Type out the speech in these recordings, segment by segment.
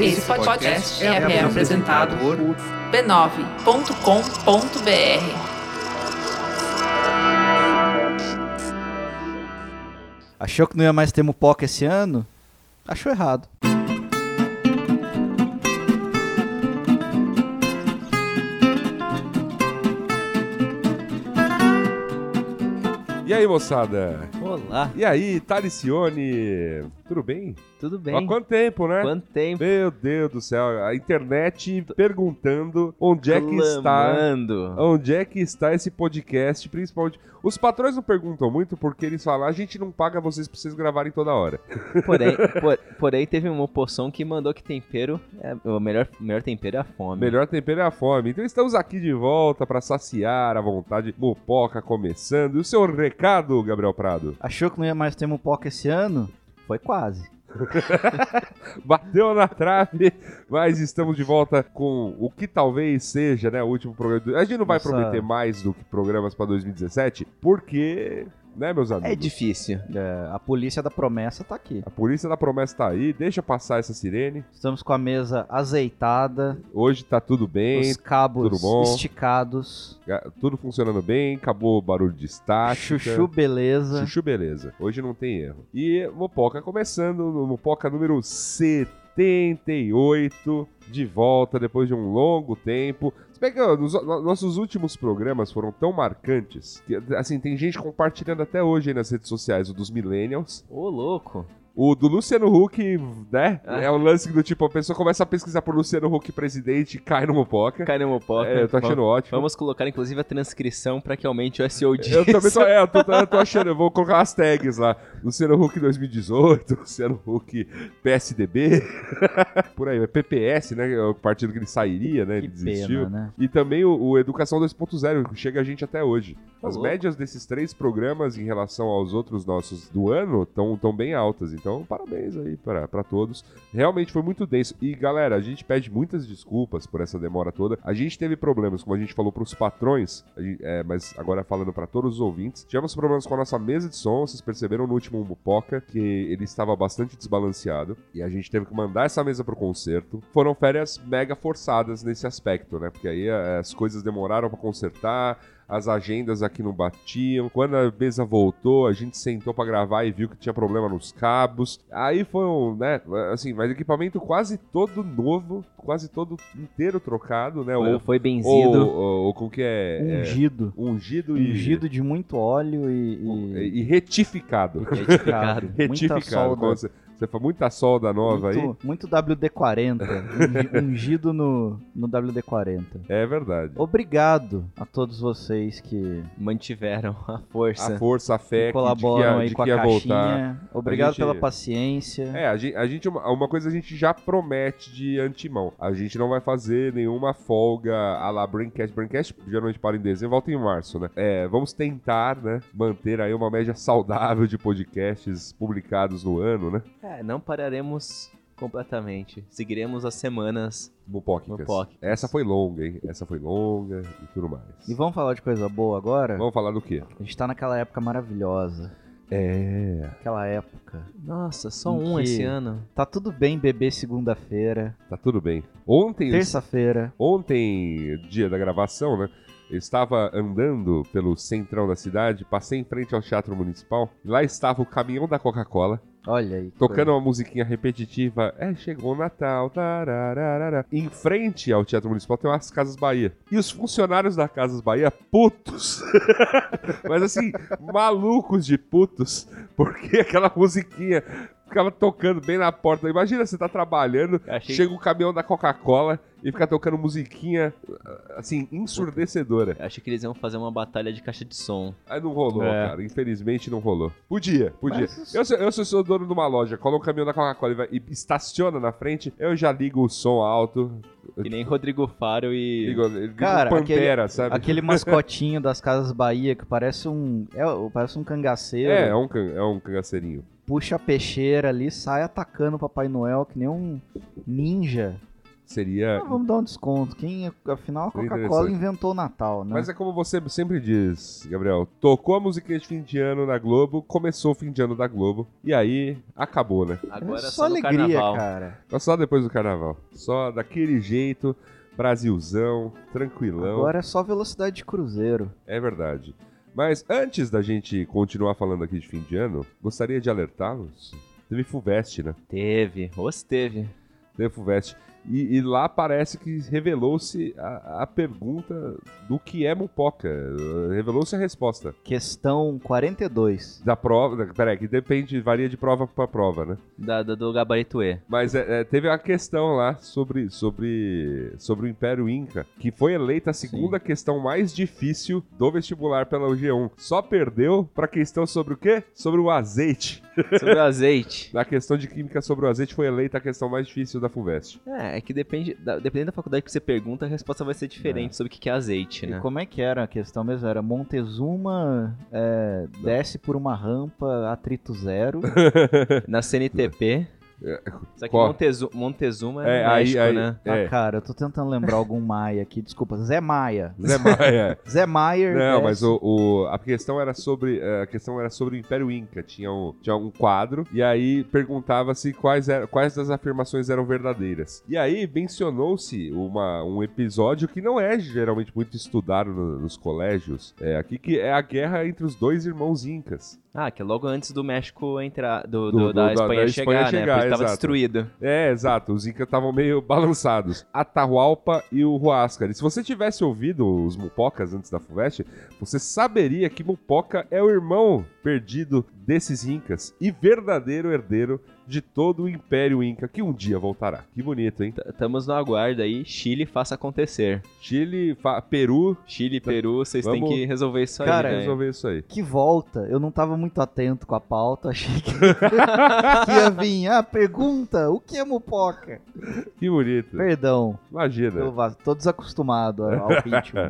Esse podcast é apresentado por b9.com.br. Achou que não ia mais ter Mupoca esse ano? Achou errado. E aí, moçada? Olá, E aí, Taricione? Tudo bem? tudo bem? Há quanto tempo, né? Quanto tempo? Meu Deus do céu, a internet perguntando onde é que está, Clamando. onde é que está esse podcast, principalmente. Os patrões não perguntam muito porque eles falam, a gente não paga vocês pra vocês gravarem toda hora. Porém, por, porém, teve uma poção que mandou que tempero. É, o melhor, melhor tempero é a fome. Melhor tempero é a fome. Então estamos aqui de volta pra saciar a vontade. Mupoca começando. E o seu recado, Gabriel Prado? Achou que não ia mais ter Mupoca esse ano? Foi quase. Bateu na trave, mas estamos de volta com o que talvez seja, né, o último programa. do- A gente não vai Nossa. prometer mais do que programas para 2017, porque, né, meus amigos? É difícil. É, a polícia da promessa tá aqui. A polícia da promessa tá aí, deixa passar essa sirene. Estamos com a mesa azeitada, Hoje tá tudo bem, os cabos tudo bom? esticados, ga- tudo funcionando bem, acabou o barulho de estática. chuchu beleza. Chuchu, beleza. Hoje não tem erro. E Mopoca começando, no Mopoca número 78, de volta depois de um longo tempo. Se bem que ó, nos- no- nossos últimos programas foram tão marcantes que, assim, tem gente compartilhando até hoje aí nas redes sociais o dos Millennials. Ô, louco. O do Luciano Huck, né? Ah. É um lance do tipo, a pessoa começa a pesquisar por Luciano Huck presidente e cai no Mopoca. Carne mopoca. É, eu tô achando Vamos- ótimo. Vamos colocar, inclusive, a transcrição pra que aumente o SEO disso. Eu também tô, é, eu tô, eu tô achando, eu vou colocar as tags lá. Luciano Huck 2018, Luciano Huck PSDB, por aí, é PPS, né? É o partido que ele sairia, né? Ele Que desistiu. pena, né? E também o, o Educação 2.0, que chega a gente até hoje. Tá Ô, As louco. médias desses três programas em relação aos outros nossos do ano estão tão bem altas. Então, parabéns aí pra pra todos. Realmente foi muito denso. E, galera, a gente pede muitas desculpas por essa demora toda. A gente teve problemas, como a gente falou, pros patrões, a gente- é, mas agora falando pra todos os ouvintes. Tivemos problemas com a nossa mesa de som. Vocês perceberam no último Mupoca que ele estava bastante desbalanceado. E a gente teve que mandar essa mesa pro concerto. Foram férias mega forçadas nesse aspecto, né? Porque aí é, as coisas demoraram pra consertar as agendas aqui não batiam. Quando a mesa voltou, a gente sentou pra gravar e viu que tinha problema nos cabos. Aí foi um, né, assim, mas equipamento quase todo novo, quase todo inteiro trocado, né? Ou, Foi ou, benzido. ou, ou com que Um é, é, Ungido. ungido, e- Ungido de muito óleo e. e... e, e retificado. Retificado. Muita é Retificado. solda. Quando Você, você foi muita solda nova aí. Muito, muito WD-40. ungi- Ungido no, no WD-40. É verdade. Obrigado a todos vocês que Mantiveram a A força. força, a fé que- de que ia, colaboram aí de com a que ia voltar. caixinha. Obrigado A gente- pela paciência. É, a gente, a gente- uma uma coisa a gente já promete de antemão. A gente não vai fazer nenhuma folga à la Braincast. Braincast geralmente para em dezembro, volta em março, né? É, vamos tentar, né, manter aí uma média saudável de podcasts publicados no ano, né? É, não pararemos completamente. Seguiremos as semanas. No Pockets. Mupoca. Essa foi longa, hein? Essa foi longa e tudo mais. E vamos falar de coisa boa agora? Vamos falar do quê? A gente tá naquela época maravilhosa. É, Aquela época. Nossa, só Em um que- esse ano. Tá tudo bem beber segunda-feira, tá tudo bem. Ontem, terça-feira. ontem, dia da gravação, né? Eu estava andando pelo centrão da cidade, passei em frente ao Teatro Municipal. Lá estava o caminhão da Coca-Cola, Olha aí. que tocando uma musiquinha repetitiva. É, chegou o Natal. tarararara. Em frente ao Teatro Municipal tem umas Casas Bahia. E os funcionários da Casas Bahia, putos. Mas assim, malucos de putos. Porque aquela musiquinha ficava tocando bem na porta. Imagina, você tá trabalhando, Eu achei- chega o caminhão da Coca-Cola e fica tocando musiquinha, assim, ensurdecedora. Eu achei que eles iam fazer uma batalha de caixa de som. Aí não rolou, É. cara. Infelizmente não rolou. Podia, podia. Mas isso- Eu, se- eu, se eu sou dono de uma loja, coloca o caminhão da Coca-Cola e vai- e, estaciona na frente, eu já ligo o som alto. Que nem Rodrigo Faro e. Ligo, ligo Cara, Pantera, sabe? Aquele mascotinho das Casas Bahia que parece um. É, parece um cangaceiro. É, é um, can- é um cangaceirinho. Puxa a peixeira ali, sai atacando o Papai Noel que nem um ninja. seria. Ah, vamos dar um desconto. Quem, afinal, a Foi Coca-Cola É. interessante. inventou o Natal, né? Mas é como você sempre diz, Gabriel. Tocou a musiquinha de fim de ano na Globo, começou o fim de ano da Globo, e aí acabou, né? Agora É só, é só, no alegria, carnaval. cara. Mas Tá Só depois do carnaval. Só daquele jeito, Brasilzão, tranquilão. Agora é só velocidade de cruzeiro. É verdade. Mas antes da gente continuar falando aqui de fim de ano, gostaria de alertá-los. Teve Fulvestre, né? Teve, os teve. Teve Fulvestre. E, e lá parece que revelou-se a, a pergunta do que é mupoca. Revelou-se a resposta. Questão 42. Da prova. Peraí, que depende, varia de prova pra prova, né? Da, da- do gabarito E. Mas é, é, teve uma questão lá sobre, sobre, sobre o Império Inca, que foi eleita a segunda questão mais difícil do vestibular pela UG1. Só perdeu pra questão sobre o quê? Sobre o azeite. Sobre o azeite. Na questão de química sobre o azeite foi eleita a questão mais difícil da FUVEST. É, é que depende. Da, dependendo da faculdade que você pergunta, a resposta vai ser diferente sobre o que que é azeite, né? E como é que era a questão mesmo? Era Montezuma é, desce por uma rampa, atrito zero. Na CNTP. Só que É, Qual? Montezu- Montezuma é, É, no aí- México, aí- né? Ah, É. cara, eu tô tentando lembrar algum Maia aqui. Desculpa, Zé Maia. Zé Maia. Zé Maier. é, Não, desce- mas o, o- a questão era sobre eh, a questão era sobre o Império Inca. Tinha um, tinha um quadro e aí perguntava-se quais, eram- quais das afirmações eram verdadeiras. E aí mencionou-se uma- um episódio que não é geralmente muito estudado no- nos colégios eh, aqui, que é a guerra entre os dois irmãos incas. Ah, que é logo antes do México entrar. Do- Do, do- do- da, da- Espanha da chegar, Espanha né? chegar, Porque tava exato. destruído. É, exato. Os incas estavam meio balançados. Atahualpa e o Huáscar. E se você tivesse ouvido os mupocas antes da FUVEST, você saberia que mupoca é o irmão perdido desses incas e verdadeiro herdeiro de todo o Império Inca que um dia voltará. Que bonito, hein? T- Estamos no aguardo aí. Chile, faça acontecer. Chile, fa- Peru, Chile, Peru, vocês Tá. têm Vamos- que resolver isso aí. Cara, velho. resolver isso aí. Que volta. Eu não tava muito atento com a pauta. Achei que, que ia vir. Ah, pergunta: o que é mupoca? Que bonito. Perdão, Imagina. eu va- tô desacostumado ao ao ritmo.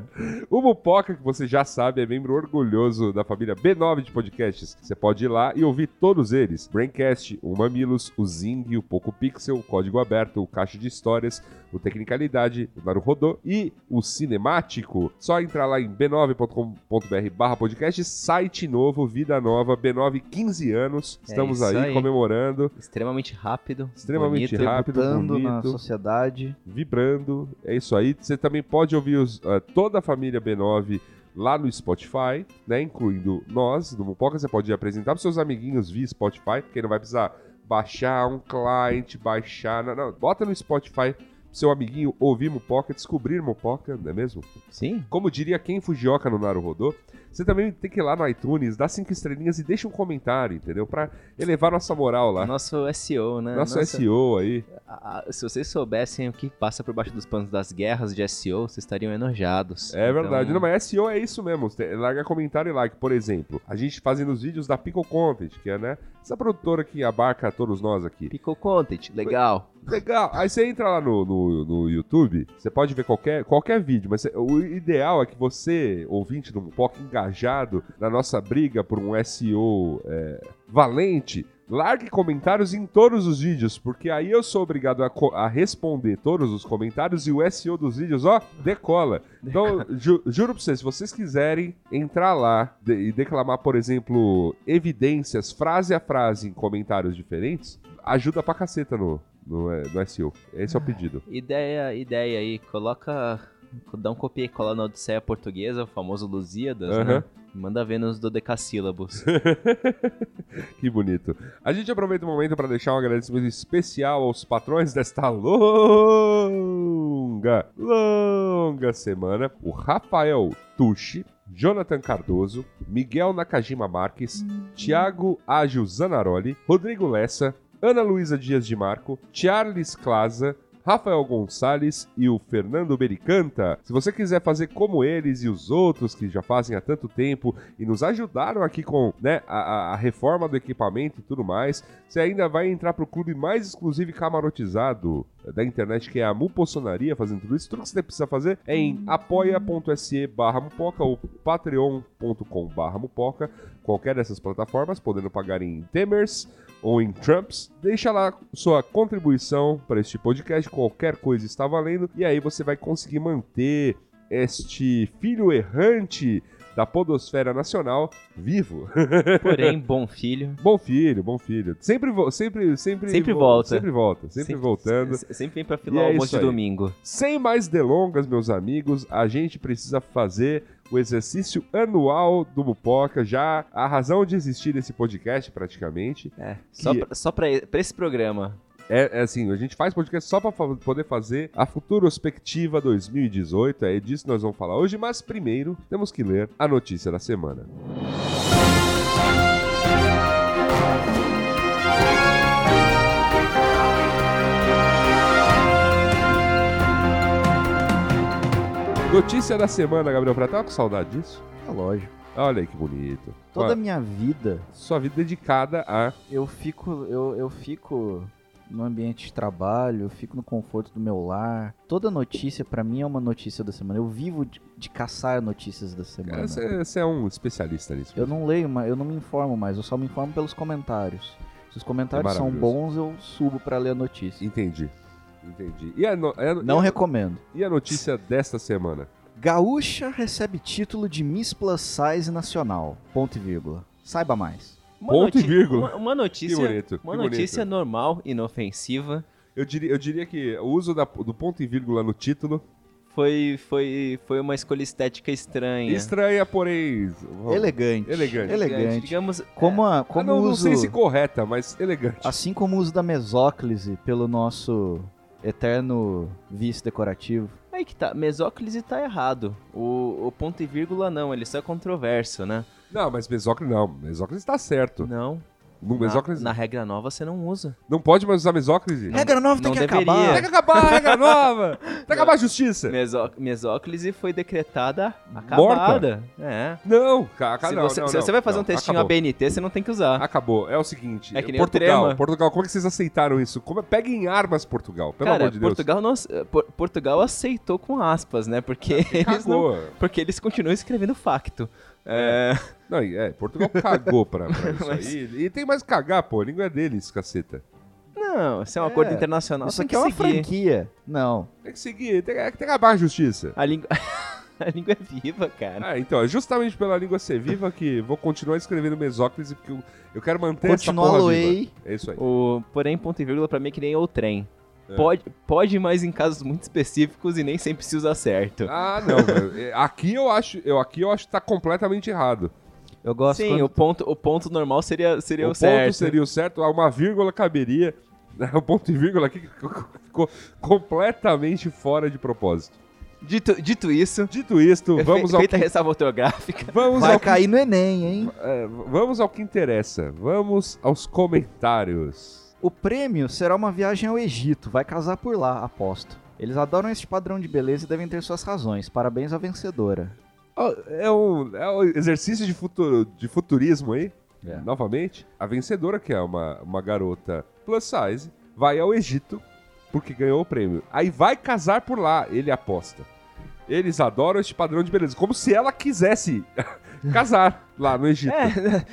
O Mupoca, que você já sabe, é membro orgulhoso da família B9 de podcasts. Você pode ir lá e ouvir todos eles: Braincast, o Mamilos, o Zing, o Poco Pixel, o Código Aberto, o Caixa de Histórias, o Tecnicalidade, o Naruhodô e o Cinemático. Só entrar lá em b9.com.br barra podcast, site novo, vida nova, B9 15 anos. É Estamos isso aí, aí. comemorando, Extremamente rápido. extremamente bonito. rápido, Tributando na bonito sociedade. vibrando. É isso aí. Você também pode ouvir os, eh, toda a família B9 lá no Spotify, né? Incluindo nós, do Mupoca. Você pode apresentar para seus amiguinhos via Spotify, porque não vai precisar baixar um cliente, baixar. Não, não. Bota no Spotify. pro Seu amiguinho ouvir Mupoca, descobrir Mupoca, não é mesmo? Sim. Como diria quem Fujioka no Naruhodô, você também tem que ir lá no iTunes, dá cinco estrelinhas e deixa um comentário, entendeu? Pra elevar nossa moral lá. Nosso SEO, né? Nosso Nossa- SEO aí. Ah, se vocês soubessem o que passa por baixo dos panos das guerras de SEO, vocês estariam enojados. É Então, verdade. Não, mas SEO é isso mesmo. Você Larga comentário e like. Por exemplo, a gente fazendo os vídeos da Pico Content, que é, né? Essa produtora que abarca todos nós aqui. Pico Content, legal. Legal. Aí você entra lá no, no, no YouTube, você pode ver qualquer, qualquer vídeo, mas você- o ideal é que você, ouvinte do Mupoca, engajado na nossa briga por um SEO é, valente, largue comentários em todos os vídeos, porque aí eu sou obrigado a, co- a responder todos os comentários e o SEO dos vídeos, ó, decola. Então, ju- juro pra vocês, se vocês quiserem entrar lá de- e declamar, por exemplo, evidências, frase a frase em comentários diferentes, ajuda pra caceta no, no, eh, no SEO. Esse é o pedido. Ideia, ideia aí, coloca. Dá um copia e cola na Odisseia Portuguesa, o famoso Lusíadas, né? Manda ver nos dodecassílabos. Que bonito. A gente aproveita o momento para deixar um agradecimento especial aos patrões desta longa, longa semana. O Rafael Tucci, Jonathan Cardoso, Miguel Nakajima Marques, Tiago Ágil Zanaroli, Rodrigo Lessa, Ana Luísa Dias de Marco, Charles Claza, Rafael Gonçalves e o Fernando Bericanta. Se você quiser fazer como eles e os outros que já fazem há tanto tempo e nos ajudaram aqui com né, a, a- a reforma do equipamento e tudo mais, você ainda vai entrar pro clube mais exclusivo e camarotizado da internet, que é a Mupoçonaria, fazendo tudo isso. Tudo que você precisa fazer é em apoia.se barra mupoca ou patreon.com barra mupoca, qualquer dessas plataformas, podendo pagar em temers ou em Trumps, deixa lá sua contribuição para este podcast, qualquer coisa está valendo, e aí você vai conseguir manter este filho errante da podosfera nacional vivo. Porém, bom filho. Bom filho, bom filho. Sempre, vo- sempre, sempre, Sempre volta. Sempre volta, sempre, voltando. se- Sempre vem pra E é filar o almoço isso de aí. domingo. Sem mais delongas, meus amigos, a gente precisa fazer o exercício anual do Mupoca, já a razão de existir desse podcast, praticamente. É. Só, Que- pra, só pra- pra esse programa. É, é assim, a gente faz podcast só pra fa- poder fazer a Futurospectiva 2018, é disso que nós vamos falar hoje, mas primeiro temos que ler a notícia da semana. Notícia da semana, Gabriel Prata. Tava com saudade disso? É lógico. Olha aí que bonito. Toda a Olha, minha vida Sua vida dedicada a. eu fico, eu, eu fico no ambiente de trabalho, eu fico no conforto do meu lar. Toda notícia pra mim é uma notícia da semana. Eu vivo de, de caçar notícias da semana. Cara, você você é um especialista nisso. Eu não leio, mas eu não me informo mais, eu só me informo pelos comentários. Se os comentários É são maravilhoso. bons, eu subo pra ler a notícia. Entendi. Entendi. E a, no- é- Não e, a- recomendo. e a notícia desta semana? Gaúcha recebe título de Miss Plus Size Nacional. Ponto e vírgula. Saiba mais. Uma Ponto e noti- vírgula. Uma, uma notícia. que bonito. Uma que notícia bonito. normal, inofensiva. Eu, diria, eu diria que o uso da- do ponto e vírgula no título Foi, foi, foi uma escolha estética estranha. estranha, porém. vamos- Elegante. Elegante. Elegante. Digamos. Como, a, Ah, como não, o não uso, sei se correta, mas elegante. assim como o uso da mesóclise pelo nosso eterno vice decorativo. Aí que tá. Mesóclise tá errado. O, o ponto e vírgula não, ele só é controverso, né? Não, mas mesóclise não. Mesóclise está certo. Não. No Na, mesóclise, na regra nova você não usa. Não pode mais usar mesóclise? Regra nova não tem que deveria. acabar. Tem que acabar a regra nova! Tem que acabar a justiça! Mesó- mesóclise foi decretada acabada. É. Não, Ah, cara, se não, você, não, se não, você vai fazer não, um textinho acabou. ABNT, você não tem que usar. Acabou. É o seguinte. É que nem o Portugal, trema. Portugal, como é que vocês aceitaram isso? Como é- Peguem armas, Portugal, pelo Cara, amor de Deus. Portugal, não ace- eh, Por- Portugal aceitou com aspas, né? Porque, Ah, eles, não, Cagou. porque eles continuam escrevendo facto. É, Não, e é, Portugal cagou pra, pra isso Mas- aí. E tem mais que cagar, pô. A língua é deles, caceta. Não, isso é um acordo É, internacional. Isso tem aqui que é uma seguir. franquia. Não. Tem que seguir, tem, é que- tem que acabar a justiça. A língua... a língua é viva, cara. Ah, então, é justamente pela língua ser viva que vou continuar escrevendo mesóclise, porque eu, eu quero manter Continua essa porra viva. Loei. É isso aí. O, porém, ponto e vírgula pra mim é que nem o trem. É. Pode, pode, mas em casos muito específicos e nem sempre se usa certo. Ah, não. velho. É, aqui eu acho, eu aqui eu acho que tá completamente errado. Eu gosto Sim, quando- o, ponto, o ponto normal seria, seria o, o certo. ponto seria o certo, a uma vírgula caberia. né, O ponto e vírgula aqui ficou completamente fora de propósito. Dito, dito isso, Dito isto, vamos fe- ao feita a que, ressalva ortográfica. vamos Vai ao cair no Enem, hein? É, v- vamos ao que interessa. Vamos aos comentários. O prêmio será uma viagem ao Egito. Vai casar por lá, aposto. Eles adoram este padrão de beleza e devem ter suas razões. Parabéns à vencedora. Ó, É um, é um exercício de, futuro, de futurismo aí. É. Novamente, a vencedora, que é uma, uma garota plus size, vai ao Egito porque ganhou o prêmio. Aí vai casar por lá, ele aposta. Eles adoram este padrão de beleza, como se ela quisesse casar lá no Egito. É,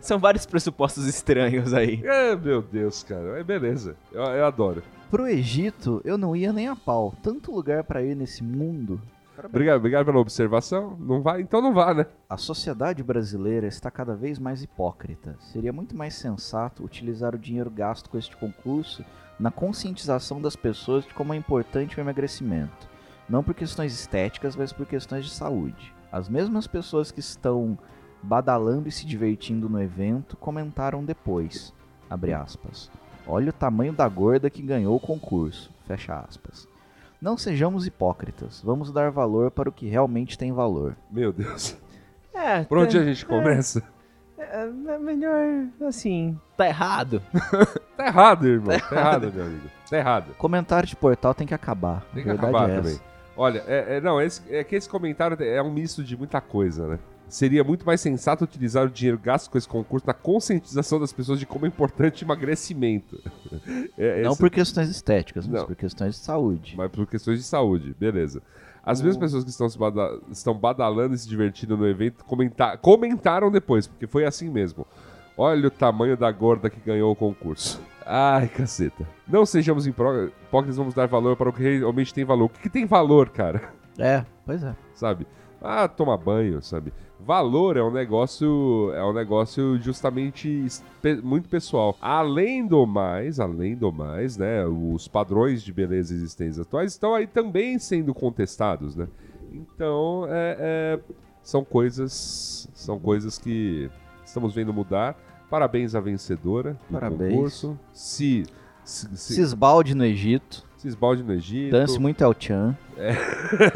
são vários pressupostos estranhos aí. É, meu Deus, cara. É beleza. Eu, eu adoro. Pro Egito, eu não ia nem a pau. Tanto lugar pra ir nesse mundo. Obrigado, obrigado pela observação. Não vai? Então não vá, né? A sociedade brasileira está cada vez mais hipócrita. Seria muito mais sensato utilizar o dinheiro gasto com este concurso na conscientização das pessoas de como é importante o emagrecimento. Não por questões estéticas, mas por questões de saúde. As mesmas pessoas que estão badalando e se divertindo no evento comentaram depois, abre aspas, olha o tamanho da gorda que ganhou o concurso, fecha aspas. Não sejamos hipócritas, vamos dar valor para o que realmente tem valor. Meu Deus. É, Por onde a gente começa? é, é melhor, assim, tá errado. Tá errado, irmão. Tá errado, meu amigo. Tá errado. Comentário de portal tem que acabar. Tem que Verdade acabar é essa. também. Olha, é, é- não, esse- é que esse comentário é um misto de muita coisa, né? Seria muito mais sensato utilizar o dinheiro gasto com esse concurso na conscientização das pessoas de como é importante o emagrecimento. É, Não esse- por questões estéticas, mas Não. por questões de saúde. Mas por questões de saúde, beleza. As mesmas pessoas que estão, se bada- estão badalando e se divertindo no evento comenta- comentaram depois, porque foi assim mesmo. Olha o tamanho da gorda que ganhou o concurso. Ai, caceta. Não sejamos impro- hipócritas, vamos dar valor para o que realmente tem valor. O que, que tem valor, cara? É, pois é. Sabe? Ah, tomar banho, sabe? Valor é um negócio, é um negócio justamente espe- muito pessoal. Além do mais, além do mais, né, os padrões de beleza existentes atuais estão aí também sendo contestados, né? Então, é, é, são coisas, são coisas que estamos vendo mudar. Parabéns à vencedora do Parabéns. concurso. Se se, se, Cisbalde no Egito. se esbalde no Egito. Dance muito ao Chan.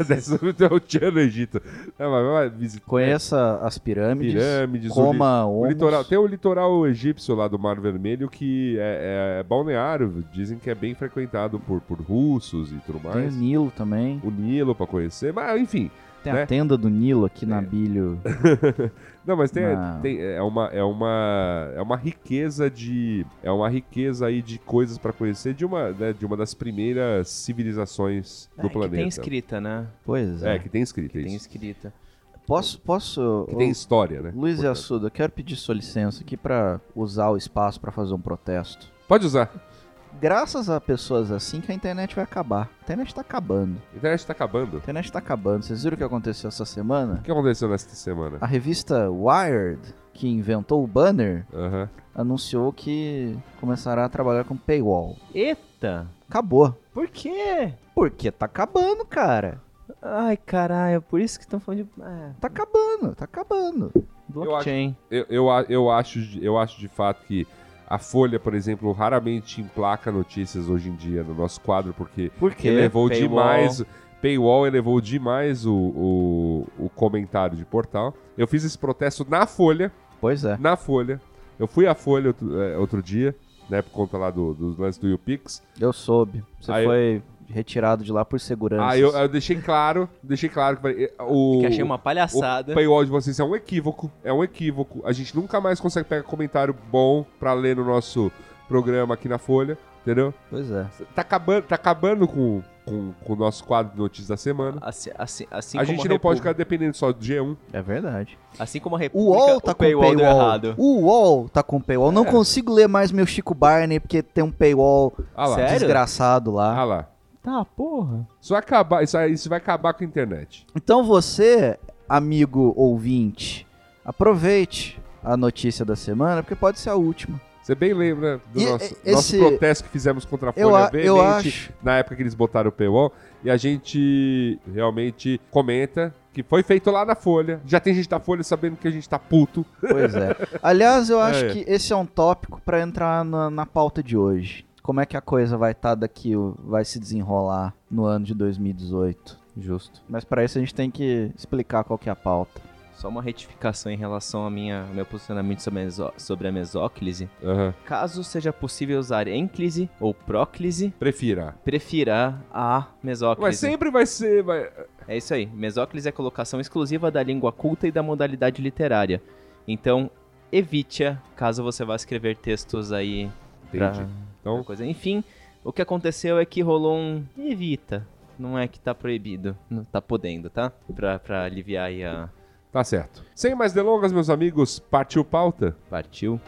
Desce muito ao Tchan no é Egito. Não, mas vai visitar Conheça as pirâmides. É. pirâmides, o li- coma O o litoral, tem o litoral egípcio lá do Mar Vermelho que é, é- é balneário, dizem que é bem frequentado por, por russos e tudo Tem o mais. Né? Nilo também. O Nilo pra conhecer, mas enfim. Tem né? a tenda do Nilo aqui na É. Bilho. Não, mas tem, Não. tem- é uma é uma é uma riqueza de é uma riqueza aí de coisas pra conhecer de uma né, de uma das primeiras civilizações do É, que planeta. tem escrita, né? Pois é. É, que tem escrita Que isso. tem escrita. Posso, posso... Que tem ô, história, né? Luiz e Portanto. Assuda, eu quero pedir sua licença aqui pra usar o espaço pra fazer um protesto. Pode usar. Graças a pessoas assim que a internet vai acabar. A internet tá acabando. A internet tá acabando. A internet tá acabando. Vocês viram o que aconteceu essa O semana? que aconteceu nesta semana? A Ah. revista Wired, que inventou o banner, Aham. anunciou que começará a trabalhar com paywall. Eita! Acabou. Por quê? Porque tá acabando, cara. Ai, caralho, por isso que estão falando de. Ah, Tá acabando, tá acabando. blockchain. eu, eu, a- eu, acho, de- eu acho de fato que a Folha, por exemplo, raramente emplaca notícias hoje em dia no nosso quadro, porque Por elevou Paywall. demais. Paywall elevou demais o, o, o comentário de portal. Eu fiz esse protesto na Folha. Pois é. Na Folha. Eu fui à Folha outro, é, outro dia, né? Por conta lá do, dos lances do YouPix. Eu soube. Você Aí eu- foi retirado de lá por segurança. Aí eu, é- eu deixei claro, deixei claro que eh, o. Que achei uma O palhaçada. paywall de vocês é um equívoco, é um equívoco. A gente nunca mais consegue pegar comentário bom pra ler no nosso programa aqui na Folha, entendeu? Pois é. Tá acabando, tá acabando com, com, com o nosso quadro de notícias da semana. Assim, assim, assim a como gente não pode ficar República- dependendo só do G1. É verdade. Assim como O a República. UOL tá com paywall. deu errado. O UOL tá com paywall. Não consigo ler mais meu Chico Barney porque tem um paywall Ah lá. Sério? desgraçado lá. Ah lá. Tá, porra. Isso vai acabar, isso, aí- isso vai acabar com a internet. Então você, amigo ouvinte, aproveite a notícia da semana porque pode ser a última. Você bem lembra do E- nosso, e- nosso esse- protesto que fizemos contra a Folha Eu, a- eu veemente acho. na época que eles botaram o paywall. E a gente realmente comenta que foi feito lá na Folha. Já tem gente da Folha sabendo que a gente tá puto. Pois é. Aliás, eu acho É. que esse é um tópico pra entrar na, na pauta de hoje. Como é que a coisa vai estar daqui, o- vai se desenrolar no ano de 2018. Justo. Mas pra isso a gente tem que explicar qual que é a pauta. Só uma retificação em relação ao meu posicionamento sobre a, meso- sobre a mesóclise. Aham. Caso seja possível usar ênclise ou próclise, Prefira. prefira a mesóclise. Mas sempre vai ser. vai- É isso aí. Mesóclise é colocação exclusiva da língua culta e da modalidade literária. Então, evite-a caso você vá escrever textos aí pra, Entendi. pra Então, coisa. Enfim, o que aconteceu é que rolou um evita. Não é que tá proibido, não tá podendo, tá? Pra, pra aliviar aí a... tá certo. Sem mais delongas, meus amigos, partiu pauta? Partiu.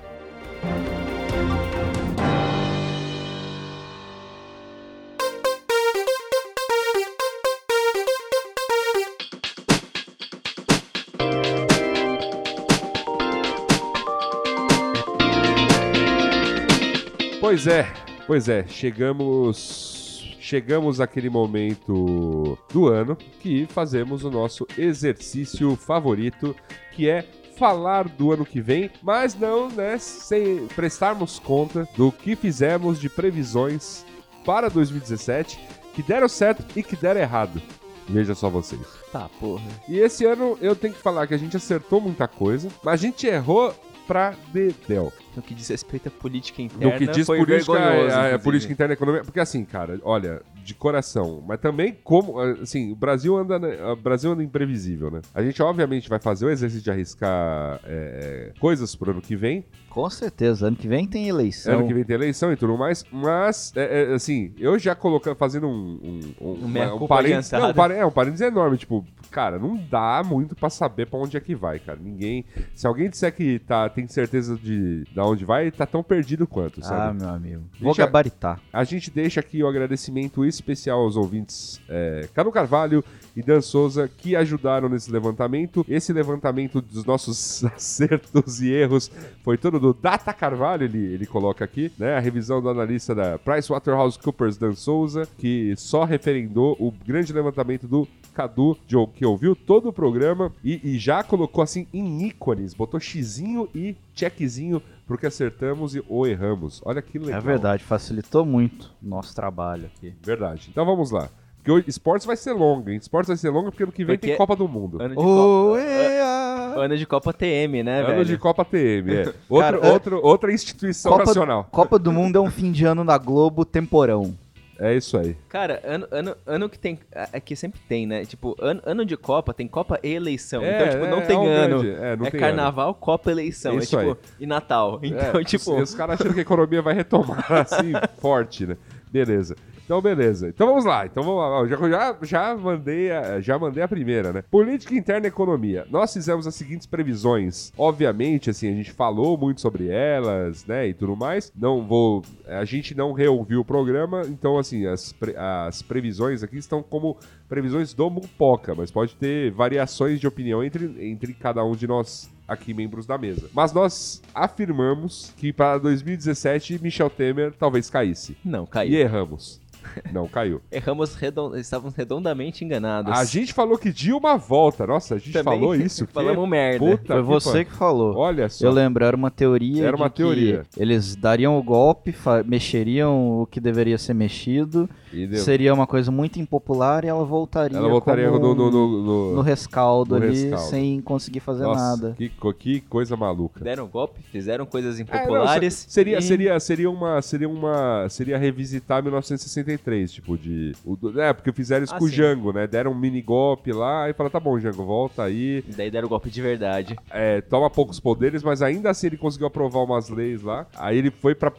Pois é, pois é, chegamos. Chegamos àquele momento do ano que fazemos o nosso exercício favorito, que é falar do ano que vem, mas não, né, sem prestarmos conta do que fizemos de previsões para 2017 que deram certo e que deram errado. Veja só vocês. Tá, porra. E esse ano eu tenho que falar que a gente acertou muita coisa, mas a gente errou pra dedéu. No que diz respeito à política interna, No que diz foi política, a, vergonhoso. inclusive. política interna e econômica. Porque assim, cara, olha, de coração, mas também como, assim, o Brasil anda, o Brasil anda imprevisível, né? A gente obviamente vai fazer o exercício de arriscar é, é, coisas pro ano que vem. Com certeza, ano que vem tem eleição. Ano que vem tem eleição e tudo mais, mas, é, é, assim, eu já colocando, fazendo um... Um, um, meia-culpa parênteses, não, adiantado. um parê- é, um parênteses enorme, tipo, cara, não dá muito pra saber pra onde é que vai, cara. Ninguém... Se alguém disser que tá, tem certeza de, da onde vai, tá tão perdido quanto, sabe? Ah, meu amigo. Vou Gente, é- gabaritar. A gente deixa aqui o agradecimento especial aos ouvintes é, Caro Carvalho e Dan Souza que ajudaram nesse levantamento. Esse levantamento dos nossos acertos e erros foi todo do Data Carvalho, ele, ele coloca aqui, né? A revisão do analista da PricewaterhouseCoopers, Dan Souza, que só referendou o grande levantamento do Cadu, de- que ouviu todo o programa e, e já colocou assim em ícones, botou xizinho e checkzinho porque acertamos e ou erramos. Olha que legal. É verdade, facilitou muito o nosso trabalho aqui. Verdade. Então vamos lá. Porque o esportes vai ser longo, hein? Esportes vai ser longo porque ano que vem tem né? É. Porque- Copa do Mundo. Ano de Oh, Copa. ea! Ano de Copa TM, né, ano velho? de Copa TM, é. Outro, é Cara, outro- outra instituição Copa- nacional. Copa do Mundo é um fim de ano na Globo temporão. É isso aí. Cara, ano, ano, ano que tem. É que sempre tem, né? Tipo, ano, ano de Copa tem Copa e eleição. É, então, tipo, não é, tem é um ano. grande- é, não é tem carnaval, Copa, eleição. Isso é aí. tipo, e Natal. Então, É, tipo. Os, os caras achando que a economia vai retomar assim, forte, né? Beleza. Então, beleza. Então vamos lá. Então vamos lá. Eu Já, já, já, mandei a, já mandei a primeira, né? Política interna e economia. Nós fizemos as seguintes previsões. Obviamente, assim, a gente falou muito sobre elas, né? E tudo mais. Não vou. A gente não reouviu o programa, então, assim, as, pre- as previsões aqui estão como previsões do Mupoca, mas pode ter variações de opinião entre, entre cada um de nós aqui membros da mesa. Mas nós afirmamos que para 2017 Michel Temer talvez caísse. Não, E caiu. erramos. Não caiu. Erramos redon... estavam redondamente enganados. A gente falou que Dilma volta. Nossa, a gente Também falou isso. que Falamos merda. puta Foi que você que pa- falou. Olha só. Eu lembro, era uma teoria. Era de uma que teoria. Eles dariam o golpe, fa- mexeriam o que deveria ser mexido, E deu- seria uma coisa muito impopular e ela voltaria. Ela voltaria como no, no, um- no, no- no rescaldo no ali, rescaldo. sem conseguir fazer Nossa, nada. Que, co- que coisa maluca. Deram um golpe, fizeram coisas É, não, impopulares. se- seria, e- seria, seria uma, seria uma, seria revisitar 1963, tipo de, o do- é porque fizeram isso Ah, com o sim. Django, né? Deram um mini golpe lá e falaram, tá bom, Django, volta aí, e Daí deram golpe de verdade. é, toma poucos poderes, mas ainda assim ele conseguiu aprovar umas leis lá. Aí ele foi para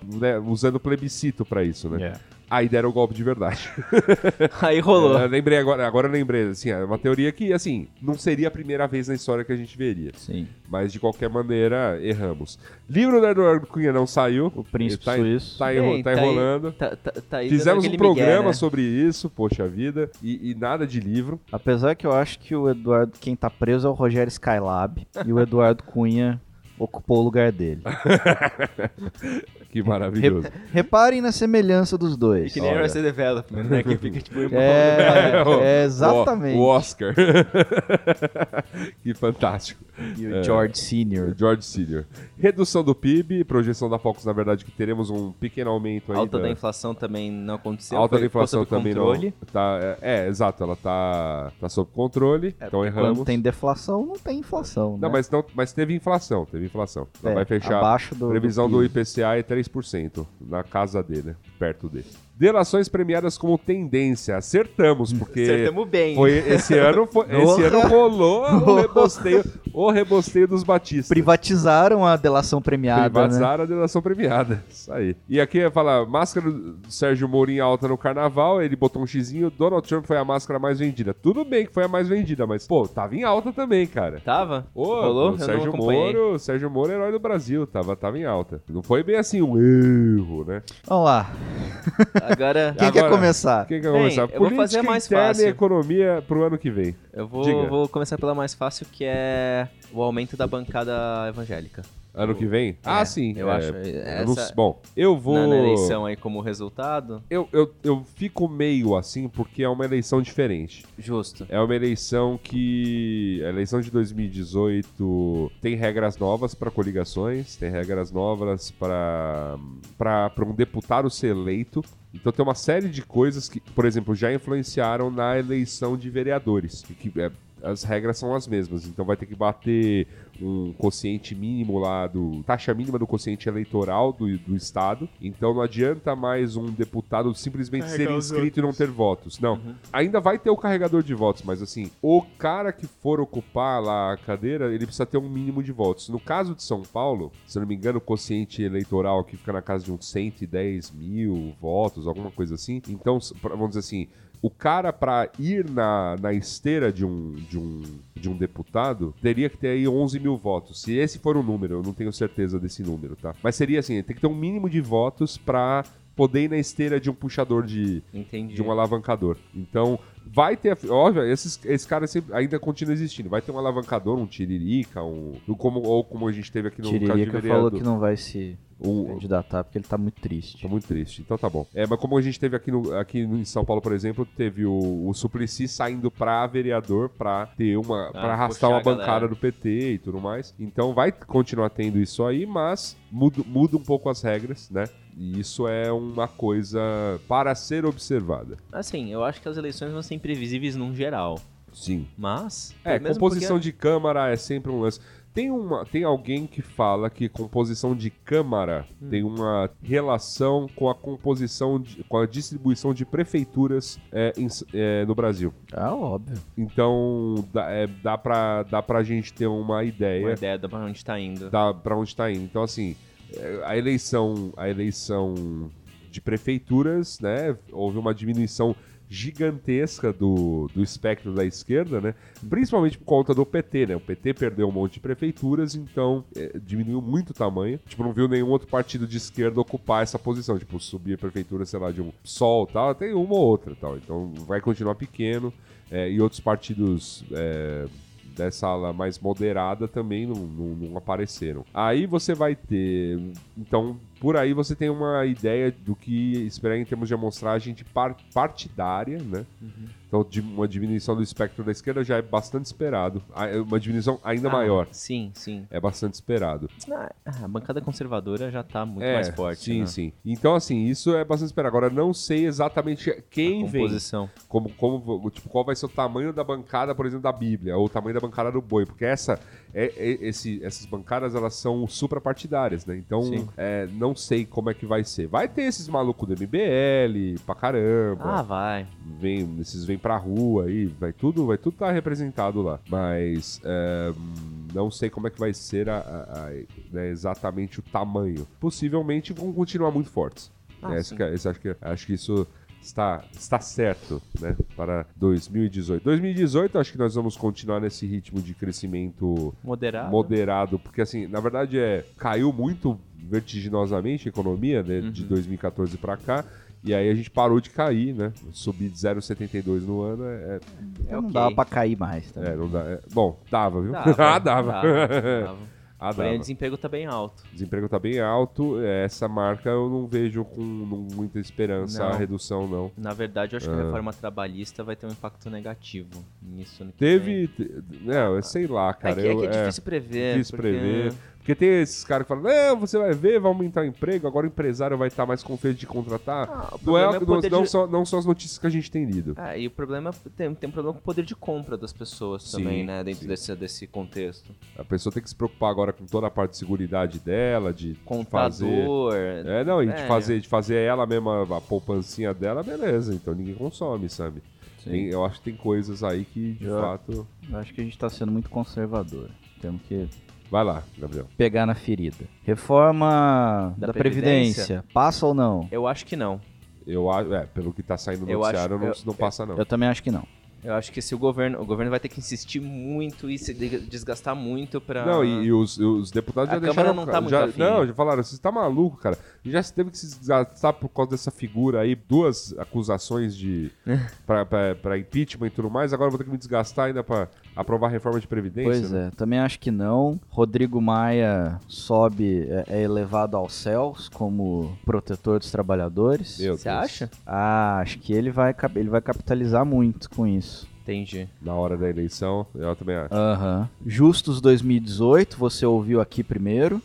usando plebiscito pra isso, né? É. Aí deram o golpe de verdade. É, Aí rolou. Eu lembrei agora, agora eu lembrei, assim, é uma teoria que assim não seria a primeira vez na história que a gente veria, Sim. mas de qualquer maneira erramos. Livro do Eduardo Cunha não saiu. O príncipe Tá- suíço. Tá, enro- Bem, tá tá aí- enrolando. Tá, tá, tá aí dando Fizemos um aquele programa migué, né? sobre isso, poxa vida, e, e nada de livro. Apesar que eu acho que o Eduardo, quem tá preso é o Rogério Skylab e o Eduardo Cunha ocupou o lugar dele. Que maravilhoso. Reparem na semelhança dos E dois. que nem Olha. Arrested Development, né? Que fica tipo irmão. É, O- é, exatamente. O, o Oscar. que fantástico. É, E o George Sr. George Senior. Redução do PIB, projeção da Fox, na verdade, que teremos um pequeno aumento aí. Alta da inflação também não aconteceu. alta foi da inflação sob também controle. não. Tá, é, é, exato, ela tá, tá sob controle, então É, Quando erramos. tem deflação, não tem inflação. Não, né? mas, não, mas teve inflação, teve inflação. Ela É, vai fechar abaixo do- Previsão do do IPCA é 3%, na casa dele, né? perto dele. Delações premiadas como tendência. Acertamos, porque Acertamos bem. foi esse ano, foi, esse Porra! ano rolou o rebosteio, o rebosteio dos Batistas. Privatizaram a delação premiada. né? Privatizaram a delação premiada. Isso aí. E aqui fala: máscara do Sérgio Moro em alta no carnaval, ele botou um xizinho, Donald Trump foi a máscara mais vendida. Tudo bem que foi a mais vendida, mas, pô, tava em alta também, cara. Tava? Ô, rolou? o eu não Sérgio acompanhei. Moro, Sérgio Moro, é herói do Brasil, tava, tava em alta. Não foi bem assim um erro, né? Vamos lá. Agora Quem Agora- quer começar? Quem que vai Bem, começar? eu vou fazer mais interna fácil. e economia pro ano que vem. eu vou, Diga. vou começar pela mais fácil, que é o aumento da bancada evangélica. Ano que vem? ah, sim. eu acho, é, eu não essa- sei- bom, eu vou... Na, na eleição aí como resultado, Eu, eu, eu fico meio assim porque é uma eleição diferente. justo. É uma eleição que. é A eleição de 2018 tem regras novas para coligações, tem regras novas para para um deputado ser eleito. Então tem uma série de coisas que, por exemplo, já influenciaram na eleição de vereadores. Que é, as regras são as mesmas. Então vai ter que bater um quociente mínimo lá do. taxa mínima do quociente eleitoral do, do Estado. Então não adianta mais um deputado simplesmente ser Carregar os inscrito e não ter votos. Não. Ainda vai ter o carregador de votos, mas assim, o cara que for ocupar lá a cadeira, ele precisa ter um mínimo de votos. No caso de São Paulo, se eu não me engano, o quociente eleitoral aqui fica na casa de uns 110 mil votos, alguma coisa assim. Então, s- pra- vamos dizer assim, o cara pra ir na, na esteira de um, de, um, de um deputado teria que ter aí 11 mil votos. Se esse for o número, eu não tenho certeza desse número, tá? Mas seria assim, tem que ter um mínimo de votos pra poder ir na esteira de um puxador de, Entendi. de um alavancador. Então, vai ter. a- Óbvio, esses, esses caras sempre- ainda continuam existindo. Vai ter um alavancador, um tiririca, um. um como, ou como a gente teve aqui no caso de Tiririca falou vereador. que não vai se um- candidatar porque ele tá muito triste. Tô muito triste. Então tá bom. É, mas como a gente teve aqui, no, aqui em São Paulo, por exemplo, teve o, o Suplicy saindo pra vereador pra ter uma. pra arrastar Ah, puxar uma a galera. bancada do PT e tudo mais. Então vai continuar tendo isso aí, mas muda, muda um pouco as regras, né? E isso é uma coisa para ser observada. Assim, eu acho que as eleições vão ser imprevisíveis num geral. Sim. Mas. É, mesmo composição porque- de câmara é sempre um lance. Tem, uma, tem alguém que fala que composição de câmara Hum. tem uma relação com a composição, de- com a distribuição de prefeituras é, em S- é, no Brasil. Ah, óbvio. Então, dá, é, dá, pra, dá pra gente ter uma é Uma ideia ideia da pra onde tá indo. da, pra onde tá indo. Então, assim, é, a eleição, a eleição de prefeituras, né, houve uma diminuição gigantesca do, do espectro da esquerda, né? Principalmente por conta do PT, né? O PT perdeu um monte de prefeituras, então é, diminuiu muito o tamanho. Tipo, não viu nenhum outro partido de esquerda ocupar essa posição, tipo, subir a prefeitura, sei lá, de um sol tal, tem uma ou outra tal. Então vai continuar pequeno. é, e outros partidos é, dessa ala mais moderada também não, não- não apareceram. Aí você vai ter. Então, por aí você tem uma ideia do que esperar em termos de amostragem de par- partidária, né? Uhum. Então, de- uma diminuição do espectro da esquerda já é bastante esperado. Ah, é Uma diminuição ainda Ah, maior. Sim, sim. É bastante esperado. Ah, a bancada conservadora já tá muito é, mais forte. Sim, né? sim. Então, assim, isso é bastante esperado. Agora, não sei exatamente quem A vem. composição. Como, como, tipo, qual vai ser o tamanho da bancada, por exemplo, da Bíblia, ou o tamanho da bancada do boi, porque essa, é, é- esse- essas bancadas elas são suprapartidárias, né? Então, Sim. é, não sei como é que vai ser. Vai ter esses malucos do MBL, pra caramba Ah, vai. vem, esses vêm pra rua aí, vai tudo, vai tudo tá representado lá. Mas é, não sei como é que vai ser a- a- a- né, exatamente o tamanho. Possivelmente vão continuar muito fortes. Ah, É, isso sim. que- isso acho, que, acho que isso está, está certo, né? Para 2018. 2018, acho que nós vamos continuar nesse ritmo de crescimento Moderado. moderado, porque assim, na verdade é caiu muito vertiginosamente a economia né, de Uhum. 2014 pra cá. E aí a gente parou de cair, né? Subir de 0,72 no ano é, não ok. dava pra cair mais, tá? é, não dá. é- bom, dava, viu? Dava, ah, dava. dava. ah, Porém, o dava. desemprego tá bem alto. O desemprego tá bem alto. é, Essa marca eu não vejo com não- muita esperança a Não. redução, não. Na verdade, eu acho que Ah. a reforma trabalhista vai ter um impacto negativo nisso. ano que vem. Teve. te- Não, eu sei lá, É cara. que, é, eu- que é. é difícil prever. Difícil porque- prever. Porque tem esses caras que falam, não, você vai ver, vai aumentar o emprego, agora o empresário vai estar mais confiante de contratar. Ah, o não, é, problema é o não, poder não de- só, não só as notícias que a gente tem lido. Ah, e o problema é- tem, tem um problema com o poder de compra das pessoas Sim, também, né? Dentro sim. desse, desse contexto. A pessoa tem que se preocupar agora com toda a parte de seguridade dela, de fazer... Contador. É, não, e de, É. fazer, de fazer ela mesma, a poupancinha dela, beleza. Então ninguém consome, sabe? Tem- eu acho que tem coisas aí que, de É. Eu- fato... Eu acho que a gente tá sendo muito conservador. Temos que Vai lá, Gabriel. pegar na ferida. Reforma da, Da Previdência. Previdência. Passa ou não? Eu acho que não. Eu acho... É, pelo que tá saindo no Eu noticiário, acho- não, eu- não passa não. Eu também acho que não. Eu acho que se o governo. O governo vai ter que insistir muito e se de- desgastar muito pra. Não, e, e os, e os deputados A já Câmara deixaram. não tá muito já, afim. não, já falaram, você tá maluco, cara. Já se teve que se desgastar por causa dessa figura aí, duas acusações de. É. pra, pra- pra impeachment e tudo mais, agora eu vou ter que me desgastar ainda pra aprovar a reforma de Previdência. Pois né? é, também acho que não. Rodrigo Maia sobe, é- é elevado aos céus como protetor dos trabalhadores. Meu Você Deus. acha? Ah, acho que ele vai, cap- ele vai capitalizar muito com isso. Entendi. Na hora da eleição, eu também acho. Aham. Justos 2018, você ouviu aqui primeiro.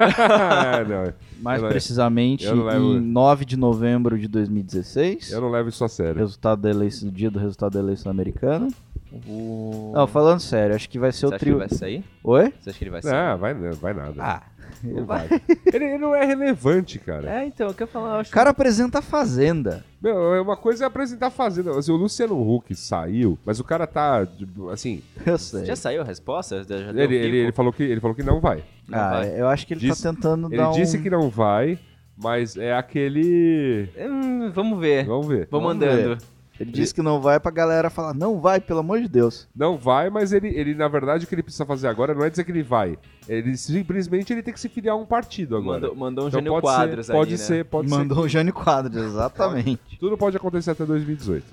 Ah, não, Mais Eu não- precisamente eu não levo- em 9 de novembro de 2016. eu não levo isso a sério. Resultado da eleição, dia do resultado da eleição americana. Hum. O... Não, falando sério, acho que vai ser Você o acha que trio. ele vai sair? Oi? Você acha que ele vai sair? Ah, vai, vai nada. Ah, Não vai. ele, ele não é relevante, cara. É, então, o que eu falo, eu acho o cara apresenta a Fazenda. Meu, é uma coisa é apresentar a Fazenda. Assim, o Luciano Huck saiu, mas o cara tá, tipo, assim... Eu sei. Já saiu a resposta? Já deu Ele, o ele, bico? ele falou que, ele falou que não vai. Não Ah, vai. eu acho que ele Disse- tá tentando Ele dar disse um... que não vai, mas é aquele... Hum, vamos ver. Vamos ver. Vamos Vamos andando. Ele disse que não vai pra galera falar, não vai, pelo amor de Deus. Não vai, mas ele, ele, na verdade, o que ele precisa fazer agora não é dizer que ele vai. Ele simplesmente ele tem que se filiar a um partido agora. Mandou, mandou um Então Jânio pode Quadros ser, ali, pode né? ser, pode Mandou o Jânio Quadros, exatamente. ser. Tudo pode acontecer até 2018.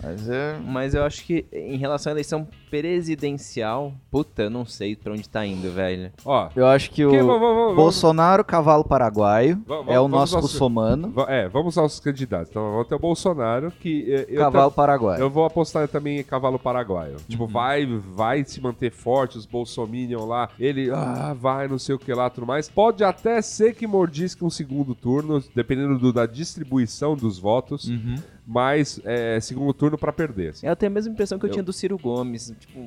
Mas é... Mas eu acho que em relação à eleição presidencial, puta, eu não sei pra onde tá indo, velho. Ó, Eu acho que o que- vamos- vamos- vamos- Bolsonaro, cavalo paraguaio, Vamos- é o vamos nosso ao- russomano, va- é, vamos aos candidatos. Então, vamos ter o Bolsonaro, que eh, eu, cavalo ta- paraguaio. eu vou apostar também em cavalo paraguaio. Tipo, vai, vai se manter forte, os bolsominion lá, ele ah, vai, não sei o que lá, tudo mais. Pode até ser que mordisque um segundo turno, dependendo do- da distribuição dos votos. mas é, segundo turno pra perder. assim. Eu tenho a mesma impressão que eu, Eu- tinha do Ciro Gomes. Tipo,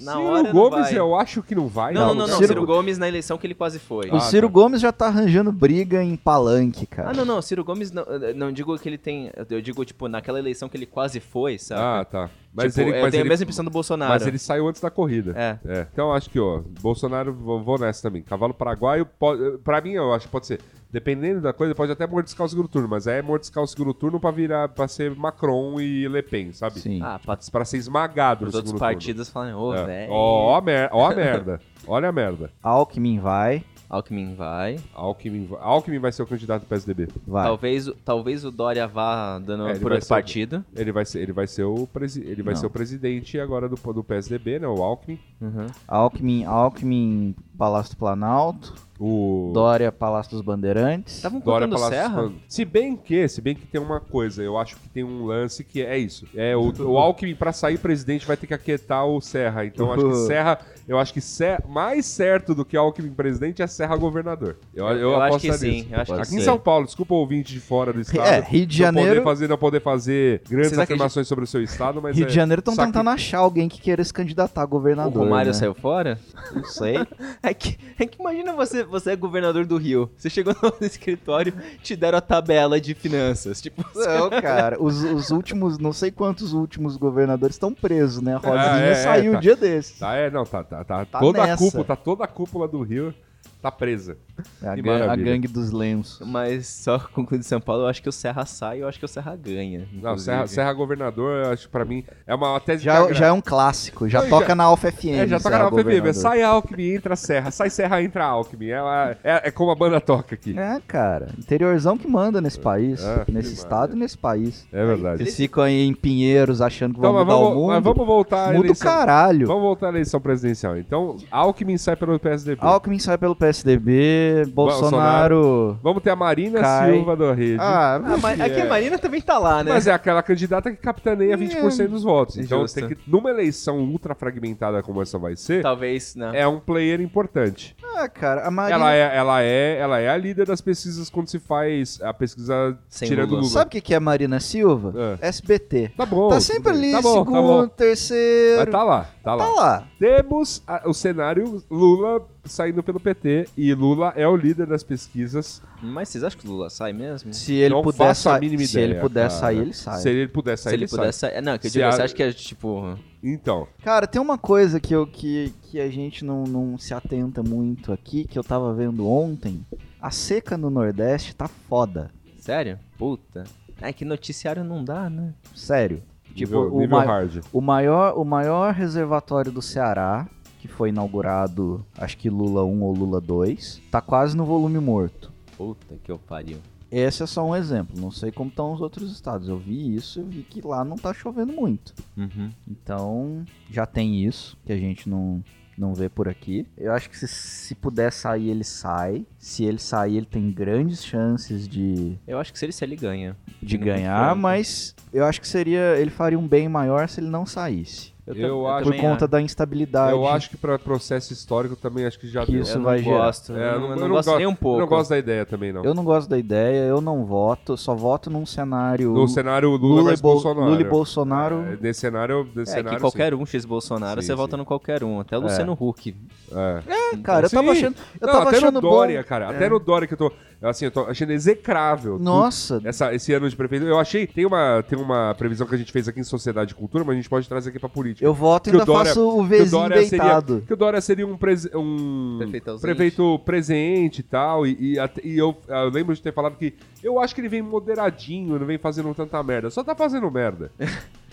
na Ciro hora. Gomes, não vai. eu acho que não vai. Não, não, não, não, Ciro- Ciro... Gomes na eleição que ele quase foi. O Ah, Ciro tá. Gomes já tá arranjando briga em palanque, cara. Ah, não, não, Ciro Gomes, não, eh, não digo que ele tem. Eu digo, tipo, naquela eleição que ele quase foi, sabe? Ah, tá. Mas tipo, ele, eu mas tenho ele- a mesma impressão do Bolsonaro. mas ele saiu antes da corrida. É. É, então acho que, ó, Bolsonaro, vou, vou nessa também. Cavalo paraguaio, pode, pra mim, eu acho que pode ser. Dependendo da coisa, pode até mordiscar o segundo turno, mas é mordiscar o segundo turno pra virar, pra ser Macron e Le Pen, sabe? Sim. Ah, pra, Pra ser esmagado no os outros segundo partidos falam, ô, turno. É. velho. Ó, ó a mer- ó a merda. Olha a merda. Alckmin vai, Alckmin vai. Alckmin, va- Alckmin vai ser o candidato do PSDB. vai. Talvez, o- talvez o Dória vá dando É, ele por vai outro ser o- partido. Ele vai ser, ele vai ser o presi- ele vai Não. ser o presidente agora do, do PSDB, né? O Alckmin. Uhum. Alckmin, Alckmin, Palácio do Planalto, O Dória, Palácio dos Bandeirantes. É, Estavam Dória contando Palácio um Serra? Pan- Se bem que, se bem que tem uma coisa, eu acho que tem um lance que é isso. É o, o Alckmin pra sair presidente vai ter que aquietar o Serra. Então acho que Uhum. Serra, eu acho que Serra, mais certo do que Alckmin presidente é Serra governador. Eu, eu, Eu acho que apostaria sim, nisso. eu acho que Aqui sim. em São Paulo, desculpa o ouvinte de fora do estado. É, Rio de Não poder Janeiro, fazer, não poder fazer grandes Vocês acreditam- afirmações sobre o seu estado, mas Rio é, de Janeiro estão saque- tentando achar alguém que queira se candidatar a O governador. Romário né? saiu fora? Não sei. É que, é que imagina você, você é governador do Rio. Você chegou no escritório, te deram a tabela de finanças. Tipo, Não, cara. Os, os últimos, não sei quantos últimos governadores estão presos, né? A Rosinha Ah, é, saiu é, um tá. dia desses. Tá, é, não, tá, tá, tá. Tá toda a nessa. cúpula, tá toda a cúpula do Rio tá presa. A, Que gan- a maravilha. gangue dos lenços. Mas só concluindo São Paulo, eu acho que o Serra sai, eu acho que o Serra ganha. Não, inclusive. Serra, Serra Governador, eu acho que pra mim é uma tese Já, de já é um clássico, já Não, e toca já- na Alfa FM. é, já tá Serra na FBB. Governador. Sai Alckmin, entra Serra. Sai Serra, entra Alckmin. É, uma- é, é como a banda toca aqui. É, cara. Interiorzão que manda nesse país, Ah, que nesse maravilha. estado e nesse país. É verdade. Vocês ficam aí em Pinheiros achando que Então, vão mas mudar o vamos, mundo. mas vamos voltar à Muda o eleição. caralho. Vamos voltar à eleição presidencial. Então, Alckmin sai pelo PSDB. Alckmin sai pelo PSDB, Bolsonaro. Vamos ter a Marina Cai. Silva do Rede. Ah, Ah, mas é que a Marina também tá lá, né? Mas é aquela candidata que É. capitaneia 20% dos votos. Então, Justo. tem que, numa eleição ultra fragmentada como essa vai ser, Tá. Talvez, né? não. é um player importante. ah, cara, a Marina. Ela é, ela, é, ela é a líder das pesquisas quando se faz a pesquisa Sem tirando Lula. Lula. Sabe o que, que é a Marina Silva? SBT. Tá bom. tá sempre tudo ali, bem. tá bom, tá bom. segundo, terceiro. Mas tá lá, tá Tá lá. lá. Temos a- o cenário Lula saindo pelo PT e Lula é o líder das pesquisas. Mas vocês acham que o Lula sai mesmo? Se ele Não puder, faço a sa mínima se ideia, ele puder cara. sair, ele sai. Se ele puder sair, Se ele puder sai. sair. Não, que eu Se digo, a- você acha que é tipo. Então, Cara, tem uma coisa que, eu, que, que a gente não, não se atenta muito aqui, que eu tava vendo ontem. A seca no Nordeste tá foda. Sério? Puta. É que noticiário não dá, né? Sério. Tipo, nível, o, nível ma- hard. o maior, o maior reservatório do Ceará, que foi inaugurado, acho que Lula 1 ou Lula 2, tá quase no volume morto. Puta que eu pariu. Esse é só um exemplo. Não sei como estão os outros estados. Eu vi isso eu vi que lá não tá chovendo muito. Uhum. Então, já tem isso que a gente não, não vê por aqui. Eu acho que se, se puder sair, ele sai. Se ele sair, ele tem grandes chances de, Eu acho que se ele sair, ele ganha. de Não ganhar, concordo. mas eu acho que seria. Ele faria um bem maior se ele não saísse. Eu, tam- eu acho, por também conta acho. da instabilidade. eu acho que pra processo histórico também acho que já Que deu. isso eu vai não gerar. gosto, É, não- eu eu não, eu não não gosto, gosto- nem um pouco. Eu não gosto da ideia também, não. Eu não gosto da ideia, eu não voto, só voto num cenário No cenário Lula, Lula, e versus Bol- Bolsonaro. Lula e Bolsonaro. É, nesse cenário, nesse É cenário assim. que qualquer um, X Bolsonaro, Sim, você sim. vota no qualquer um. Até Luciano Huck. sim. É. É, cara, eu tava Sim. achando, eu Não, tava até achando no bom. É. Dória, cara. Até no Dória que eu tô. Assim, eu tô achando execrável. Nossa, tudo. Essa, esse ano de prefeito. Eu achei. Tem uma, tem uma previsão que a gente fez aqui em Sociedade e Cultura, mas a gente pode trazer aqui pra política. eu voto e Que o ainda Dória- faço o que o Vzinho Dória seria, deitado. que o Dória seria um, prese- um Prefeito ausente. prefeito presente e tal. E, e até- e eu, eu lembro de ter falado que eu acho que ele vem moderadinho, não vem fazendo tanta merda. Só tá fazendo merda.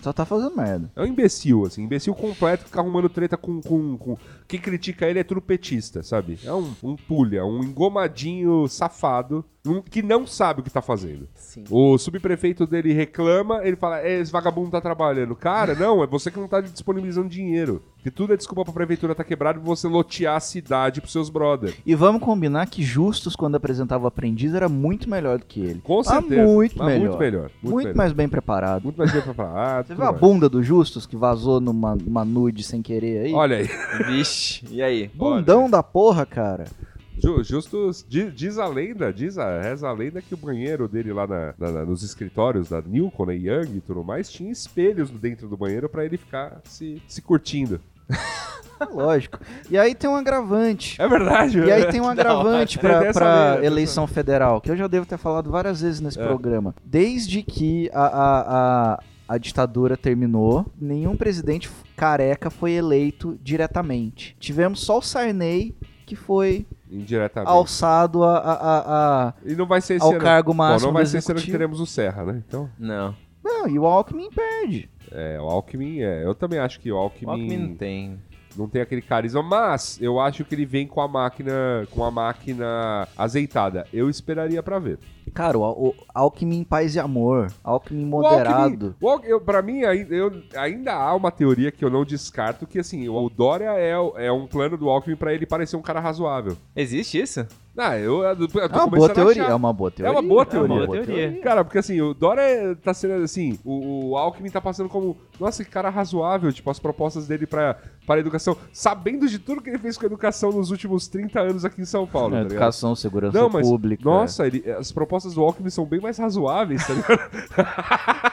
Só tá fazendo merda. É um imbecil, assim, imbecil completo que fica arrumando treta com. com, com... Quem critica ele é tudo petista, sabe? É um, um pulha, um engomadinho safado um que não sabe o que tá fazendo. Sim. O subprefeito dele reclama, ele fala: "É, esse vagabundo tá trabalhando. Cara, não, é você que não tá disponibilizando dinheiro. Que tudo é desculpa pra prefeitura tá quebrada e você lotear a cidade pros seus brother. E vamos combinar que Justus, quando apresentava o aprendiz, era muito melhor do que ele. Com Mas certeza. Tá muito Mas melhor. Muito melhor. Muito, mais bem preparado. Muito mais bem preparado. Você Ah, tudo viu a mais. bunda do Justus que vazou numa, numa nude sem querer aí? Olha aí. Vixe, e aí? Bundão da porra, cara. Ju- Justus di- diz, a lenda, diz a, reza a lenda que o banheiro dele lá na- na- na- nos escritórios da Newcon e Young e tudo mais tinha espelhos dentro do banheiro pra ele ficar se, se curtindo. É Lógico. E aí tem um agravante. É verdade, E aí tem um agravante Tem pra, dessa pra mesmo. eleição federal, que eu já devo ter falado várias vezes nesse É. programa. Desde que a, a, a, a ditadura terminou, nenhum presidente f- careca foi eleito diretamente. Tivemos só o Sarney, que foi Indiretamente. alçado a- a- a- a E não vai ser Tá esse ao ano. cargo Bom, máximo não vai do ser esse ano que executivo. teremos o Serra, né? Então, Não. Não, e o Alckmin perde. é, o Alckmin, é, eu também acho que o Alckmin, Alckmin não tem. não tem aquele carisma, mas eu acho que ele vem com a máquina, com a máquina azeitada. Eu esperaria pra ver. Cara, o, Al- o Alckmin em paz e amor, Alckmin O Alckmin- moderado. o Alck- eu- Pra mim, ai- eu- ainda há uma teoria que eu não descarto, que assim, o Dória é, o- é um plano do Alckmin pra ele parecer um cara razoável. Existe isso? Ah, eu, eu tô É uma começando boa a teoria, é achar. uma boa teoria. É uma boa teoria. boa teoria. Cara, porque assim, o Dória tá sendo assim, o, o Alckmin tá passando como, nossa, que cara razoável, tipo, as propostas dele pra, pra educação, sabendo de tudo que ele fez com a educação nos últimos 30 anos aqui em São Paulo, tá ligado? É, Educação, segurança Não, mas, pública. é. nossa, ele- as propostas do Alckmin são bem mais razoáveis, tá ligado?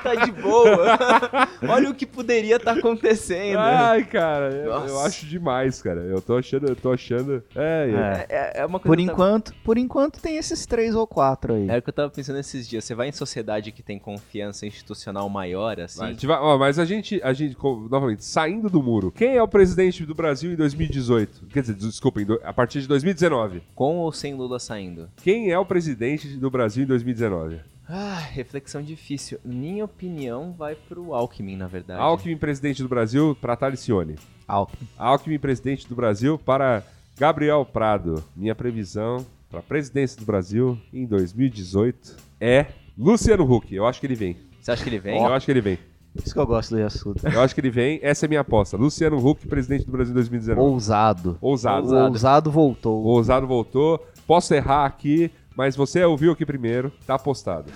Tá de boa. Olha o que poderia estar acontecendo. Ai, cara, eu, né? Nossa. eu acho demais, cara. Eu tô achando, eu tô achando. É, é. É. É, é uma coisa Por que eu tava- enquanto, por enquanto tem esses três ou quatro aí. É o que eu tava pensando esses dias. Você vai em sociedade que tem confiança institucional maior, assim. Vai, a gente vai- ó, mas a gente, a gente, co- novamente, saindo do muro, quem é o presidente do Brasil em 2018? Quer dizer, desculpa, em do- a partir de 2019. Com ou sem Lula saindo? Quem é o presidente do Brasil em 2019? Ah, reflexão difícil. Minha opinião vai pro Alckmin, na verdade. Alckmin, presidente do Brasil, para Talicione. Alckmin. Alckmin, presidente do Brasil, para Gabriel Prado. Minha previsão para a presidência do Brasil em 2018 é Luciano Huck. Eu acho que ele vem. Você acha que ele vem? Eu acho que ele vem. Isso que eu gosto desse assunto. Eu acho que ele vem. Essa é minha aposta. Luciano Huck, presidente do Brasil em 2019. Ousado. Ousado. O Ousado O voltou. Ousado voltou. Posso errar aqui, mas você ouviu aqui primeiro. Tá apostado.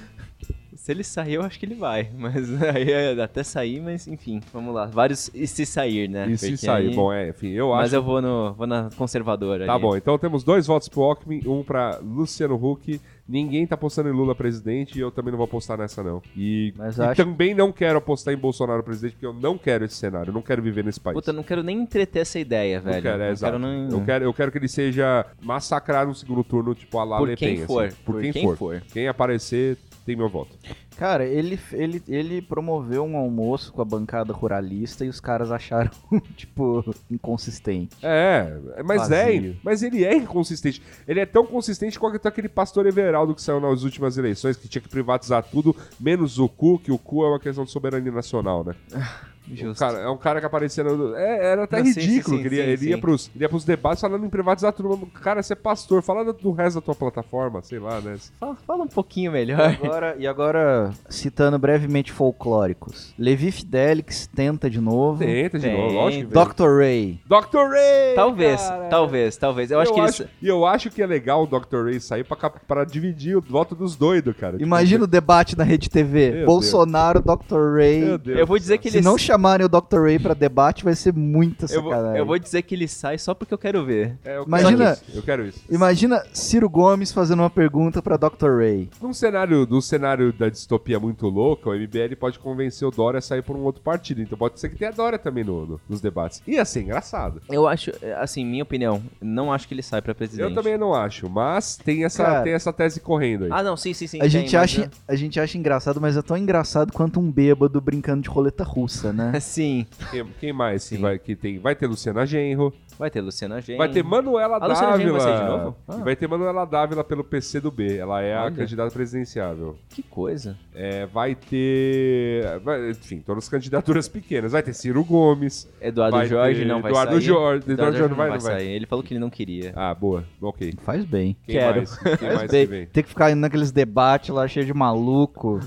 Se ele sair, eu acho que ele vai. Mas aí é até sair, mas enfim, vamos lá. Vários e se sair, né? E se Porque sair? aí- Bom, é, enfim, eu acho. Mas eu vou, no, vou na conservadora Tá ali. bom, então temos dois votos pro Alckmin, um pra Luciano Huck. Ninguém tá apostando em Lula presidente e eu também não vou apostar nessa, não. E, Mas e acho- também não quero apostar em Bolsonaro presidente, porque eu não quero esse cenário, eu não quero viver nesse país. Puta, eu não quero nem entreter essa ideia, é não velho. quero, é, não exato. quero nem... eu, quero, eu quero que ele seja massacrado no segundo turno, tipo a lá Por Le quem Pen, for, assim. Por, quem, for. Quem aparecer tem meu voto. Cara, ele, ele, ele promoveu um almoço com a bancada ruralista e os caras acharam, tipo, inconsistente. É, mas é, Vazio. mas ele é inconsistente. Ele é tão consistente quanto aquele pastor Everaldo que saiu nas últimas eleições, que tinha que privatizar tudo, menos o cu, que o cu é uma questão de soberania nacional, né? O Ah, Justo. cara, é um cara que aparecia. no- é, era até Não, sim, ridículo sim, que ele, sim, ia- ele, Ia sim. pros, ele ia pros debates falando em privatizar tudo. Mas, Cara, você é pastor, fala do- do resto da tua plataforma, sei lá, né? Fala, fala um pouquinho É. melhor. Agora- e agora, citando brevemente folclóricos. Levi Fidelix tenta de novo. Tenta de Tem. novo, lógico. que vem. Dr. Ray. Dr. Ray! Talvez, cara! talvez, talvez. Eu, acho que eles... E eu acho que é legal o Dr. Ray sair pra, cap- pra dividir o voto dos doidos, cara. Tipo, Imagina o debate na Rede TV. Meu Bolsonaro, Dr. Ray. Meu Deus Eu vou do dizer céu. que Se eles... não chamar chamarem o Dr. Ray pra debate vai ser muita Eu vou, sacanagem. eu vou dizer que ele sai só porque eu quero ver. É, eu Imagina- Quero isso, eu quero isso. Imagina Ciro Gomes fazendo uma pergunta pra Dr. Ray. Num cenário, num cenário da distopia muito louca, o MBL pode convencer o Dória a sair por um outro partido. Então pode ser que tenha a Dória também no, no- nos debates. Ia ser engraçado. Eu acho, assim, minha opinião, não acho que ele sai pra presidente. Eu também não acho, mas tem essa, Cara. tem essa tese correndo aí. Ah, não, sim, sim, sim. A tem, gente, mas- acha, a gente acha engraçado, mas é tão engraçado quanto um bêbado brincando de roleta russa, né? Sim. Quem, quem mais que Sim. vai, que tem? Vai ter Luciana Genro, Vai ter Luciana Gente. vai ter Manuela A Ah, Luciana Genro Dávila. vai sair de novo? Ah. E Vai ter Manuela Dávila pelo PC do B. Ela é a Olha. candidata presidenciável. Que coisa. É, vai ter. vai- enfim, todas as candidaturas pequenas. Vai ter Ciro Gomes. Eduardo Vai Jorge ter não vai Eduardo sair. Jorge- Eduardo Jorge não vai- vai não vai. sair. Ele falou que ele não queria. Ah, boa. Ok. Faz bem. Quem Quero. mais? Quem mais que Tem- vem? Tem que ficar indo naqueles debates lá cheio de maluco.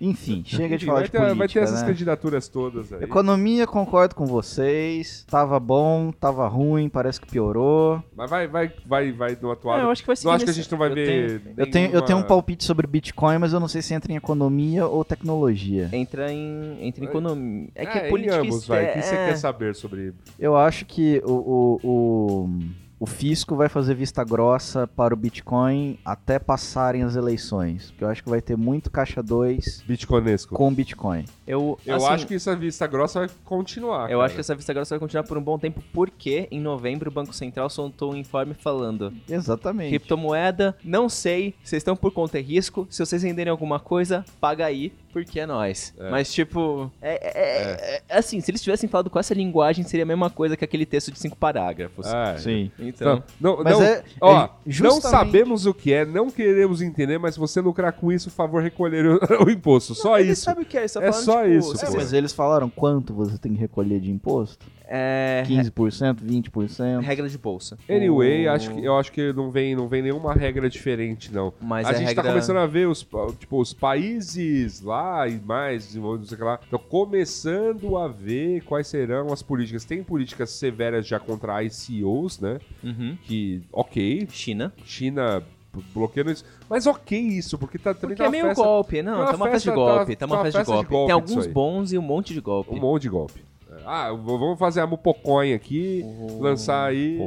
Enfim, chega de Enfim, falar vai, de ter, política, vai ter essas né? candidaturas todas aí. Economia, concordo com vocês. Tava bom, tava ruim, parece que piorou. Mas vai, vai, vai, vai numa Ah, toalha. acho que vai não acho que a nesse- gente não vai eu tenho- ver. Eu tenho, eu tenho um nenhuma- palpite sobre Bitcoin, mas eu não sei se entra em economia ou tecnologia. Entra em, entra em economia. É que em é política ambos, vai. O que você externa- quer saber sobre. Eu acho que o, o, o, o fisco vai fazer vista grossa para o Bitcoin até passarem as eleições. Porque eu acho que vai ter muito caixa 2 Bitconesco. com Bitcoin. Eu, Eu assim, acho que essa vista grossa vai continuar. Eu cara. acho que essa vista grossa vai continuar por um bom tempo, porque em novembro o Banco Central soltou um informe falando: Exatamente. criptomoeda, não sei, vocês estão por conta e risco, se vocês venderem alguma coisa, paga aí, porque é nós. É. Mas, tipo, é, é- é- é- assim, se eles tivessem falado com essa linguagem, seria a mesma coisa que aquele texto de cinco parágrafos. Ah, é assim, Sim. Então, Não, não, Mas não, é, é ó, não justamente- sabemos o que é, não queremos entender, mas se você lucrar com isso, por favor, recolher o, o imposto. Só Eles isso. sabem o que é, eles tão É falando, só tipo, isso, se É, pô. vocês- mas eles falaram quanto você tem que recolher de imposto? É, 15%, 20%? regra de bolsa. Anyway, O- acho que, eu acho que não vem, não vem nenhuma regra diferente, não. Mas a é gente regra... tá começando a ver os, pa- tipo, os países lá e mais desenvolvidos, não sei o que lá, estão começando a ver quais serão as políticas. Tem políticas severas já contra ICOs, né? Uhum. Que, ok, China. China b- bloqueando isso. Mas ok isso, porque tá também Porque tá é uma meio festa- golpe, não, tá uma tá uma festa festa- de golpe, tá tá uma uma festa de golpe. Tem golpe isso alguns aí. bons e um monte de golpe. Um monte de golpe. Ah, v- vamos fazer a Mupoconha aqui, Oh. lançar aí.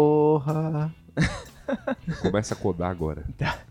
Porra! Começa a codar agora.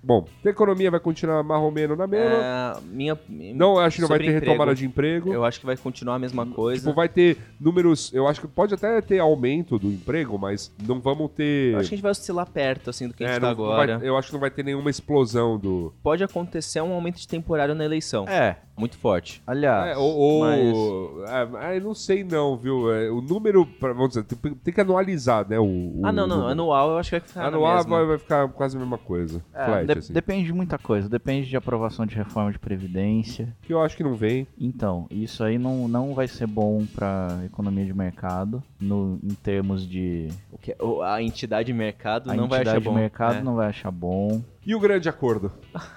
Bom, a economia vai continuar marromeno na mesma. Tá. É, minha, Não, eu acho que não vai ter sobre emprego. retomada de emprego. Eu acho que vai continuar a mesma coisa. Tipo, vai ter números. Eu acho que pode até ter aumento do emprego, mas não vamos ter. Eu acho que a gente vai oscilar perto, assim, do que a gente É, tá não- não vai- agora. eu acho que não vai ter nenhuma explosão do. Pode acontecer um aumento de temporário na eleição. É, Muito forte. aliás. É, ou. ou- é, é, não sei, não, viu? É, o número. pra- Vamos dizer, tem, tem que anualizar, né? O, o Ah, não, não. número. Anual eu acho que vai ficar Anual na mesma. vai, vai ficar quase a mesma coisa. É, flat, de- assim. Depende de muita coisa. Depende de aprovação de reforma de previdência. Que eu acho que não vem. Então, isso aí não, não vai ser bom pra economia de mercado, no, em termos de. O que- o- a entidade de mercado a não vai entidade achar de bom. mercado É. não vai achar bom. E o grande acordo?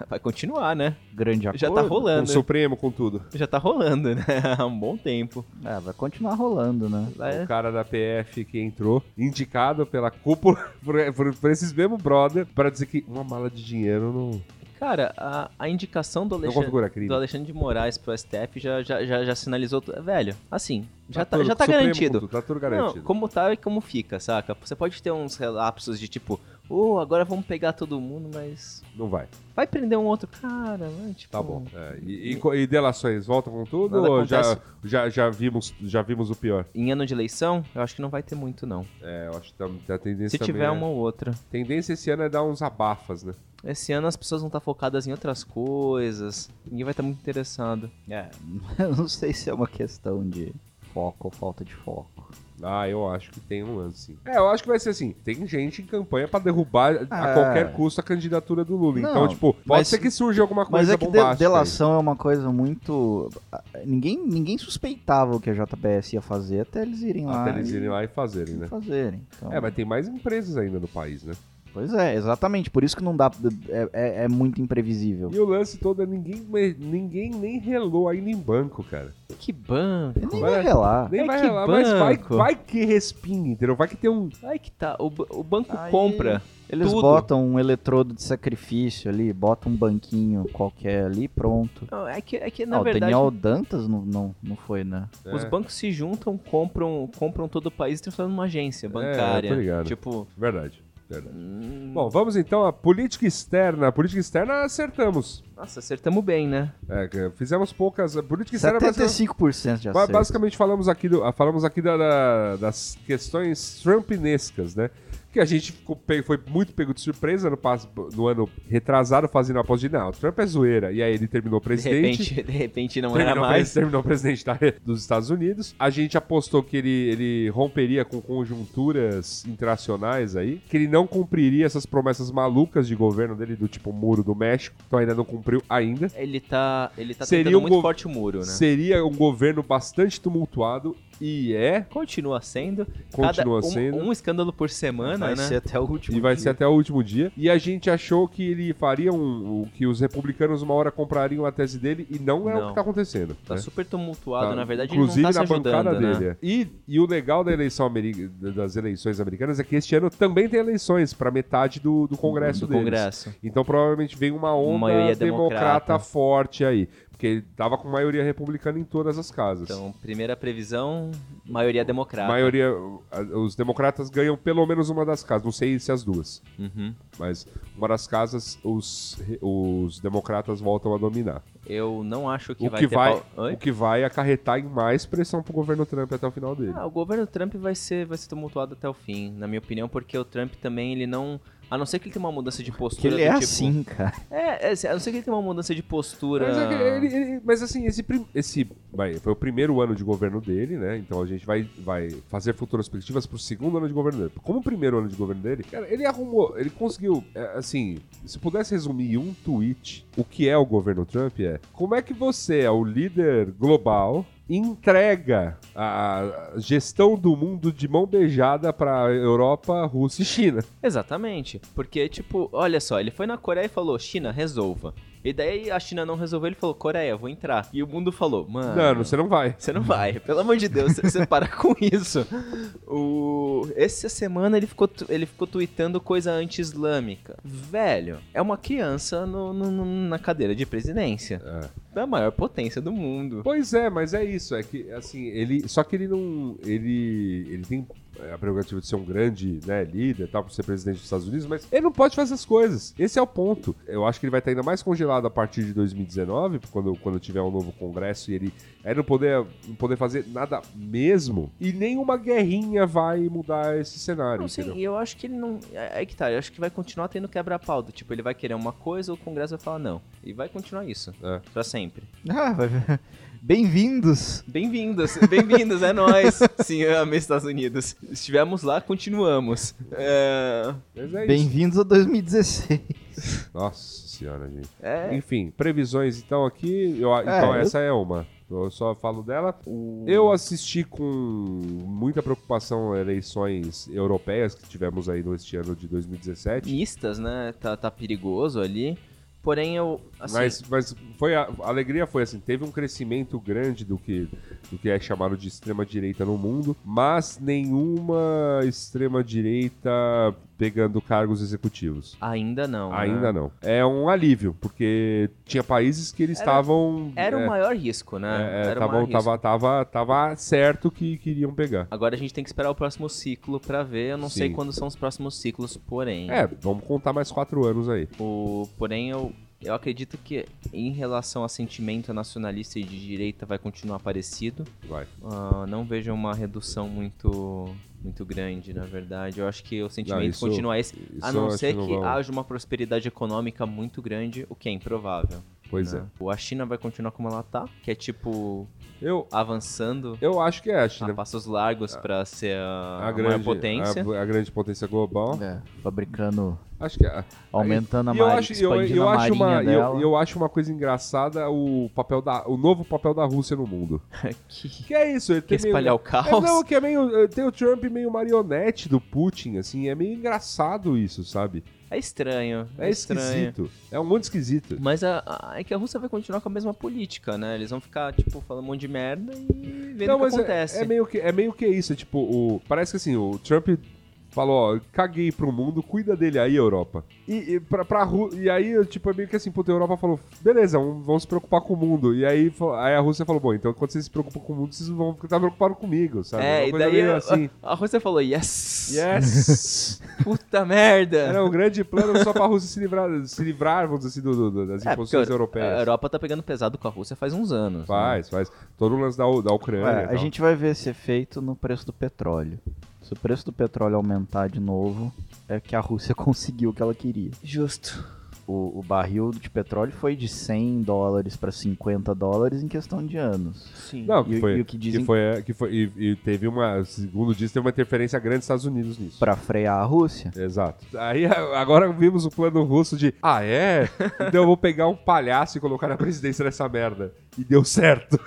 Vai continuar, né? Grande acordo. Já tá Com o rolando. Supremo, com tudo. Já tá rolando, né? Há um bom tempo. É, vai continuar rolando, né? Vai- O cara da PF que entrou, indicado pela cúpula, por, por- por esses mesmo brother, pra dizer que uma mala de dinheiro não, Cara, a, a indicação do não Alexandre... configura do crime. Alexandre de Moraes pro STF já, já, já, já sinalizou. t- Velho, assim, já tá, tudo, já tá Supremo com garantido. tudo, tá tudo Não, garantido. como tá e como fica, saca? Você pode ter uns relapsos de tipo, oh, agora vamos pegar todo mundo, mas. Não vai. Vai prender um outro cara, né? Tipo, Tá bom. É, e, e co- e delações, voltam com tudo? Nada Ou já, já, já, vimos, já vimos o pior? Em ano de eleição, eu acho que não vai ter muito, não. É, eu acho que tá, tá a tendência Se tiver também, uma né? ou outra. Tendência esse ano é dar uns abafas, né? Esse ano as pessoas vão estar focadas em outras coisas. Ninguém vai estar muito interessado. É. Eu não sei se é uma questão de foco ou falta de foco. Ah, eu acho que tem um lance, sim. É, eu acho que vai ser assim. Tem gente em campanha pra derrubar a Ah. qualquer custo a candidatura do Lula. Não, então, tipo, pode mas- ser que surja alguma Mas coisa é que de- bombástica. delação é uma coisa muito. Ninguém, ninguém suspeitava o que a JBS ia fazer até eles irem aí, lá. Até eles e- irem lá e fazerem, e né? fazerem. Então, É, mas tem mais empresas ainda no país, né? Pois é, exatamente. Por isso que não dá. É, é- é muito imprevisível. E o lance todo é ninguém, me- ninguém nem relou ainda em banco, cara. Que banco. Eu nem Vai- vai relar. Nem É vai que relar, mas vai, banco. vai que respinga, entendeu? Vai que tem um. Aí que tá, o, ba- o banco Aí- compra. Eles tudo. botam um eletrodo de sacrifício ali, botam um banquinho qualquer ali, pronto. Não, é que, é que na Ah, o verdade, Daniel Dantas não, não, não foi, né? os É, bancos se juntam, compram, compram todo o país e transformam numa agência bancária. É, tô ligado. Tipo, Verdade, verdade. hum, Bom, vamos então à política externa. A política externa acertamos. nossa, acertamos bem, né? É, que fizemos poucas. A política externa. 75% Tá de Ba- acerto. Basicamente falamos aqui, do- ah, falamos aqui da- da- das questões trumpinescas, né? Que a gente ficou pe- foi muito pego de surpresa no, pas- no ano retrasado, fazendo a aposta de não, o Trump é zoeira. E aí ele terminou De presidente. repente, de repente não era Terminou, pres- mais. terminou presidente da- dos Estados Unidos. A gente apostou que ele, ele romperia com conjunturas internacionais aí, que ele não cumpriria essas promessas malucas de governo dele, do tipo muro do México. Então ainda não cumpriu ainda. Ele tá, ele tá Seria tentando um muito gov- forte o muro, né? Seria um governo bastante tumultuado e é, Continua sendo. Cada- continua um- sendo. Um, escândalo por semana, Vai né? ser até o último. E vai dia. ser até o último dia. E a gente achou que ele faria um. o- que os republicanos uma hora comprariam a tese dele e não é o Não. que tá acontecendo. Tá né? super tumultuado, Tá, na verdade Inclusive ele não tá na se ajudando, bancada né? dele. é. E, e o legal da eleição ameri- das eleições americanas é que este ano também tem eleições para metade do, do Congresso do deles. Congresso. Então provavelmente vem uma onda Maioria democrata democrata. forte aí. Porque ele tava com maioria republicana em todas as casas. Então, primeira previsão, maioria democrata. maioria. Os democratas ganham pelo menos uma das casas. Não sei se as duas. Uhum. Mas uma das casas, os, os democratas voltam a dominar. Eu não acho que O vai que ter vai, pau- Oi? o que vai acarretar em mais pressão pro governo Trump até o final dele. Ah, o governo Trump vai ser, vai ser tumultuado até o fim, na minha opinião, porque o Trump também, ele não... A não ser que ele tenha uma mudança de Porque postura ele né? do é tipo... assim, cara. É, é, a não ser que ele tenha uma mudança de postura... Mas, é que ele- ele- mas assim, esse, prim- esse vai, foi o primeiro ano de governo dele, né? Então a gente vai, vai fazer futuras perspectivas pro segundo ano de governo dele. Como o primeiro ano de governo dele, cara, ele arrumou, ele conseguiu, é, assim, se pudesse resumir em um tweet o que é o governo Trump, é como é que você é o líder global entrega a gestão do mundo de mão beijada pra Europa, Rússia e China. Exatamente. Porque, tipo, olha só, ele foi na Coreia e falou, China, resolva. E daí a China não resolveu, ele falou, Coreia, vou entrar. E o mundo falou, mano... Mano, você não vai. Você não vai, pelo amor de Deus, você- você para com isso. O... Essa semana ele ficou, tu- ele ficou tweetando coisa anti-islâmica. Velho, é uma criança no- no- no- na cadeira de presidência É. da maior potência do mundo. Pois é, mas é isso, é que assim, ele, só que ele não, ele, ele tem a prerrogativa de ser um grande, né, líder, e tal, por ser presidente dos Estados Unidos, mas ele não pode fazer as coisas. Esse é o ponto. Eu acho que ele vai estar ainda mais congelado a partir de 2019, quando, quando tiver um novo congresso e ele aí não poder, não poder fazer nada mesmo. E nenhuma guerrinha vai mudar esse cenário, Não, sim, entendeu? e eu acho que ele não. É é que tá, eu acho que vai continuar tendo quebra-pau. do Tipo, ele vai querer uma coisa, o Congresso vai falar não. E vai continuar isso. É. Pra sempre. Ah, vai ver. Bem-vindos. Bem-vindos, bem-vindos, é nóis. Sim, eu amei Estados Unidos. Estivemos lá, continuamos. É. Mas é isso. Bem-vindos a 2016. Nossa senhora, gente. é... Enfim, previsões então aqui. eu- então eu- essa é uma. Eu só falo dela. Eu Hum. assisti com muita preocupação eleições europeias que tivemos aí neste ano de 2017. mistas, né? Tá, tá perigoso ali. Porém, eu. Assim, Mas, mas foi a, a alegria foi assim, teve um crescimento grande do que, do que é chamado de extrema direita no mundo, mas nenhuma extrema direita pegando cargos executivos. ainda não. Ainda né? não. É um alívio, porque tinha países que eles Era- estavam Era é, o maior risco, né? É, é, Era o tava, maior risco. tava, tava, tava certo que queriam pegar. Agora a gente tem que esperar o próximo ciclo pra ver. Eu não sei Sim. quando são os próximos ciclos, porém. É, vamos contar mais quatro anos aí. O, porém, eu, eu acredito que em relação a sentimento nacionalista e de direita vai continuar parecido. Vai. Ah, não vejo uma redução muito, muito grande, na verdade. Eu acho que o sentimento isso- continua esse. Isso A eu não acho ser não que vão- haja uma prosperidade econômica muito grande, o que é improvável. Pois é. né? Ou A China vai continuar como ela tá, que é tipo Eu, avançando eu acho que é a a China. Ah. passos largos pra ser a, A, a maior grande Tá, potência. A, a grande potência global. Fabricando Acho que é. Aumentando a E eu marinha, acho, eu, expandindo eu a acho uma, marinha eu, dela. eu acho uma coisa engraçada o papel da, o novo papel da Rússia no mundo. que Que é isso? Ele quer tem meio- espalhar o É, caos. não, que é meio. Tem o Trump meio marionete do Putin, assim. É meio engraçado isso, sabe? É estranho. É É estranho. esquisito. É um mundo esquisito. Mas a- a- é que a Rússia vai continuar com a mesma política, né? Eles vão ficar, tipo, falando um monte de merda e vendo o que mas é- acontece. É, meio que, é meio que isso. é Tipo, o, parece que assim, o Trump falou: ó, caguei pro mundo, cuida dele aí, Europa. E, e, pra, pra Ru- e aí, tipo, é meio que assim, puta, a Europa falou: beleza, vamos, vamos se preocupar com o mundo. E aí, fa- aí a Rússia falou: bom, então quando vocês se preocupam com o mundo, vocês vão ficar preocupados comigo, sabe? É, Uma e coisa daí meio a- assim. a Rússia falou, yes! Yes! Puta merda! Era um grande plano só pra Rússia se livrar, se livrar vamos dizer assim, do- do- das É, imposições porque A europeias. Europa tá pegando pesado com a Rússia faz uns anos. né? Faz, faz. Todo o lance da, U- da Ucrânia. É, e a tal. gente vai ver esse efeito no preço do petróleo. Se o preço do petróleo aumentar de novo, é que a Rússia conseguiu o que ela queria. Justo. O, o barril de petróleo foi de 100 dólares para 50 dólares em questão de anos. Sim. Não, E que o- foi, e o que dizem- foi, é, que foi e, e teve uma, segundo diz, teve uma interferência grande dos Estados Unidos nisso. Para frear a Rússia. Exato. Aí a- agora vimos o plano russo de, ah é? Então eu vou pegar um palhaço e colocar na presidência dessa merda. E deu certo.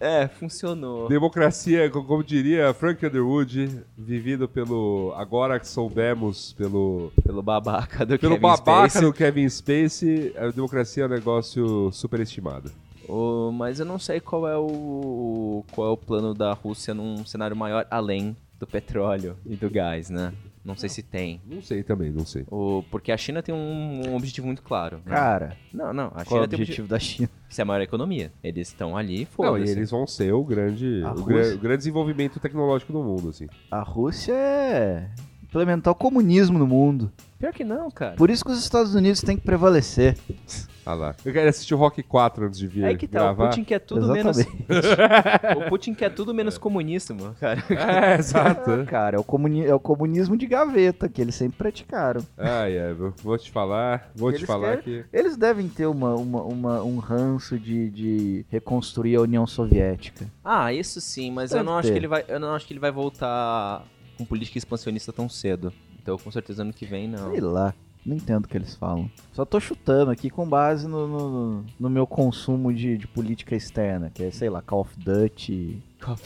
É, funcionou. Democracia, co- como diria Frank Underwood, vivido pelo, agora que soubemos, pelo Pelo babaca do Pelo Kevin babaca Spacey. do Kevin Spacey, a democracia é um negócio superestimado. Ô, mas eu não sei qual é o qual é o plano da Rússia num cenário maior além do petróleo e do gás, né? Não sei se tem. Não sei também, não sei. O, porque a China tem um, um objetivo muito claro. né? Cara, Não, não. qual é A China o tem um objetivo. objetivo da China? Isso é a maior economia. Eles estão ali, Não, foda-se. e eles vão ser o grande, é. A o, Rússia- gran- o grande desenvolvimento tecnológico do mundo, assim. A Rússia é implementar o comunismo no mundo. Pior que não, cara. Por isso que os Estados Unidos têm que prevalecer. Ah lá. Eu quero assistir o Rock 4 antes de vir Aí que tá, gravar. o Putin quer tudo Exatamente. menos. O Putin quer tudo menos comunista, mano, cara. É, exato. Cara, é o, comuni- é o comunismo de gaveta que eles sempre praticaram. Ai, é, vou vou te falar, vou te Eles falar que... Eles devem ter uma, uma, uma- um ranço de, de reconstruir a União Soviética. Ah, isso sim, mas eu Deve não acho ter. que ele vai. Eu não acho que ele vai voltar com política expansionista tão cedo. Então com certeza ano que vem não. Sei lá. Não entendo o que eles falam. Só tô chutando aqui com base no, no, no meu consumo de, de política externa, que é, sei lá, Call of Duty.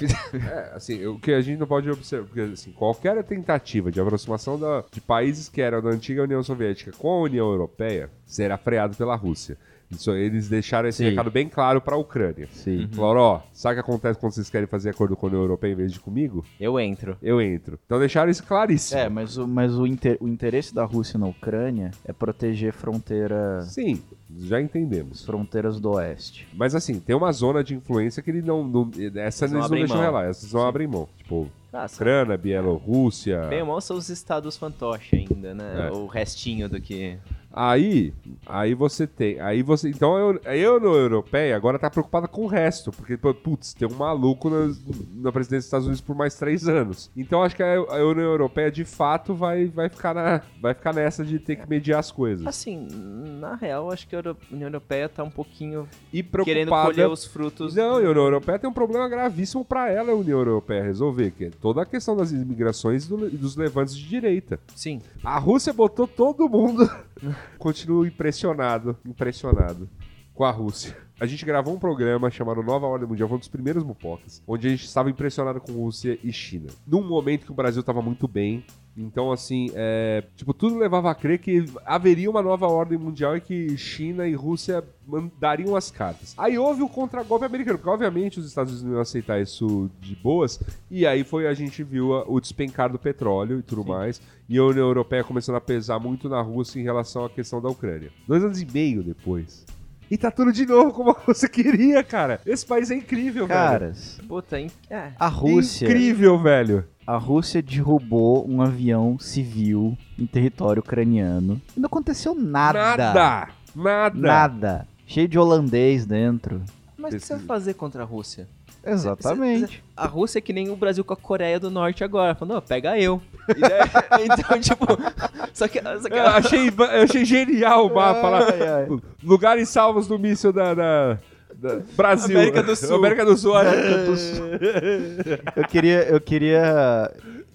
É, assim, o que a gente não pode observar, porque assim, qualquer tentativa de aproximação da- de países que eram da antiga União Soviética com a União Europeia será freado pela Rússia. Isso, eles deixaram esse Sim. Uhum. recado bem claro para a Ucrânia. Sim. Falaram, ó, sabe o que acontece quando vocês querem fazer acordo com a União Europeia em vez de comigo? Eu entro. Eu entro. Então deixaram isso claríssimo. É, mas, o, mas o, inter- o interesse da Rússia na Ucrânia é proteger fronteira, Sim, já entendemos. as fronteiras do oeste. Mas assim, tem uma zona de influência que ele não. não- essa Eles não eles não, abrem deixam mão. relar, essas não abrem mão. Tipo, Ah, Ucrânia, Bielorrússia. Bem, um- ou mal são os estados fantoche ainda, né? É. O restinho do que. Aí, aí você tem, aí você, então eu, eu no europeia agora tá preocupada com o resto, porque pô, putz, tem um maluco na, na presidência dos Estados Unidos por mais três anos. Então acho que a, a União Europeia de fato vai, vai ficar na, vai ficar nessa de ter que mediar as coisas Assim, na real, acho que a Euro- União Europeia tá um pouquinho e querendo colher preocupada. os frutos. Não, a União Europeia tem um problema gravíssimo pra ela, a União Europeia resolver, que é toda a questão das imigrações e do- e dos levantes de direita. Sim. A Rússia botou todo mundo. Continuo impressionado, impressionado com a Rússia. A gente gravou um programa chamado Nova Ordem Mundial, foi um dos primeiros Mupocas, onde a gente estava impressionado com Rússia e China. Num momento que o Brasil estava muito bem, então assim, é, tipo, tudo levava a crer que haveria uma nova ordem mundial e que China e Rússia mandariam as cartas. Aí houve o contragolpe americano, porque obviamente os Estados Unidos não iam aceitar isso de boas, e aí foi a gente viu a- o despencar do petróleo e tudo mais, e a União Europeia começando a pesar muito na Rússia em relação à questão da Ucrânia. Dois anos e meio depois. E tá tudo de novo como você queria, cara. Esse país é incrível, velho. Caras, Puta, hein? É. a Rússia. Incrível, velho. A Rússia derrubou um avião civil em território ucraniano. E não aconteceu nada. Nada. Nada. Nada. Cheio de holandês dentro. Mas o que você vai fazer contra a Rússia? Exatamente. A Rússia é que nem o Brasil com a Coreia do Norte agora. Falando, ó, pega eu. E daí- então, tipo. Só que. Só que Eu achei, eu achei genial o mapa lá. Lugares salvos do míssil da, da- da- Brasil. América do Sul. América do Sul. olha. Eu queria, eu queria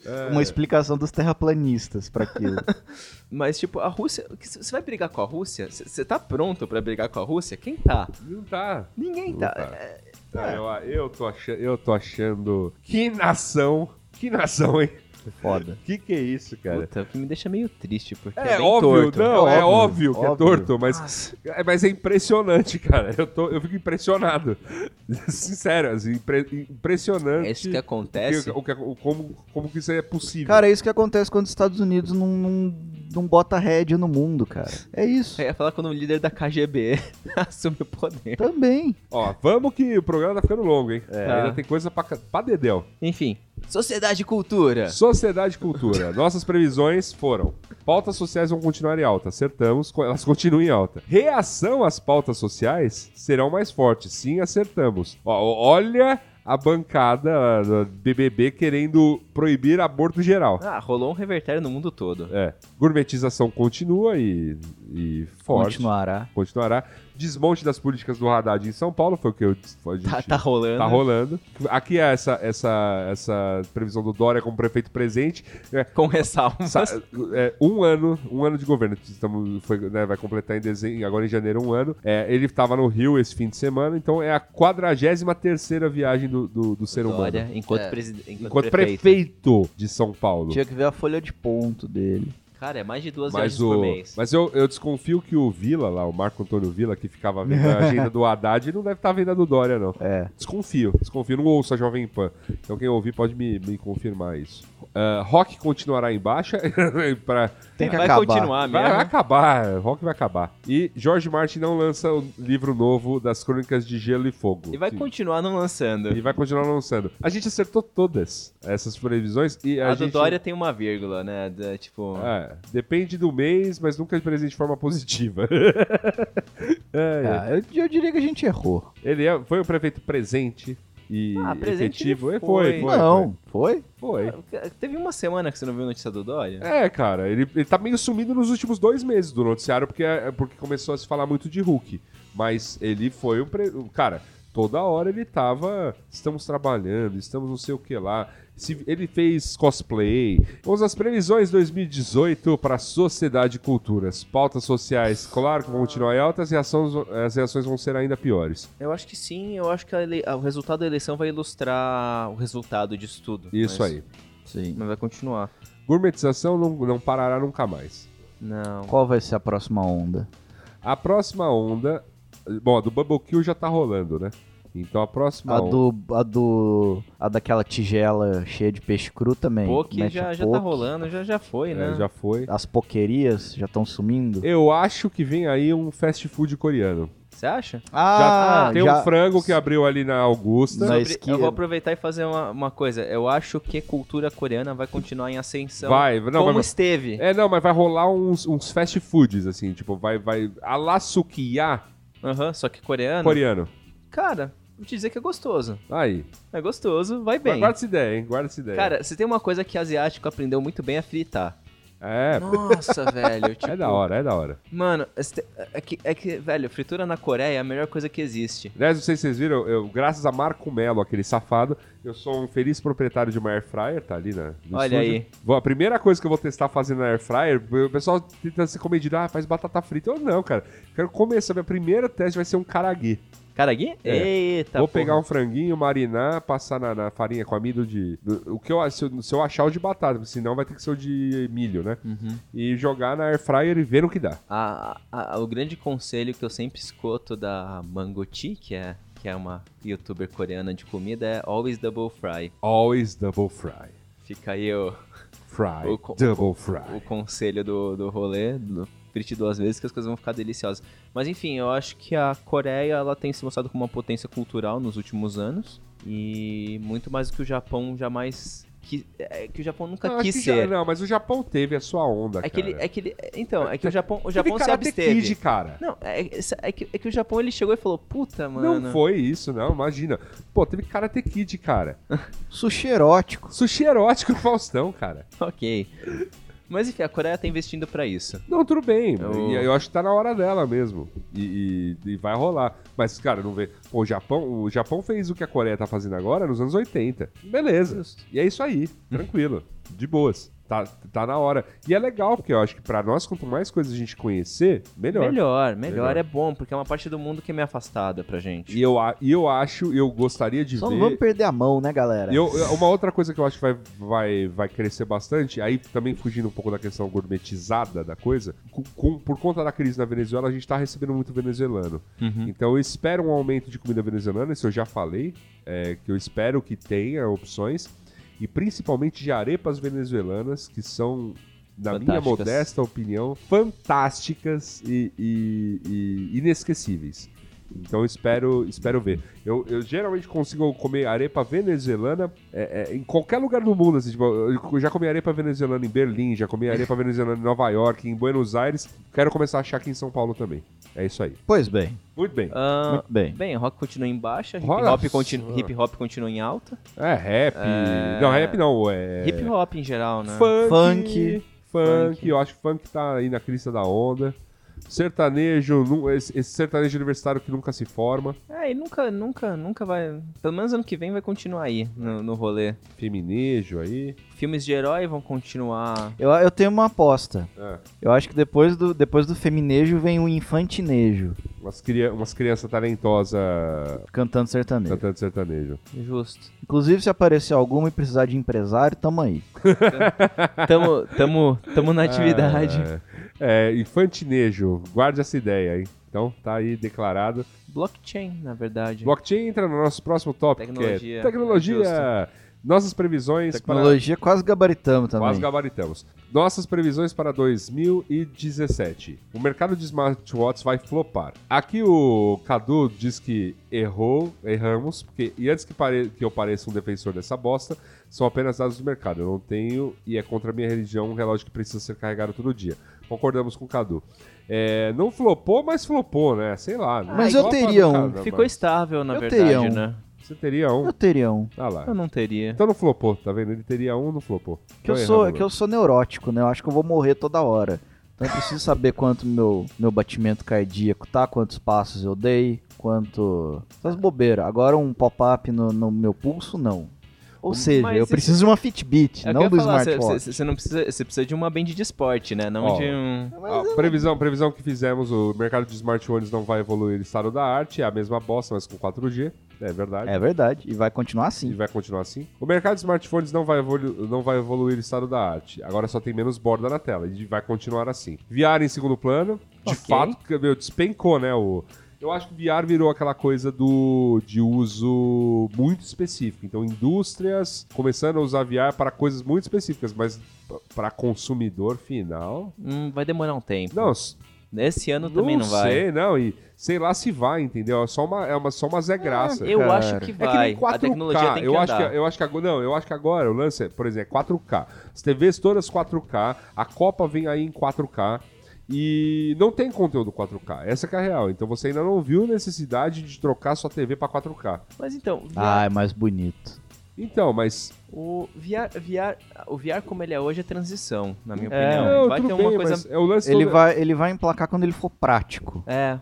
É. uma explicação dos terraplanistas pra aquilo. Mas, tipo, a Rússia. que c- Você vai brigar com a Rússia? C- Você tá pronto pra brigar com a Rússia? Quem tá? Não tá. Ninguém Não tá. tá. É, Tá, eu, eu tô achando, eu tô achando. Que nação! Que nação, hein? Foda. Que que é isso, cara? Puta, o que me deixa meio triste, porque. É, bem óbvio, torto. não, é, óbvio, óbvio, que é óbvio. torto, mas Nossa. é, mas é impressionante, cara. Eu, tô, eu fico impressionado. Sincero, assim, impre- É impressionante. isso que que- acontece. o que- o- como, como que isso é possível. Cara, é isso que acontece quando os Estados Unidos não, não, não bota rédea no mundo, cara. É isso. Eu ia falar quando o líder da KGB assume o poder. Também. Ó, vamos que o programa tá ficando longo, hein? Ainda Tá. tem coisa pra, ca- pra dedéu. Enfim, sociedade e cultura. Sociedade e cultura. Nossas previsões foram: pautas sociais vão continuar em alta, acertamos, co- elas continuam em alta. Reação às pautas sociais serão mais fortes, sim, acertamos. Ó, o- olha a bancada ah, do BBB querendo proibir aborto geral. Ah, rolou um revertério no mundo todo. É, gourmetização continua e, e forte. Continuará. Continuará. Desmonte das políticas do Haddad em São Paulo, foi o que eu a gente- Tá, tá rolando. Tá rolando. Aqui é essa, essa, essa previsão do Dória como prefeito presente. É, Com ressalvas. sa- é, um ano, um ano de governo. Estamos, foi, né, vai completar em dezembro, agora em janeiro, um ano. É, ele estava no Rio esse fim de semana, então é a 43 terceira viagem do, do, do ser humano. Olha, enquanto, É. presidente, enquanto, Enquanto prefeito. prefeito. de São Paulo. Tinha que ver a folha de ponto dele. Cara, é mais de duas Mas, viagens o, por mês. mas eu, eu desconfio que o Vila lá, o Marco Antônio Vila, que ficava vendo a agenda do Haddad, não deve estar vendo a do Dória, não. É. Desconfio, desconfio. Não ouço a Jovem Pan. Então quem ouvir pode me, me confirmar isso. Ah, rock continuará em baixa. pra- Tem que Vai acabar. continuar vai, vai mesmo. acabar, rock vai acabar. E George Martin não lança o livro novo das Crônicas de Gelo e Fogo. E vai Que- continuar não lançando. e vai continuar lançando. A gente acertou todas essas previsões e a, A, do gente... Dória tem uma vírgula, né? Da- tipo. É, depende do mês, mas nunca é presente de forma positiva. É, Tá. Ah, eu, eu diria que a gente errou. Ele é- foi o prefeito presente e Ah, presente efetivo. ele Ele foi, foi. foi, não, foi? foi. foi. Teve uma semana que você não viu notícia do Dória? É, cara, ele, ele tá meio sumido nos últimos dois meses do noticiário, porque, é- porque começou a se falar muito de Hulk. Mas ele foi um. Pre... um- Cara, toda hora ele tava. Estamos trabalhando, estamos não sei o que lá. Se- ele fez cosplay. Vamos às previsões 2018 para sociedade e culturas. Pautas sociais, claro que vão continuar em altas e ações- as reações vão ser ainda piores. Eu acho que sim, eu acho que a ele- o resultado da eleição vai ilustrar o resultado disso tudo. Isso mas- aí. Sim. Mas vai continuar. Gourmetização não, não parará nunca mais. Não. Qual vai ser a próxima onda? A próxima onda. Bom, a do Bubble Kill já tá rolando, né? Então a próxima A on- do, a do. A daquela tigela cheia de peixe cru também. Poke Mete já, a já tá poke. rolando, já, já foi, é, né? já foi. As poquerias já estão sumindo. Eu acho que vem aí um fast food coreano. Você acha? Já Ah, tem já- um frango que abriu ali na Na Augusta. Sobre- esquina. Eu vou aproveitar e fazer uma, uma coisa. Eu acho que cultura coreana vai continuar em ascensão. vai, não, Então, como assim? vai, esteve. É, não, mas vai rolar uns, uns fast foods, assim, tipo, vai, vai. Alasukiya Aham, só que coreano. coreano. Cara, vou te dizer que é gostoso. Aí. É gostoso, vai bem. Guarda essa ideia, hein? Guarda essa ideia. Cara, se tem uma coisa que asiático aprendeu muito bem é fritar. é, Nossa, velho. Tipo, é da hora, é da hora. Mano, esse te- é que, é que, velho, fritura na Coreia é a melhor coisa que existe. Aliás, não sei se vocês viram, eu, graças a Marco Melo, aquele safado, eu sou um feliz proprietário de uma air fryer, tá ali na. no Olha estúdio. aí. Vou- a primeira coisa que eu vou testar fazendo na air fryer, o pessoal tenta se comedido, ah, faz batata frita. Eu não, cara. Quero comer, sabe? A primeira teste vai ser um caragui. Cara, aqui? É. Eita, vou pegar um franguinho, marinar, passar na, na farinha com amido de. do- o que eu, se, eu, se eu achar o de batata, porque senão vai ter que ser o de milho, né? Uhum. E jogar na air fryer e ver o que dá. A, a- o grande conselho que eu sempre escuto da Mangoti, que é, que é uma youtuber coreana de comida, é always double fry. Always double fry. Fica aí o, Fry. O co- double fry. o conselho do, do rolê, do, frite duas vezes que as coisas vão ficar deliciosas. Mas enfim, eu acho que a Coreia ela tem se mostrado como uma potência cultural nos últimos anos e muito mais do que o Japão jamais qui- é, que o Japão nunca Não, acho quis Ah, que já- ser. não, mas o Japão teve a sua onda, é que cara. ele, é que ele, então, é que o Japão, o Teve Japão se Karate absteve. Kid, cara. Não, é, é que, é que o Japão ele chegou e falou: "Puta, mano, Não foi isso, não, imagina. Pô, teve Karate Kid, cara. Sushi erótico. Sushi erótico do Faustão, cara. Ok. Mas enfim, a Coreia tá investindo pra isso. Não, tudo bem. Eu... Eu- eu acho que tá na hora dela mesmo. E, e- e vai rolar. Mas, cara, não vê. Pô, o Japão, o Japão fez o que a Coreia tá fazendo agora nos anos 80. Beleza. E é isso aí. Tranquilo. de boas. Tá, tá na hora. E é legal, porque eu acho que pra nós, quanto mais coisas a gente conhecer, melhor. Melhor, melhor, Melhor. é bom, porque é uma parte do mundo que é meio afastada pra gente. E eu, a- e eu acho, eu gostaria de Só um ver. não vamos perder a mão, né, galera? Eu, eu- uma outra coisa que eu acho que vai, vai, vai crescer bastante, aí também fugindo um pouco da questão gourmetizada da coisa, com- com- por conta da crise na Venezuela, a gente tá recebendo muito venezuelano. uhum. Uhum. Então eu espero um aumento de comida venezuelana, isso eu já falei, é, que eu espero que tenha opções, e principalmente de arepas venezuelanas, que são, na minha Fantásticas. modesta opinião, fantásticas e, e- e inesquecíveis. Então eu espero, espero ver. Eu, eu geralmente consigo comer arepa venezuelana é, é, em qualquer lugar do mundo. assim, tipo, eu já comi arepa venezuelana em Berlim, já comi arepa venezuelana em Nova York, em Buenos Aires. Quero começar a achar aqui em São Paulo também. É isso aí. Pois bem, Muito bem. Ah, muito bem. bem, rock continua em baixa, hip Rola- hop, continu, hip -hop continua em alta. É rap. É. Não, rap não. É... Hip hop em geral, né? Funk, Funk. funk. Funk. Eu acho que funk tá aí na crista da onda. Sertanejo, nu- esse esse sertanejo universitário que nunca se forma. É, e nunca, nunca, nunca vai. Pelo menos ano que vem vai continuar aí no, no rolê. Feminejo aí. Filmes de herói vão continuar. Eu, eu tenho uma aposta. É. Eu acho que depois do, depois do feminejo vem o infantinejo Umas, cria- umas crianças talentosas cantando sertanejo. cantando sertanejo. Justo. Inclusive, se aparecer alguma e precisar de empresário, tamo aí. Tamo, tamo, tamo Ah. na atividade. É, infantinejo, guarde essa ideia, hein? Então, tá aí declarado. Blockchain, na verdade. Blockchain entra no nosso próximo tópico, que Tecnologia. é tecnologia. Nossas previsões para Tecnologia quase gabaritamos também. Quase gabaritamos. Nossas previsões para 2017. O mercado de smartwatches vai flopar. Aqui o Cadu diz que errou, erramos, porque e antes que, pare- que eu pareça um defensor dessa bosta, são apenas dados do mercado. Eu não tenho e é contra a minha religião um relógio que precisa ser carregado todo dia. Concordamos com o Cadu. É, não flopou, mas flopou, né? Sei lá. não Mas eu flopa teria do um. caramba. Ficou estável, na Eu teria verdade, um. né? né, Você teria um. Eu teria um. Ah lá. Eu não teria. Então não flopou, tá vendo? Ele teria um, não flopou. Que eu, Então sou, erramos, que eu sou neurótico, né? Eu acho que eu vou morrer toda hora. Então eu preciso saber quanto meu, meu batimento cardíaco tá, quantos passos eu dei, quanto. Essas bobeiras. Agora um pop-up no, no meu pulso, não. Ou seja, Mas eu isso- É preciso de uma Fitbit, Eu não quero do falar, smartwatch. Você você não precisa, você precisa de uma band de esporte, né? Não Ó. de um. A Ah, previsão, previsão que fizemos, o mercado de smartphones não vai evoluir estado da arte, é a mesma bosta, mas com 4G, é verdade. É verdade. E vai continuar E assim. vai continuar assim. O mercado de smartphones não vai, evolu não vai evoluir estado da arte. Agora só tem menos borda na tela. E vai continuar assim. VR em segundo plano. De Ok. fato, que, meu, despencou, né? O... Eu acho que VR virou aquela coisa do de uso muito específico. Então, indústrias começando a usar VR para coisas muito específicas, mas p- para consumidor final. Hum, vai demorar um tempo. Não, Esse ano também não vai. sei, não. E sei lá se vai, entendeu? É só uma, é uma, só uma Zé Graça. Eu Cara. acho que É que vai. nem 4K. a tecnologia tem que eu, andar. acho que, é- eu acho que agora. Não, eu acho que agora o lance é, por exemplo, é 4K. As TVs todas 4K, a Copa vem aí em 4K. E não tem conteúdo 4K. Essa que é a real. Então você ainda não viu necessidade de trocar sua TV pra 4K. Mas então, Ah, VR, é mais bonito. Então, mas. o, VR, VR, o VR como ele é hoje é transição, na minha É, opinião. não, vai tudo ter uma bem, coisa. mas é o lance Ele todo- vai, ele vai emplacar quando ele for prático. É,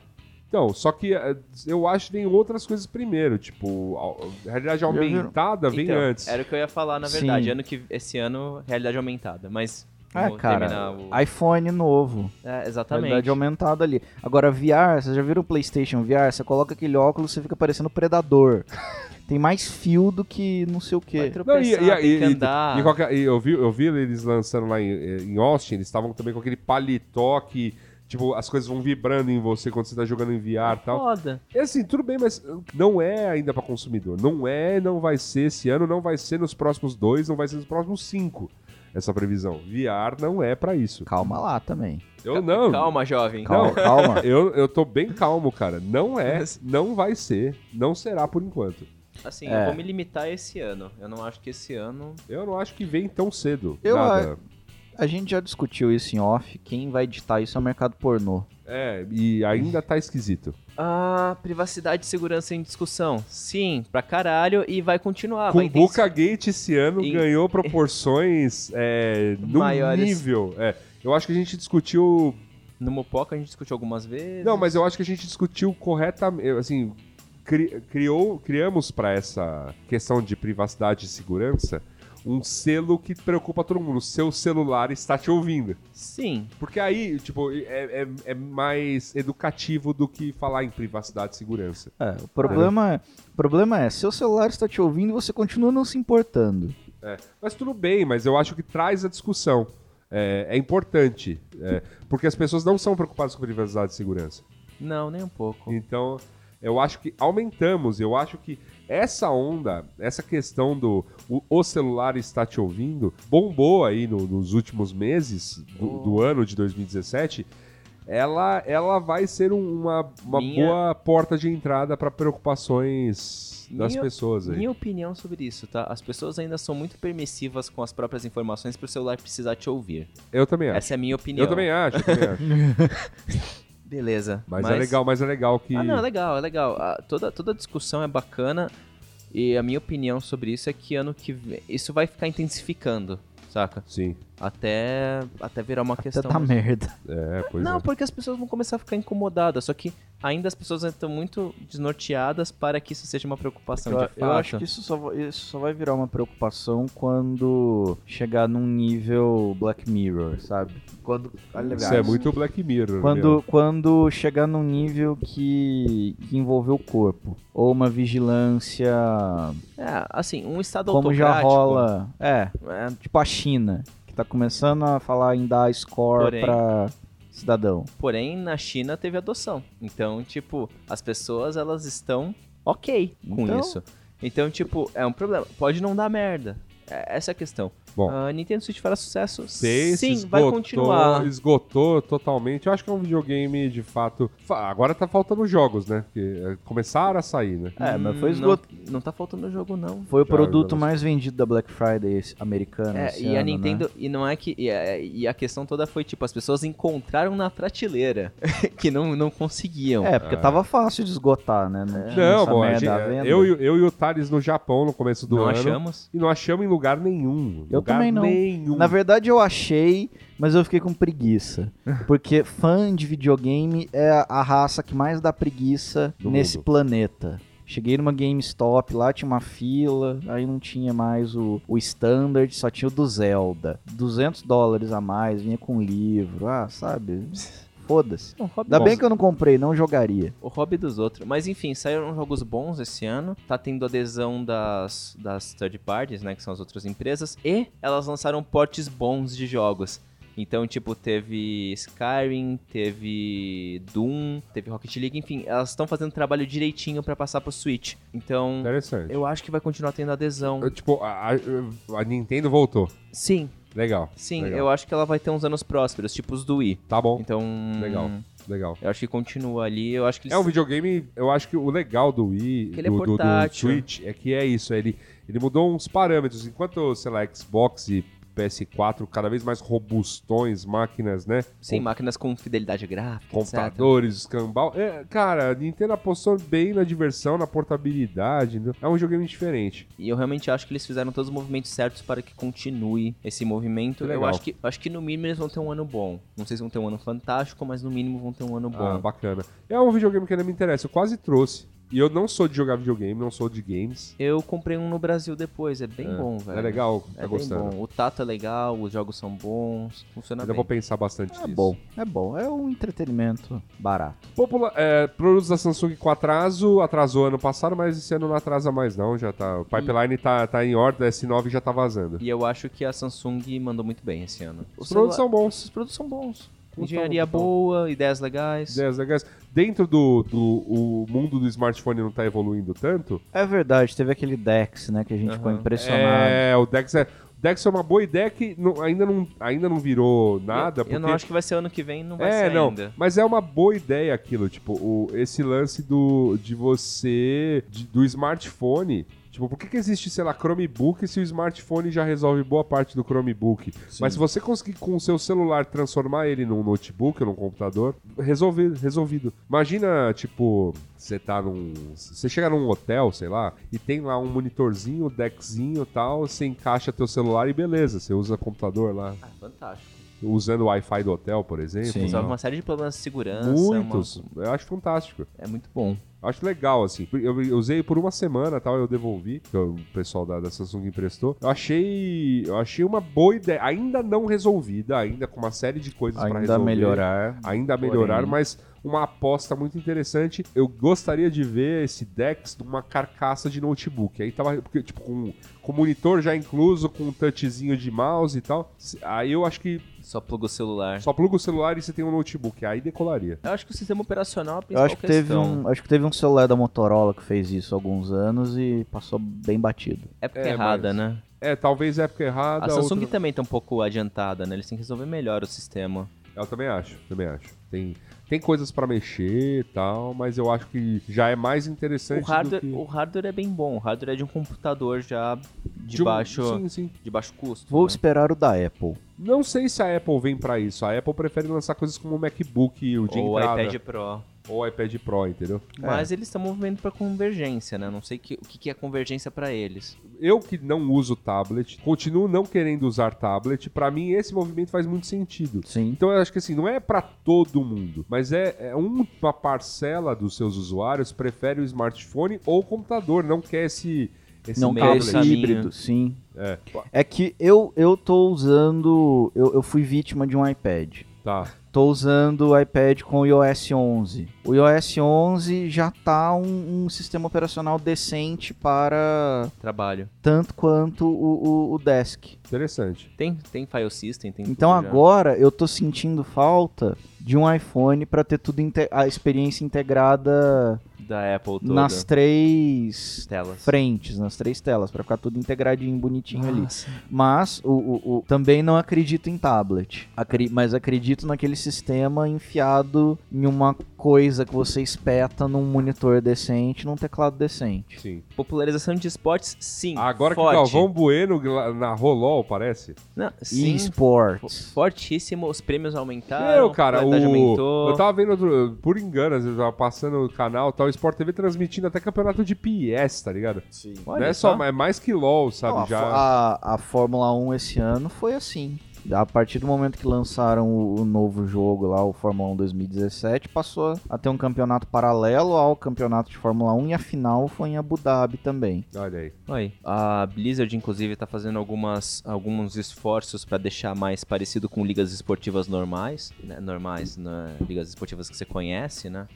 Então, só que eh, eu acho que tem outras coisas primeiro. Tipo, a a realidade viram? aumentada vem então, antes. Era o que eu ia falar, na Sim. verdade. Ano que, esse ano, realidade aumentada. Mas Ah, vou cara. terminar o. iPhone novo. É, exatamente. Realidade aumentada ali. Agora, VR, vocês já viram o PlayStation VR? Você coloca aquele óculos você fica parecendo um predador. Tem mais fio do que não sei o Vai quê. tropeçar, tem que andar. e qualquer- e eu, vi, eu vi eles lançando lá em, em Austin, eles estavam também com aquele paletó que, tipo, as coisas vão vibrando em você quando você tá jogando em VR e tal. Foda. E assim, tudo bem, mas não é ainda pra consumidor. Não é, não vai ser esse ano, não vai ser nos próximos dois, não vai ser nos próximos cinco. Essa previsão. VR não é pra isso. Calma lá também. Eu não. Calma, jovem. Calma, Não. calma. Eu, eu tô bem calmo, cara. Não é, não vai ser, não será por enquanto. Assim, É. eu vou me limitar a esse ano. Eu não acho que esse ano. Eu não acho que vem tão cedo. Eu nada. A gente já discutiu isso em off. Quem vai editar isso é o mercado pornô. É, e ainda tá esquisito. Ah, privacidade e segurança em discussão. Sim, pra caralho, e vai continuar. Ah, vai Cumbuca Gate esse ano Em- ganhou proporções é, num Maiores. nível. é. eu acho que a gente discutiu. intensi- No Mopoca a gente discutiu algumas vezes. Não, mas eu acho que a gente discutiu corretamente. Assim, cri- criou, criamos para essa questão de privacidade e segurança um selo que preocupa todo mundo. O seu celular está te ouvindo. Sim. Porque aí, tipo, é, é, é mais educativo do que falar em privacidade e segurança. É, o problema, o problema é, seu celular está te ouvindo e você continua não se importando. É, Mas tudo bem, mas eu acho que traz a discussão. É, é importante. é, porque as pessoas não são preocupadas com privacidade e segurança. Não, nem um pouco. Então, eu acho que aumentamos. Eu acho que essa onda, essa questão do o, o celular está te ouvindo, bombou aí no- nos últimos meses do, Uhum. do ano de 2017. Ela, ela vai ser um- uma, uma Minha- boa porta de entrada para preocupações das Minha- pessoas aí. Minha opinião sobre isso, tá? As pessoas ainda são muito permissivas com as próprias informações pro celular precisar te ouvir. Eu também acho. Essa é a minha opinião. Eu também acho, eu também acho. Beleza. Mas, é legal, mas é legal que. Ah, não, é legal, é legal. Ah, toda, toda a discussão é bacana e a minha opinião sobre isso é que ano que vem... Isso vai ficar intensificando, saca? Sim. Até, até virar uma Você questão... tá merda. É, pois Não, é. porque as pessoas vão começar a ficar incomodadas, só que ainda as pessoas estão muito desnorteadas para que isso seja uma preocupação Eu, de fato. eu acho que isso só, va- isso só vai virar uma preocupação quando chegar num nível Black Mirror, sabe? Quando, aliás, Isso é muito Black Mirror. quando, quando chegar num nível que, que envolver o corpo. Ou uma vigilância. É, assim, um estado Como já autocrático... rola. É, é, tipo a China, que tá começando a falar em dar score Porém. pra cidadão. Porém, na China teve adoção. Então, tipo, as pessoas elas estão ok com Então- isso. Então, tipo, é um problema. Pode não dar merda. É- essa é a questão. Bom. Ah, Nintendo Switch fará sucesso? Fez, Sim, esgotou, vai continuar. Esgotou totalmente. Eu acho que é um videogame de fato. fa- Agora tá faltando jogos, né? Porque eh, começaram a sair, né? É, mas foi Hum, esgoto. Não, não tá faltando jogo, não. Foi o Já, produto já mais vendido da Black Friday esse- americana. É, esse e a ano, né? Nintendo. E não é que. E a, e a questão toda foi, tipo, as pessoas encontraram na prateleira que não, não conseguiam. É, porque tava fácil de esgotar, né? É. Não, tinha Não, essa bom, a merda gente- é, à venda. eu, e- eu e o Thales no Japão no começo do tá não ano. achamos? E não achamos em lugar nenhum. Eu lugar também não. Nenhum. Na verdade, eu achei, mas eu fiquei com preguiça. Porque fã de videogame é a raça que mais dá preguiça Do nesse mundo. planeta. Cheguei numa GameStop, lá tinha uma fila, aí não tinha mais o, o standard, só tinha o do Zelda. 200 dólares a mais, vinha com livro, ah, sabe? Foda-se. Não, hobby Ainda bom. bem que eu não comprei, não jogaria. O hobby dos outros. Mas enfim, saíram jogos bons esse ano. Tá tendo adesão das, das third parties, né? Que são as outras empresas. E elas lançaram portes bons de jogos. Então, tipo, teve Skyrim, teve Doom, teve Rocket League, enfim, elas estão fazendo trabalho direitinho pra passar pro Switch. Então, Interessante. eu acho que vai continuar tendo adesão. Eu, tipo, a, a- a Nintendo voltou. Sim, Legal. sim, legal. eu acho que ela vai ter uns anos prósperos, tipo os do Wii. Tá bom. Então, Legal. Legal. eu acho que continua ali, eu acho que É um videogame, eu acho que o legal do Wii, Que do, ele é do- do portátil. Switch, é que é isso, ele, ele mudou uns parâmetros. Enquanto, sei lá, Xbox e PS4, cada vez mais robustões, máquinas, né? Sim, máquinas com fidelidade gráfica, etc. computadores, escambau. É, cara, a Nintendo apostou bem na diversão, na portabilidade. né? É um videogame diferente. E eu realmente acho que eles fizeram todos os movimentos certos para que continue esse movimento. Eu Legal. acho que, acho que no mínimo eles vão ter um ano bom. Não sei se vão ter um ano fantástico, mas no mínimo vão ter um ano Ah, bom. bacana. É um videogame que ainda me interessa. Eu quase trouxe. E eu não sou de jogar videogame, não sou de games. Eu comprei um no Brasil depois, é bem bom, velho. É legal, tá É bem gostando. bom. O tato é legal, os jogos são bons, funciona Ainda bem. vou pensar Tá bastante É nisso. bom, é bom, é um entretenimento barato. Popula é, produtos da Samsung com atraso, atrasou ano passado, mas esse ano não atrasa mais não, já tá, o pipeline tá, tá em ordem, a S9 já tá vazando. E eu acho que a Samsung mandou muito bem esse ano. Os produtos são Os bons, produtos são bons. Então, Engenharia então. boa, ideias legais. ideias legais. Dentro do, do o mundo do smartphone não tá evoluindo tanto, É verdade, teve aquele Dex, né, que a gente ficou Aham. impressionado. é, o Dex é, o Dex é uma boa ideia que não- ainda, não, ainda não virou nada, eu, porque... eu não acho que vai ser ano que vem, não vai É, ser não, ainda. mas é uma boa ideia aquilo, tipo, o, esse lance do, de você, de- do smartphone, tipo, por que que existe, sei lá, Chromebook se o smartphone já resolve boa parte do Chromebook? Mas se você conseguir com o seu celular transformar ele num notebook ou num computador, resolvido, resolvido. Imagina, tipo, você tá num, você chega num hotel, sei lá, e tem lá um monitorzinho, deckzinho e tal, você encaixa teu celular e beleza, você usa computador lá. Ah, fantástico. usando o Wi-Fi do hotel, por exemplo. Sim. Resolve Então, uma série de problemas de segurança. é Muitos. uma- Eu acho fantástico. É muito bom. Eu Acho legal, assim. Eu eu usei por uma semana tal, eu devolvi, que o pessoal da, da Samsung emprestou. Eu achei. Eu achei uma boa ideia. Ainda não resolvida, ainda com uma série de coisas pra Ainda resolver. melhorar. Ainda melhorar, Porém. mas uma aposta muito interessante. Eu gostaria de ver esse Dex numa carcaça de notebook. Aí tava, porque, tipo, com, com monitor já incluso, com um touchzinho de mouse e tal. Aí eu acho que Só pluga o É. celular. só pluga o celular e você tem um notebook. Aí decolaria. Eu acho que o sistema operacional é a Eu principal acho que, teve questão. um, acho que teve um celular da Motorola que fez isso há alguns anos e passou bem batido. Época É, errada, mas- né? É, talvez época errada. A Samsung outra- também tá um pouco adiantada, né? Eles têm que resolver melhor o sistema. Eu também acho, também acho. Tem, tem coisas pra mexer e tal, mas eu acho que já é mais O interessante. hardware, do que... o hardware é bem bom. O hardware é de um computador já de, um- baixo, Sim, sim. de baixo custo. Vou né? esperar o da Apple. Não sei se a Apple vem pra isso. A Apple prefere lançar coisas como o MacBook, o de Ou entrada, iPad Pro. ou iPad Pro, entendeu? Mas eles estão movendo pra convergência, né? Não sei que- o que, que é convergência pra eles. Eu que não uso tablet, continuo não querendo usar tablet, pra mim esse movimento faz muito sentido. Sim. Então eu acho que assim, não é pra todo mundo, mas é, é um- uma parcela dos seus usuários prefere o smartphone ou o computador, não quer esse, esse não meio quer tablet. esse caminho. híbrido, sim. É. É que eu, eu tô usando. Eu, eu fui vítima de um iPad. Tá. Tô usando o iPad com o iOS 11. O iOS 11 já tá um, um sistema operacional decente para Trabalho. tanto quanto o, o, o Desk. Interessante. Tem, tem file system, tem Então tudo já. agora eu tô sentindo falta de um iPhone para ter tudo inte- a experiência integrada Da Apple toda. nas três telas. frentes, nas três telas, para ficar tudo integradinho, bonitinho ali. Nossa. Mas o, o- o- também não acredito em tablet. Acri- mas acredito naquele sistema enfiado em uma coisa que você espeta num monitor decente, num teclado decente. Sim. Popularização de esportes, sim. Agora forte. que o Galvão Bueno gla- narrou LOL, parece. Não, E sim, fo- esportes. fortíssimo. Os prêmios aumentaram. Meu, cara, a o... qualidade aumentou. eu tava vendo, outro- por engano, às vezes eu tava passando o canal e tal, Sport TV transmitindo até campeonato de PS, tá ligado? Olha não é só. só, é mais que LOL, sabe? Não, a, já... fó- a, a Fórmula 1 esse ano foi assim. A partir do momento que lançaram o, o novo jogo lá, o Fórmula 1 2017, passou a ter um campeonato paralelo ao campeonato de Fórmula 1 e a final foi em Abu Dhabi também. Olha aí. Oi. A Blizzard, inclusive, tá fazendo algumas, alguns esforços para deixar mais parecido com ligas esportivas normais. Né? Normais, né? ligas esportivas que você conhece, né?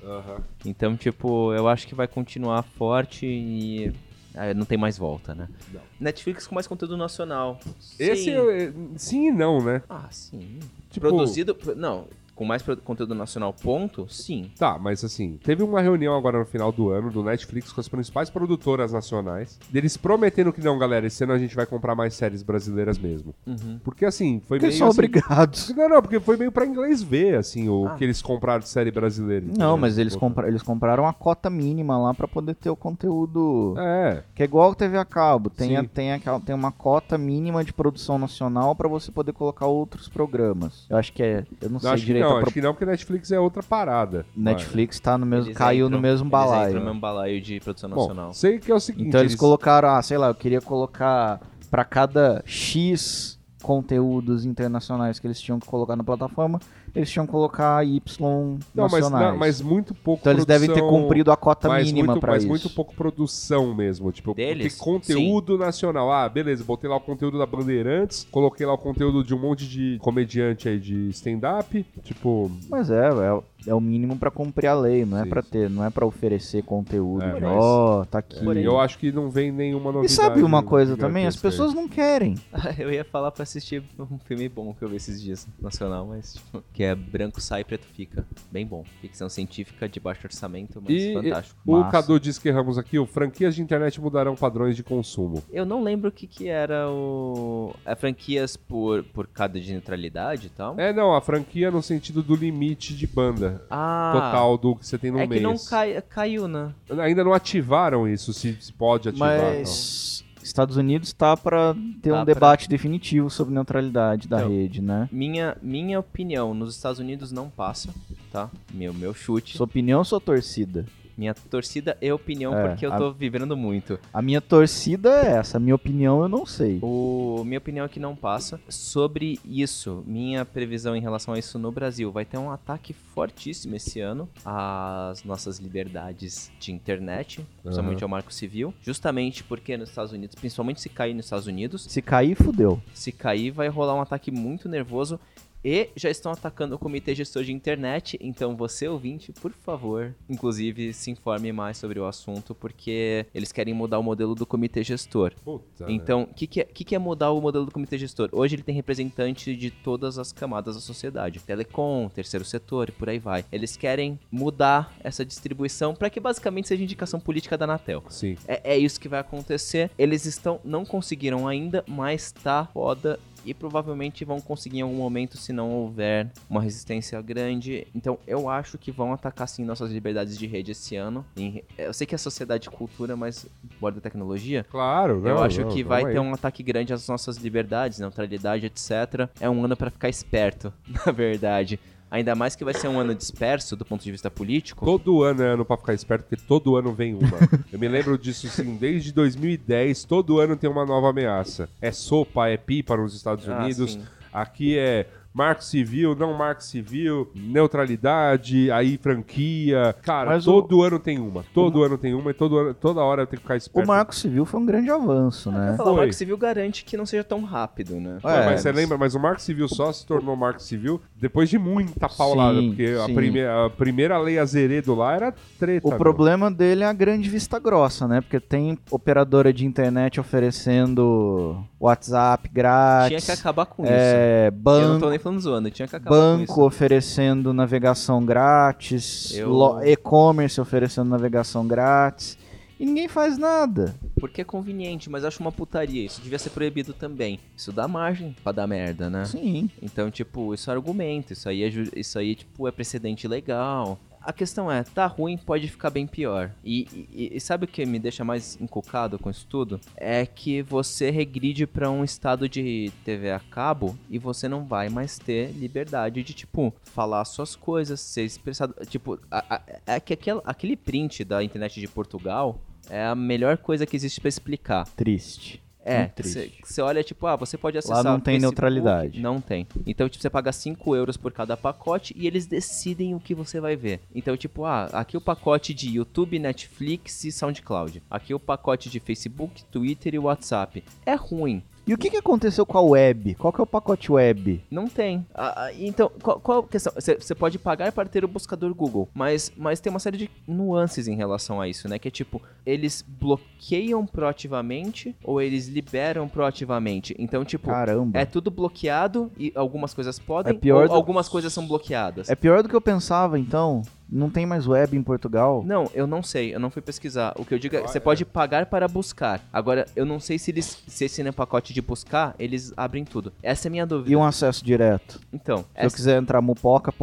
Então, tipo, eu acho que vai continuar forte e. ah, não tem mais volta, né? Não. Netflix com mais conteúdo nacional. Esse, Sim. eu- é- sim e não, né? Ah, sim. Tipo, Produzido. Não, com mais pro- conteúdo nacional, ponto, sim. Tá, mas assim, teve uma reunião agora no final do ano do Netflix com as principais produtoras nacionais, deles prometendo que não, galera, esse ano a gente vai comprar mais séries brasileiras mesmo. Uhum. Porque assim, foi Eles meio são assim, obrigados. Não, não, porque foi meio pra inglês ver, assim, o Ah. que eles compraram de série brasileira. entendeu? Não, mas eles, compra- eles compraram a cota mínima lá pra poder ter o conteúdo. É, Que é igual o TV a cabo. Tem, a- Sim. tem, aquela- tem uma cota mínima de produção nacional pra você poder colocar outros programas. Eu acho que é. Eu não não, sei acho que direito. não, a acho que não, porque Netflix é outra parada. Netflix tá no mesmo, Eles caiu entram- no mesmo Eles entram balaio. no mesmo balaio de produção Vai. Bom, nacional. sei que é o seguinte... Então eles colocaram, ah, sei lá, eu queria colocar pra cada X conteúdos internacionais que eles tinham que colocar na plataforma, eles tinham que colocar Y Não, mas, nacionais. não, mas muito pouco então eles devem ter produção- cumprido a cota mas mínima muito, pra mas isso. muito pouco produção mesmo, tipo, Deles? porque conteúdo nacional. Ah, beleza, botei lá o conteúdo da Bandeirantes, coloquei lá o conteúdo de um monte de comediante aí de stand-up, tipo, Mas é, é, é o mínimo pra cumprir a lei, não é Sim. pra ter, não é para oferecer conteúdo É, de, mas- ó, tá aqui. Porém- eu acho que não vem nenhuma E novidade. sabe uma coisa também? As gigantesca aí. pessoas não querem. Eu ia falar pra assistir um filme bom que eu vi esses dias, nacional, mas tipo, que é Branco Sai, Preto Fica. Bem bom. Ficção científica, de baixo orçamento, mas E- fantástico. O Massa. Cadu diz que erramos aqui, o franquias de internet mudarão padrões de consumo. Eu não lembro o que que era o... É franquias por, por cada de neutralidade e tal? É, não, a franquia no sentido do limite de banda Ah, total do que você tem no é mês. que não cai- caiu, né? Ainda não ativaram isso, se se pode ativar. não. Mas Estados Unidos tá pra ter Tá um pra- debate definitivo sobre neutralidade da Então. rede, né? Minha, minha opinião, nos Estados Unidos não passa, tá? Meu, meu chute. Sua opinião ou sua torcida? Minha torcida e opinião, É, porque eu a- tô vibrando muito. A minha torcida é essa, a minha opinião eu não sei. O, minha opinião é que não passa. Sobre isso, minha previsão em relação a isso no Brasil, vai ter um ataque fortíssimo esse ano às nossas liberdades de internet, principalmente ao marco civil, justamente porque nos Estados Unidos, principalmente se cair nos Estados Unidos, Se cair, fudeu. se cair vai rolar um ataque muito nervoso e já estão atacando o comitê gestor de internet, então você ouvinte, por favor, inclusive se informe mais sobre o assunto, porque eles querem mudar o modelo do comitê gestor. Puta. né? Então, o que, que, é, que, que é mudar o modelo do comitê gestor? Hoje ele tem representante de todas as camadas da sociedade: telecom, terceiro setor e por aí vai. Eles querem mudar essa distribuição para que basicamente seja indicação política da Anatel. né? Sim. É, é isso que vai acontecer. Eles estão, não conseguiram ainda, mas tá foda. E provavelmente vão conseguir em algum momento se não houver uma resistência grande. Então eu acho que vão atacar sim nossas liberdades de rede esse ano. Em- Eu sei que é sociedade de cultura, mas borda tecnologia. Claro, não, Eu acho não, é que calma vai aí. ter um ataque grande às nossas liberdades, neutralidade, etc. É um ano pra ficar esperto, na verdade. Ainda mais que vai ser um ano disperso do ponto de vista político. Todo ano é ano pra ficar esperto, porque todo ano vem uma. Eu me lembro disso, sim, desde 2010, todo ano tem uma nova ameaça. É sopa, é pipa nos Estados Ah, Unidos, sim. aqui é marco civil, não marco civil, neutralidade, aí franquia. Cara, Mas o- todo ano tem uma, todo ano tem uma e todo ano, toda hora eu tenho que ficar O esperto. Marco Civil foi um grande avanço, Eu ia né? falar, O Foi. Marco Civil garante que não seja tão rápido, né? Ué, É, mas você lembra, mas o Marco Civil só se tornou Marco Civil depois de muita paulada, Sim, porque a sim. primeira, a primeira lei azeredo lá era treta. O meu. problema dele é a grande vista grossa, né? Porque tem operadora de internet oferecendo WhatsApp Tinha grátis, que acabar com isso. é, Eu não tô banco, nem falando zoando, tinha que acabar banco com isso. oferecendo navegação grátis, Eu- lo- e-commerce oferecendo navegação grátis. E ninguém faz nada. Porque é conveniente, mas acho uma putaria. Isso devia ser proibido também. Isso dá margem pra dar merda, né? Sim. Então, tipo, isso é argumento, isso aí é, ju- isso aí, tipo, é precedente legal. A questão é, tá ruim, pode ficar bem pior. E, e- e sabe o que me deixa mais encucado com isso tudo? É que você regride pra um estado de TV a cabo e você não vai mais ter liberdade de, tipo, falar suas coisas, ser expressado. Tipo, a- a- é que aquela- aquele print da internet de Portugal é a melhor coisa que existe pra explicar. Triste. É, Muito Hum, triste. você olha, tipo, ah, você pode acessar. não o tem Facebook, neutralidade. Não tem. Então, tipo, você paga 5 euros por cada pacote e eles decidem o que você vai ver. Então, tipo, ah, aqui o pacote de YouTube, Netflix e SoundCloud. Aqui o pacote de Facebook, Twitter e WhatsApp. É ruim. E o que, que aconteceu com a web? Qual que é o pacote web? Não tem. Ah, ah, então, qual, qual a questão? Você você pode pagar para ter o buscador Google, mas, mas tem uma série de nuances em relação a isso, né? Que é tipo, eles bloqueiam proativamente ou eles liberam proativamente. Então, tipo, Caramba. é tudo bloqueado e algumas coisas podem, É pior ou do- algumas coisas são bloqueadas. É pior do que eu pensava, então. Não tem mais web em Portugal. Não, eu não sei, eu não fui pesquisar. O que eu digo é que você Ah, é. pode pagar para buscar. Agora, eu não sei se eles se esse né, pacote de buscar, eles abrem tudo. Essa é a minha dúvida. E um acesso direto. Então, Se eu essa, quiser entrar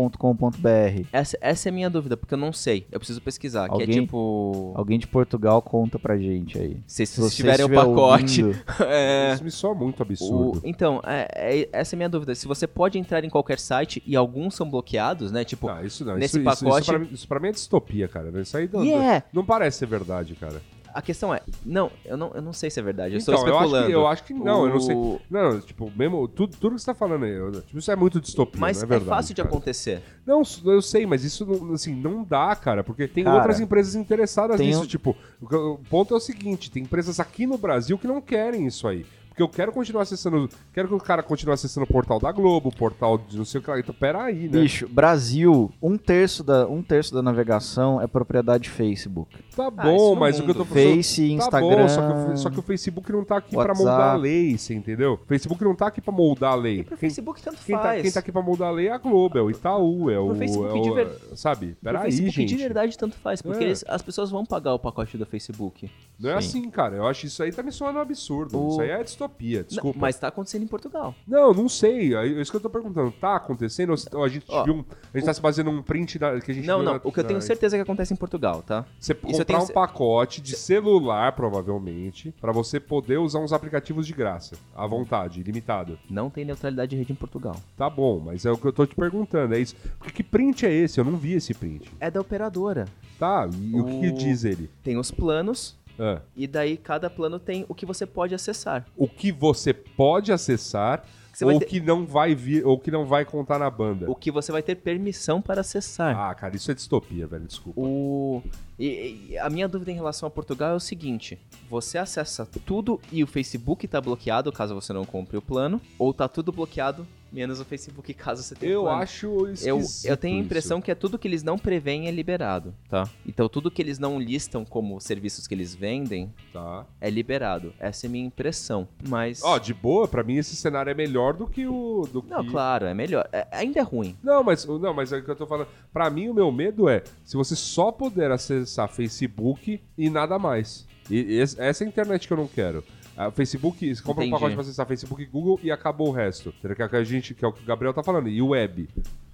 mupoca.com.br, essa, essa é a minha dúvida, porque eu não sei. Eu preciso pesquisar. Que é Alguém? tipo. alguém de Portugal conta pra gente aí. Se Se vocês você tiverem o estiver pacote. ouvindo, um é. Isso me soa muito O- absurdo. então, é- é- essa é a minha dúvida. Se você pode entrar em qualquer site e alguns são bloqueados, né? Tipo, Não, Ah, isso não. nesse isso, isso- pacote- Isso, pra mim, isso pra mim é distopia, cara. Isso aí não, E é. não parece ser verdade, cara. a questão é. Não, eu não, eu não sei se é verdade. Eu então, estou eu acho especulando. que, eu acho que não, eu não sei. O- Não, tipo, mesmo tudo, tudo que você tá falando aí, eu- tipo, isso é muito distopia, Mas não é, é verdade. fácil de cara. acontecer. Não, eu sei, mas isso não- assim, não dá, cara, porque tem Cara, outras empresas interessadas tem nisso. um- Tipo, o que- o ponto é o seguinte: tem empresas aqui no Brasil que não querem isso aí. Porque eu quero continuar acessando. Quero que o cara continue acessando o portal da Globo, o portal de não sei o que lá. Então, peraí, né? Bicho, Brasil, um terço, da, um terço da navegação é propriedade Facebook. Tá Ah, isso bom, no mas o que eu mundo. tô falando. Face, Tá Instagram. bom, só que, o, Fe- só que o Facebook não tá aqui pra WhatsApp. moldar a lei, você entendeu? O Facebook não tá aqui pra moldar a lei. E pro Quem- Facebook tanto Quem tá, faz. quem tá aqui pra moldar a lei é a Globo, é o Itaú, é o. Facebook é o- de ver- Sabe? Pro Peraí, Facebook gente. de verdade tanto faz, porque É. eles- as pessoas vão pagar o pacote do Facebook. Não é Sim. assim, cara. Eu acho isso aí tá me soando um absurdo. O- Isso aí é distopia, desculpa. Não, mas tá acontecendo em Portugal. Não, não sei. É isso que eu tô perguntando. Tá acontecendo? Ou se- ou a gente Ó, viu um, A gente tá se fazendo um print da, que a gente Não, viu não. na- O que eu tenho na- certeza é que acontece em Portugal, tá? Você eu comprar tenho um ce- pacote de celular, provavelmente, pra você poder usar uns aplicativos de graça. À vontade, ilimitado. Não tem neutralidade de rede em Portugal. Tá bom, mas é o que eu tô te perguntando, é isso. Porque que print é esse? Eu não vi esse print. É da operadora. Tá, e o, que, que O- diz ele? Tem os planos Ah, e daí cada plano tem o que você pode acessar. o que você pode acessar Que você vai ou ter- que não vai vir, ou que não vai contar na banda. O que você vai ter permissão para acessar. Ah, cara, isso é distopia, velho, desculpa. O... E, e a minha dúvida em relação a Portugal é o seguinte: você acessa tudo e o Facebook tá bloqueado caso você não compre o plano, ou tá tudo bloqueado menos o Facebook caso você tenha o Eu plano. acho Eu, esquisito eu tenho a isso. impressão que é tudo que eles não preveem é liberado, tá? Então tudo que eles não listam como serviços que eles vendem Tá. é liberado. Essa é a minha impressão. Mas. Ó, de boa, pra mim esse cenário é melhor do que o do não, que- claro, é melhor. É- ainda é ruim. Não, mas não, mas é o que eu tô falando. Pra mim o meu medo é se você só puder acessar Facebook e nada mais. E, e esse- essa é a internet que eu não quero. Ah, Facebook, você compra um Entendi. pacote pra acessar Facebook e Google e acabou o resto. Que é o que a gente, que é o que o Gabriel tá falando, e web.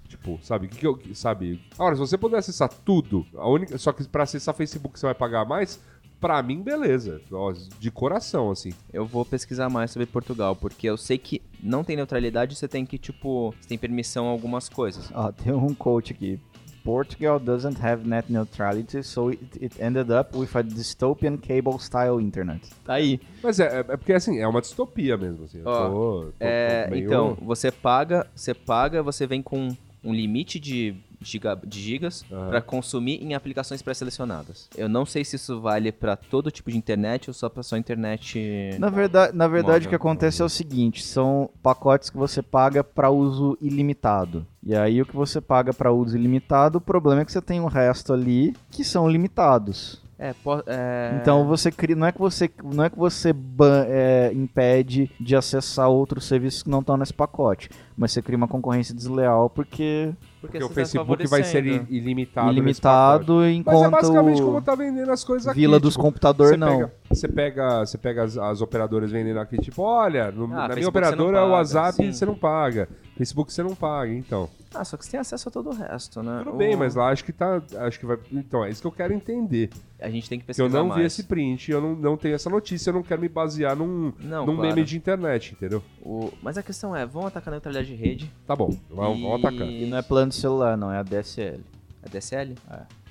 Tipo, sabe, o que, que eu, que- sabe? Agora, se você puder acessar tudo, a única, só que pra acessar Facebook você vai pagar mais, pra mim beleza. Ó, de coração assim. Eu vou pesquisar mais sobre Portugal, porque eu sei que não tem neutralidade, você tem que, tipo, você tem permissão a algumas coisas. Ó, tem um coach aqui. Portugal doesn't have net neutrality, so it, it ended up with a dystopian cable style internet. Tá aí. Mas é, é- é porque assim, é uma distopia mesmo assim. Eu Ó, tô- tô- tô É, meio- um. então, você paga, você paga, você vem com um limite de, giga- de gigas Aham. pra consumir em aplicações pré-selecionadas. Eu não sei se isso vale pra todo tipo de internet ou só pra só internet. Então, Na verdade, na verdade Móvel, o que acontece é o seguinte, são pacotes que você paga para uso ilimitado. E aí o que você paga para uso ilimitado, o problema é que você tem o resto ali que são limitados. É, po- é- Então você cria, não é que você não é que você ban- é, impede de acessar outros serviços que não estão nesse pacote, mas você cria uma concorrência desleal porque Porque porque o você tá Facebook vai ser favorecendo. i- ilimitado. nesse Tá pacote. ilimitado Mas é enquanto basicamente o como tá vendendo as coisas aqui. Vila tipo, dos computadores você não. Pega, você pega, você pega as, as operadoras vendendo aqui, tipo, olha, no- na minha Ah, Facebook você não operadora paga, o WhatsApp sim. você não paga. Facebook você não paga, então. Ah, só que você tem acesso a todo o resto, né? Tudo O- bem, mas lá acho que tá. Acho que vai. Então, é isso que eu quero entender. A gente tem que Porque pesquisar eu não mais. vi esse print, eu não, não tenho essa notícia, eu não quero me basear num, Não, num claro. meme de internet, entendeu? O- Mas a questão é, vão atacar a neutralidade de rede? Tá bom, vamos, vamos E- atacar. E não é plano de celular, não, é a DSL. A DSL?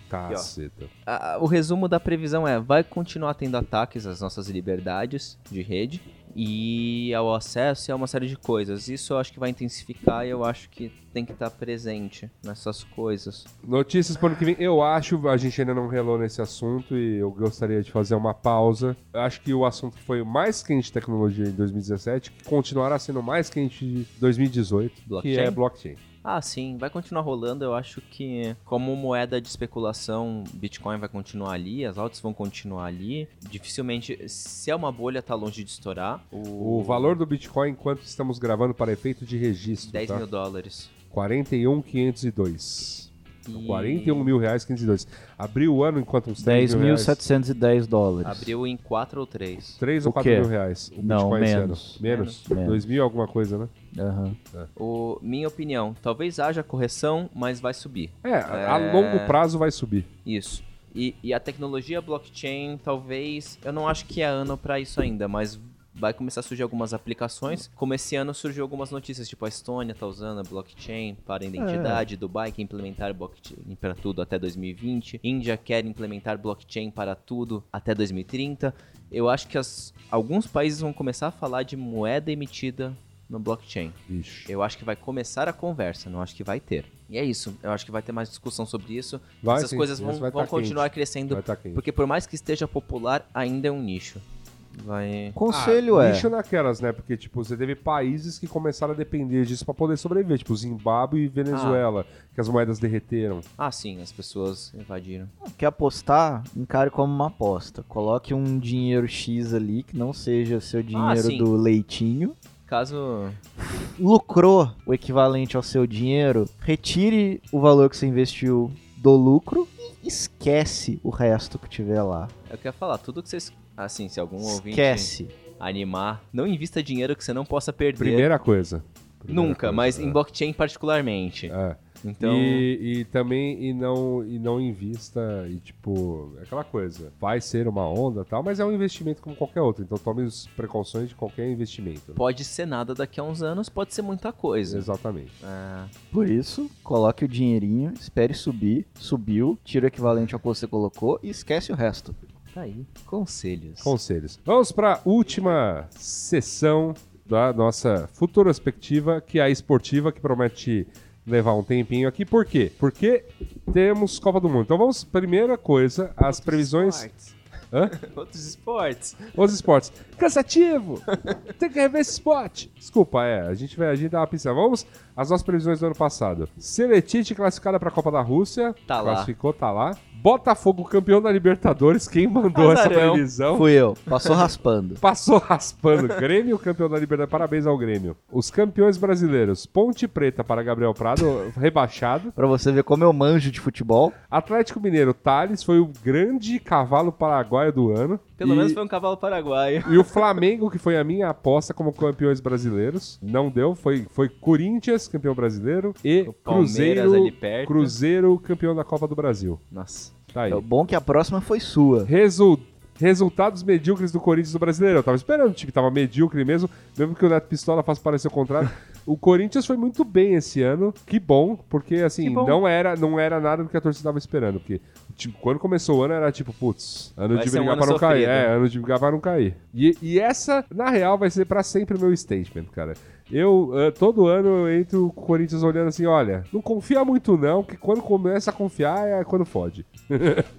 Caceta. Ah, o resumo da previsão é: vai continuar tendo ataques às nossas liberdades de rede e ao acesso e a uma série de coisas. Isso eu acho que vai intensificar e eu acho que tem que estar presente nessas coisas. Notícias para ano que vem. Eu acho, a gente ainda não relou nesse assunto e eu gostaria de fazer uma pausa. Eu acho que o assunto que foi o mais quente de tecnologia em 2017, que continuará sendo o mais quente de 2018, que Blockchain? é blockchain. Ah, sim, vai continuar rolando. Eu acho que, como moeda de especulação, Bitcoin vai continuar ali, as altas vão continuar ali. Dificilmente, se é uma bolha, tá longe de estourar. Uhum. O valor do Bitcoin, enquanto estamos gravando para efeito de registro, 10 tá? mil dólares. 41,502. E 41 mil reais, 502. Abriu o ano enquanto uns 3 mil reais. 10.710 dólares. Abriu em 4 ou 3. 3 ou O 4 quê? mil reais. O Não, Bitcoin menos. esse ano. Menos? Menos. 2 mil alguma coisa, né? Aham. O, minha opinião, talvez haja correção, mas vai subir. É, a É. longo prazo vai subir. Isso. E, e a tecnologia blockchain, talvez. Eu não acho que é ano pra isso ainda, mas vai começar a surgir algumas aplicações. Como esse ano surgiu algumas notícias, tipo a Estônia tá usando a blockchain para identidade, Dubai quer implementar blockchain para tudo até 2020, Índia quer implementar blockchain para tudo até 2030. Eu acho que as- alguns países vão começar a falar de moeda emitida no blockchain. Vixe. Eu acho que vai começar a conversa, não acho que vai ter. E é isso, eu acho que vai ter mais discussão sobre isso. Vai, Essas sim, coisas sim, vão, isso vai vão tá continuar quente. crescendo, Vai tá quente. porque por mais que esteja popular, ainda é um nicho. Vai... Conselho ah, é. Lixo naquelas, né? Porque, tipo, você teve países que começaram a depender disso pra poder sobreviver. Tipo, Zimbábue e Venezuela, que as moedas derreteram. Ah, sim, as pessoas invadiram. Quer apostar? Encare como uma aposta. Coloque um dinheiro X ali, que não seja seu dinheiro sim. do leitinho. Caso... Lucrou o equivalente ao seu dinheiro, retire o valor que você investiu do lucro e esquece o resto que tiver lá. é Um Eu queria falar, tudo que vocês... Assim, ah, se algum ouvinte... Esquece. animar. Não invista dinheiro que você não possa perder. Primeira coisa. Primeira Nunca, coisa, mas é. em blockchain particularmente. É. Então, E, e também e não, e não invista e tipo, é aquela coisa. Vai ser uma onda e tal, mas é um investimento como qualquer outro. Então tome as precauções de qualquer investimento. né? pode ser nada daqui a uns anos, pode ser muita coisa. Exatamente. Ah, Por isso, coloque o dinheirinho, espere subir, subiu, tira o equivalente ao que você colocou e esquece o resto. tá aí. Conselhos. Conselhos. Vamos para a última sessão da nossa futurospectiva, que é a esportiva, que promete levar um tempinho aqui. Por quê? Porque temos Copa do Mundo. Então vamos, primeira coisa, as previsões. Esportes. Hã? Outros esportes. Os esportes. Cansativo! Tem que rever esse esporte! Desculpa, é, a gente vai a gente dá uma piscina. Vamos às nossas previsões do ano passado. Seletite classificada pra Copa da Rússia. Tá lá. Classificou, tá lá. Botafogo, campeão da Libertadores. Quem mandou essa Azarão. previsão? Fui eu, passou raspando. Passou raspando. Grêmio, campeão da Libertadores. Parabéns ao Grêmio. Os campeões brasileiros. Ponte Preta para Gabriel Prado, rebaixado. Pra você ver como eu manjo de futebol. Atlético Mineiro, Thales, foi o grande cavalo paraguaio do ano. Pelo E- menos foi um cavalo paraguaio. E o Flamengo, que foi a minha aposta como campeões brasileiros, não deu. Foi, foi Corinthians, campeão brasileiro, e O Palmeiras Cruzeiro, ali perto. Cruzeiro, campeão da Copa do Brasil. Nossa. Tá aí. É bom que a próxima foi sua. Resul- Resultados medíocres do Corinthians do Brasileiro. Eu tava esperando, o time tava medíocre mesmo, mesmo que o Neto Pistola faça parecer o contrário. O Corinthians foi muito bem esse ano, que bom, porque assim, Que bom. não era não era nada do que a torcida tava esperando, porque tipo, quando começou o ano era tipo, putz, ano Vai de ser um brigar ano pra não cair, sofrido. é, ano de brigar pra não cair. E, e essa, na real, vai ser pra sempre o meu statement, cara. Eu, ah, todo ano, eu entro com o Corinthians olhando assim, olha, não confia muito não, que quando começa a confiar é quando fode.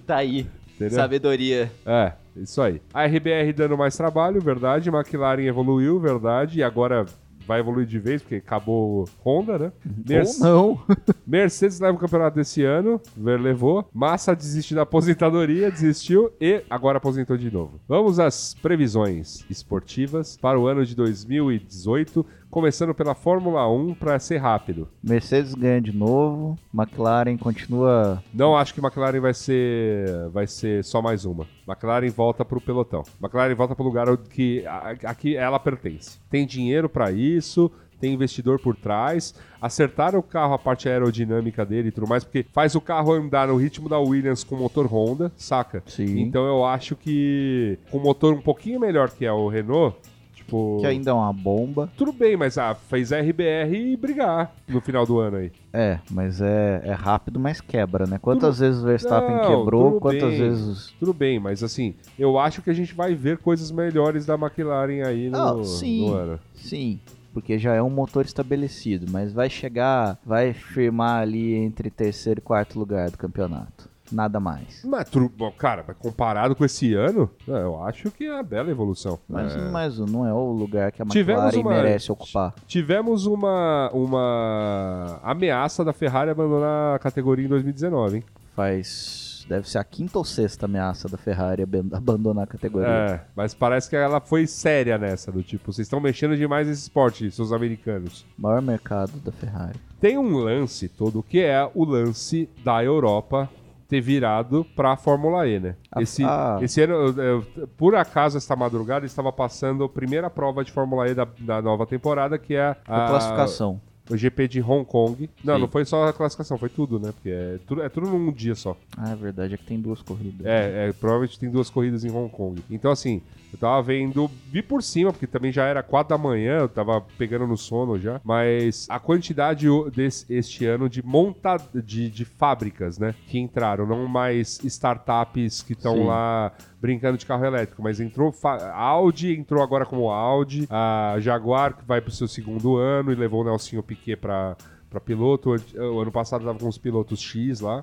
Tá aí. Entendeu? Sabedoria. É, isso aí. A RBR dando mais trabalho, verdade. McLaren evoluiu, verdade. E agora vai evoluir de vez, porque acabou Honda, né? Merce- Ou não. Mercedes leva o campeonato desse ano, Ver levou. Massa desiste da aposentadoria, desistiu e agora aposentou de novo. Vamos às previsões esportivas para o ano de 2018, começando pela Fórmula 1 para ser rápido. Mercedes ganha de novo, McLaren continua. Não acho que McLaren vai ser vai ser só mais uma. McLaren volta pro pelotão. McLaren volta pro lugar onde que a, a que ela pertence. Tem dinheiro pra isso, tem investidor por trás. Acertaram o carro, a parte aerodinâmica dele e tudo mais, porque faz o carro andar no ritmo da Williams com motor Honda, saca? Sim. Então eu acho que com motor um pouquinho melhor que é o Renault, tipo que ainda é uma bomba. tudo bem, mas ah, fez a RBR e brigar no final do ano aí. É, mas é, é rápido, mas quebra, né? Quantas vezes o Verstappen Não, quebrou, tudo quantas bem. vezes. Tudo bem, mas assim, eu acho que a gente vai ver coisas melhores da McLaren aí no, Ah, sim. no ano. Sim, porque já é um motor estabelecido, mas vai chegar, vai firmar ali entre terceiro e quarto lugar do campeonato. Nada mais. Mas, tru- bom, cara, mas comparado com esse ano, é, eu acho que é uma bela evolução. Mas, É. mas não é o lugar que a Tivemos McLaren uma- merece ocupar. Tivemos uma, uma ameaça da Ferrari abandonar a categoria em 2019, hein? Faz. Deve ser a quinta ou sexta ameaça da Ferrari aben- abandonar a categoria. É, mas parece que ela foi séria nessa, do tipo, vocês estão mexendo demais nesse esporte, seus americanos. Maior mercado da Ferrari. Tem um lance todo que é o lance da Europa ter virado pra Fórmula E, né? Ah, Esse, ah. esse ano, eu- eu- por acaso, esta madrugada, eu estava passando a primeira prova de Fórmula E da, da nova temporada, que é A a- classificação. o GP de Hong Kong. Não, Sim. não foi só a classificação, foi tudo, né? Porque é tudo, é tudo num dia só. Ah, é verdade, é que tem duas corridas. É, é, provavelmente tem duas corridas em Hong Kong. Então, assim, eu tava vendo, vi por cima, porque também já era 4 da manhã, eu tava pegando no sono já, mas a quantidade o- desse, este ano de monta de, de fábricas, né, que entraram, não mais startups que Sim. estão lá brincando de carro elétrico, mas entrou fa- Audi, entrou agora como Audi, a Jaguar, que vai pro seu segundo ano e levou o Nelsinho Piquet pra... Pra piloto, o ano passado tava com os pilotos X lá.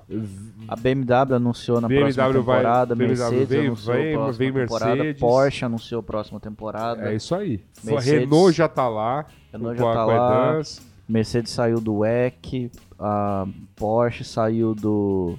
A BMW anunciou na BMW próxima vai- temporada, BMW Mercedes vem- anunciou vem- a próxima vem temporada, Mercedes. Porsche anunciou a próxima temporada, É isso aí. Foi- A Mercedes. Renault já tá lá. Renault com já a- tá com a lá. Edans, Mercedes saiu do WEC, a Porsche saiu do...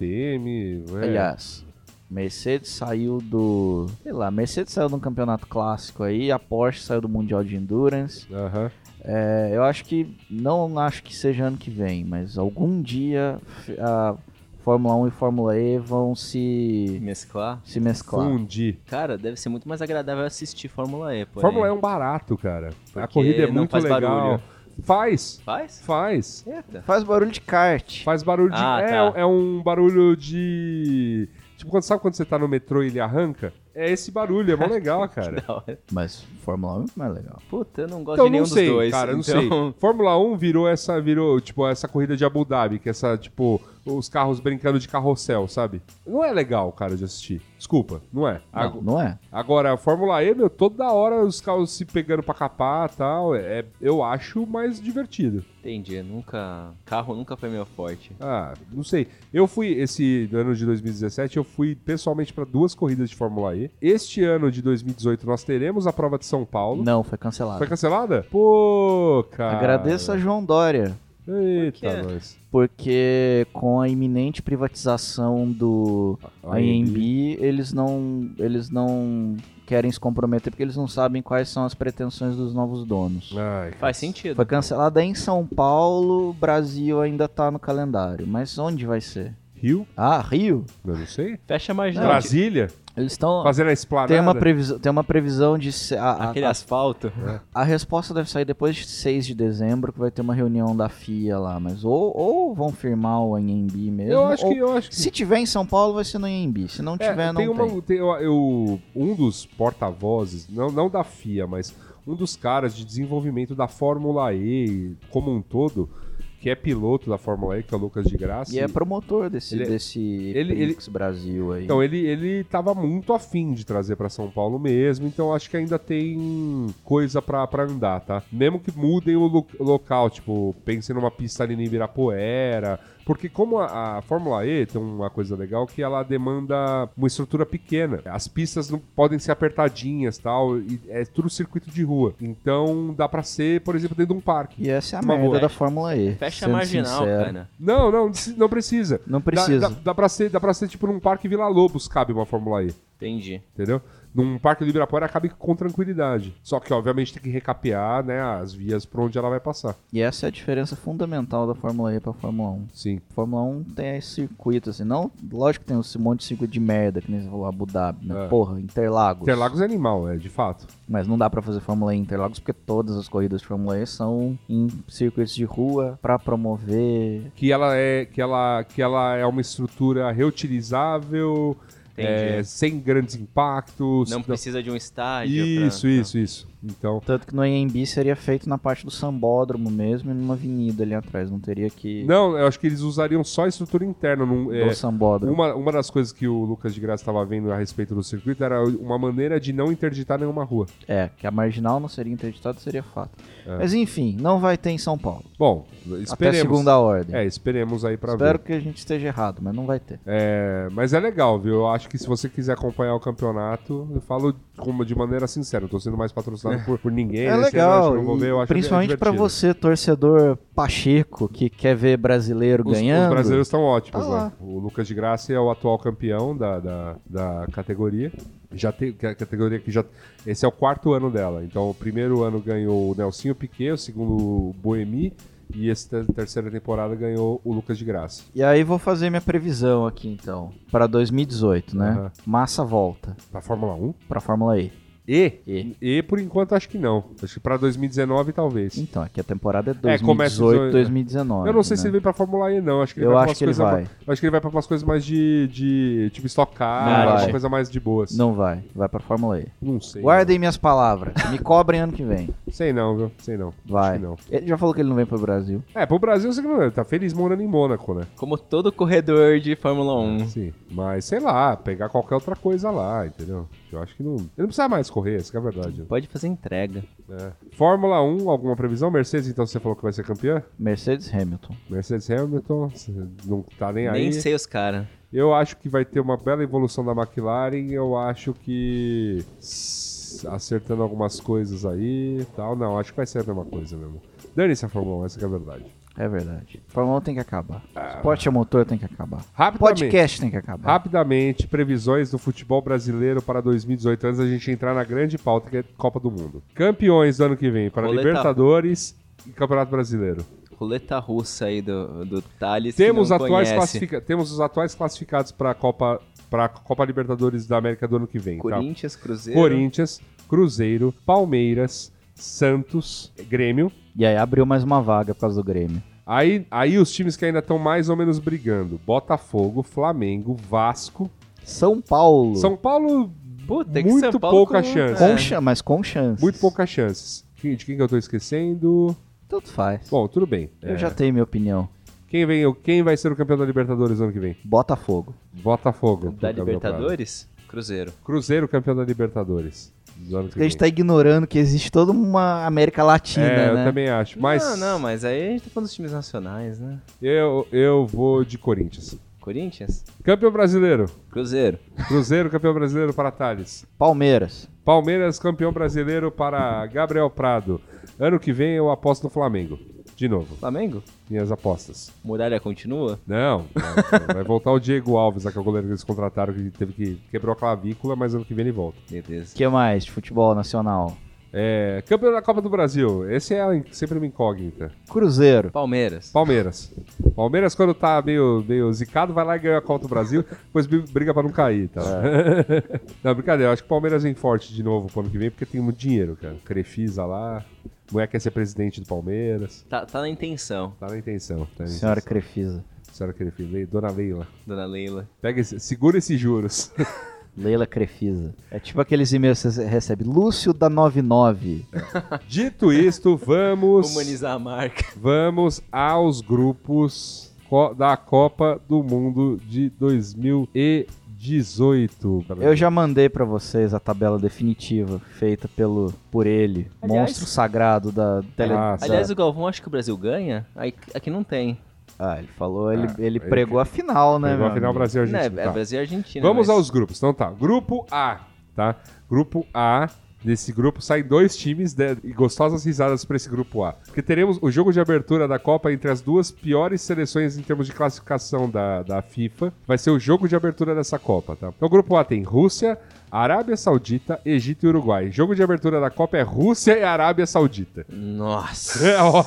DTM. né? Aliás, Mercedes saiu do... Sei lá, Mercedes saiu de um campeonato clássico aí, a Porsche saiu do Mundial de Endurance. Aham. É, eu acho que, não acho que seja ano que vem, mas algum dia a Fórmula 1 e Fórmula E vão se, Mesclar? se mesclar. Fundi. Cara, deve ser muito mais agradável assistir Fórmula E, porém. Fórmula é um barato, cara. a Porque corrida é não muito faz legal. barulho. Faz, Faz? faz. Eita. Faz barulho de kart. Faz barulho de. Ah, é, tá. é um barulho de. Tipo, quando, sabe quando você tá no metrô e ele arranca? É esse barulho, é mó legal, cara. Da hora. Mas Fórmula 1 é muito mais legal. Puta, eu não gosto Então, de nenhum não sei, dos dois. cara, eu não então... sei. Fórmula 1 virou essa, virou, tipo, essa corrida de Abu Dhabi, que é essa, tipo, os carros brincando de carrossel, sabe? Não é legal, cara, de assistir. Desculpa, não é. Ag- Não, não é? Agora, a Fórmula E, meu, toda hora os carros se pegando pra capar e tal, é, eu acho mais divertido. Entendi, nunca. Carro nunca foi meu forte. Ah, não sei. Eu fui, esse do ano de 2017, eu fui pessoalmente pra duas corridas de Fórmula E. Este ano de 2018 nós teremos a prova de São Paulo. Não, foi cancelado. Foi cancelada? Pô, cara. Agradeço a João Dória, Por quê? Eita, nós. porque com a iminente privatização do AMB, eles não, eles não querem se comprometer porque eles não sabem quais são as pretensões dos novos donos. Ai, Faz sentido. Foi cancelada em São Paulo, Brasil ainda tá no calendário. Mas onde vai ser? Rio? Ah, Rio? Eu não sei. Fecha mais não. Brasília? Eles estão. Fazendo a esplanada? Tem uma, previsão, tem uma previsão de. se- A, a, Aquele asfalto. a resposta deve sair depois de 6 de dezembro, que vai ter uma reunião da FIA lá. Mas ou, ou vão firmar o Anhembi mesmo. Eu acho ou- que... Eu acho que... Se tiver em São Paulo, vai ser no Anhembi. Se não É, tiver, não tem tem. uma, tem- eu, eu- um dos porta-vozes, não, não da FIA, mas um dos caras de desenvolvimento da Fórmula E como um todo, que é piloto da Fórmula E, que é o Lucas de Graça. E é promotor desse, Ele- desse ele- Prix Brasil aí. Então, ele, ele tava muito afim de trazer pra São Paulo mesmo, então acho que ainda tem coisa pra pra andar, tá? Mesmo que mudem o lo- local, tipo, pensem numa pista ali em Ibirapuera, porque como a, a Fórmula E tem uma coisa legal que ela demanda uma estrutura pequena. As pistas não podem ser apertadinhas tal, e é tudo circuito de rua. Então dá pra ser, por exemplo, dentro de um parque. E essa é a Uma merda boa. da Fórmula E. Fecha sendo marginal, sincero. cara. Não, não, não precisa. Não precisa. Dá, dá, dá, pra ser, dá pra ser tipo num parque Vila Lobos cabe uma Fórmula E. Entendi. entendeu? Num parque do Ibirapuera cabe com tranquilidade. Só que, obviamente, tem que recapear né, as vias por onde ela vai passar. E essa é a diferença fundamental da Fórmula E pra Fórmula 1. Sim. Fórmula 1 tem esse circuito, assim, não... Lógico que tem esse monte de circuito de merda, que nem você falou, Abu Dhabi, né? É. Porra, Interlagos. Interlagos é animal, é, de fato. Mas não dá pra fazer Fórmula E em Interlagos, porque todas as corridas de Fórmula E são em circuitos de rua pra promover... Que ela é, que ela, que ela é uma estrutura reutilizável, Entendi. é, sem grandes impactos. Não precisa de um estádio. pra- Isso, isso, isso. Então. Tanto que no AMB seria feito na parte do sambódromo mesmo e numa avenida ali atrás, não teria que... Não, eu acho que eles usariam só a estrutura interna. Num, é, Do sambódromo. uma, uma das coisas que o Lucas de Graça estava vendo a respeito do circuito era uma maneira de não interditar nenhuma rua. É, que a marginal não seria interditada, seria fato. Mas enfim, não vai ter em São Paulo. Bom, Até É. esperemos. segunda ordem. É, esperemos aí pra ver. Espero que a gente esteja errado, mas não vai ter. É, mas é legal, viu? Eu acho que se você quiser acompanhar o campeonato, eu falo como de maneira sincera, eu tô sendo mais patrocinado por, por ninguém. É né? Esse ano eu acho legal, que não vou e ver, eu acho principalmente divertido. pra você, torcedor Pacheco, que quer ver brasileiro Os, ganhando. os brasileiros estão ótimos, Tá né? lá. O Lucas de Graça é o atual campeão da, da, da categoria. Já tem que é a categoria que já. Esse é o quarto ano dela. Então, o primeiro ano ganhou o Nelsinho Piquet, o segundo o Boemi, e essa terceira temporada ganhou o Lucas de Graça. E aí vou fazer minha previsão aqui então, Pra 2018, né? Aham. Massa volta Pra Fórmula 1? pra Fórmula E. E? E? E por enquanto acho que não. Acho que pra 2019 talvez. Então, aqui a temporada é começa 2018, 18, 2019. Eu não sei se ele né? vem pra Fórmula E, não. Acho que ele Eu acho vai pra umas que ele coisas vai. mais- eu acho que ele vai pra umas coisas mais de. de tipo Stock Car, Não uma vai. coisa mais de boas. Não vai, vai pra Fórmula E. Não sei. Guardem minhas palavras, me cobrem ano que vem. não. Sei não, viu? Sei não. Acho Vai. que não. Ele já falou que ele não vem pro Brasil. É, pro Brasil você que não- tá feliz morando em Mônaco, né? Como todo corredor de Fórmula 1. Sim. Mas sei lá, pegar qualquer outra coisa lá, entendeu? Eu acho que não. Ele não precisa mais correr, essa que é a verdade. Pode fazer entrega. É. Fórmula 1, alguma previsão? Mercedes, então você falou que vai ser campeã? Mercedes Hamilton. Mercedes Hamilton, você não tá nem aí. Nem sei os caras. Eu acho que vai ter uma bela evolução da McLaren. Eu acho que s- acertando algumas coisas aí e tal. Não, acho que vai ser a mesma coisa mesmo. Dane-se a Fórmula 1, essa que é a verdade. É verdade. Fórmula 1 tem que acabar. Ah. Esporte a motor tem que acabar. Rapidamente. Podcast tem que né? acabar. Rapidamente, previsões do futebol brasileiro para 2018, antes da gente entrar na grande pauta que é Copa do Mundo. Campeões do ano que vem para Roleta. Libertadores e Campeonato Brasileiro. roleta russa aí do, do Thales. que Temos, não atuais conhece. classifica- temos os atuais classificados para a Copa, pra Copa Libertadores da América do ano que vem. tá? Corinthians, Cruzeiro. Corinthians, Cruzeiro, Palmeiras, Santos, Grêmio. E aí abriu mais uma vaga por causa do Grêmio. Aí, aí os times que ainda estão mais ou menos brigando: Botafogo, Flamengo, Vasco. São Paulo. São Paulo, Puta, que muito São Paulo pouca com- chance. Com É. chan- Mas com chance. muito poucas chances. De quem que eu tô esquecendo? Tanto faz. Bom, tudo bem. Eu É, já tenho minha opinião. Quem, vem, quem vai ser o campeão da Libertadores ano que vem? Botafogo. Botafogo. Da campeão claro. Libertadores? Cruzeiro. Cruzeiro campeão da Libertadores. do ano que Porque a gente vem. tá ignorando que existe toda uma América Latina, é, eu né? também acho. Mas Não, não, mas aí a gente tá falando dos times nacionais, né? Eu, eu vou de Corinthians. Corinthians? Campeão brasileiro. Cruzeiro. Cruzeiro campeão brasileiro para Thales. Palmeiras. Palmeiras campeão brasileiro para Gabriel Prado. Ano que vem eu aposto no Flamengo. De novo, Flamengo? minhas apostas. Muralha continua? Não, vai- vai voltar o Diego Alves, aquele goleiro que eles contrataram, que teve que quebrou a clavícula, mas ano que vem ele volta. Beleza. O que mais de futebol nacional? É, campeão da Copa do Brasil. Esse é a- sempre uma incógnita. Cruzeiro. Palmeiras. Palmeiras. Palmeiras, quando tá meio, meio zicado, vai lá e ganha a Copa do Brasil, depois bri- briga pra não cair, tá? não, brincadeira, eu acho que o Palmeiras vem forte de novo pro ano que vem, porque tem muito dinheiro, cara. Crefisa lá, mulher quer ser presidente do Palmeiras. Tá, tá na intenção, Tá na intenção, tá na intenção. Senhora Crefisa. Senhora Crefisa, Le- dona Leila. dona Leila. Pega esse, segura esses juros. Leila Crefisa. É tipo aqueles e-mails que você recebe. Lúcio da 99. Dito isto, vamos, Humanizar a marca. vamos aos grupos co- da Copa do Mundo de 2018. Eu já mandei pra vocês a tabela definitiva feita pelo por ele, Aliás- monstro sagrado da tele. Ah, sim. Aliás, o Galvão acha que o Brasil ganha? Aí, aqui não tem. Ah, ele falou, ele, Ah, ele ele pregou a final, né? Pegou a meu final amigo? Brasil Não, é, Argentina. é tá. Brasil e Argentina. Vamos mas- aos grupos. Então tá, grupo A, tá? Grupo A, desse grupo saem dois times né, e gostosas risadas pra esse grupo A. Porque teremos o jogo de abertura da Copa entre as duas piores seleções em termos de classificação da, da FIFA. Vai ser o jogo de abertura dessa Copa, tá? Então o grupo A tem Rússia, Arábia Saudita, Egito e Uruguai. Jogo de abertura da Copa é Rússia e Arábia Saudita. Nossa. É ó,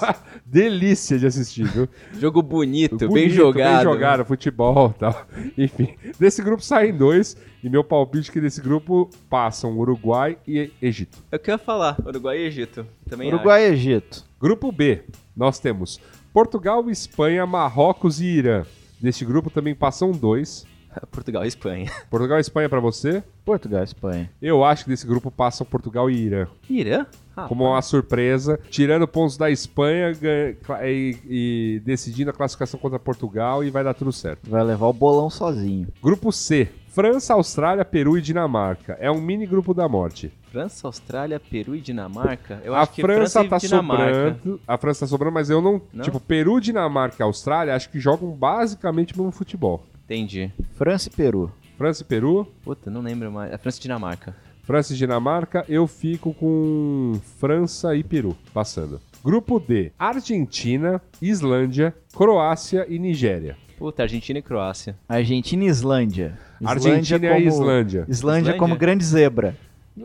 delícia de assistir, viu? Jogo bonito, bem Bonito, jogado. né? Bem jogado, futebol e tal. Enfim, desse grupo saem dois. E meu palpite é que desse grupo passam Uruguai e Egito. É Eu queria falar, Uruguai e Egito. Também Uruguai e Egito. Grupo B, nós temos Portugal, Espanha, Marrocos e Irã. Desse grupo também passam dois. acho. É Portugal e Espanha. Portugal e Espanha pra você. Portugal e Espanha. Eu acho que desse grupo passam Portugal e Irã. Irã? Ah, Como uma surpresa, tirando pontos da Espanha ganha- cla- e, e decidindo a classificação contra Portugal e vai dar tudo certo. Vai levar o bolão sozinho. Grupo C. França, Austrália, Peru e Dinamarca. É um mini grupo da morte. França, Austrália, Peru e Dinamarca? Eu a acho que França, e tá Dinamarca. sobrando. A França tá sobrando, mas eu não, Não? Tipo, Peru, Dinamarca e Austrália acho que jogam basicamente o mesmo futebol. Entendi. França e Peru. França e Peru, Puta, não lembro mais. A França e Dinamarca. França e Dinamarca, eu fico com França e Peru passando. Grupo D: Argentina, Islândia, Croácia e Nigéria. Puta, Argentina e Croácia. Argentina e Islândia. Argentina e a Islândia. Islândia Islândia? como grande zebra.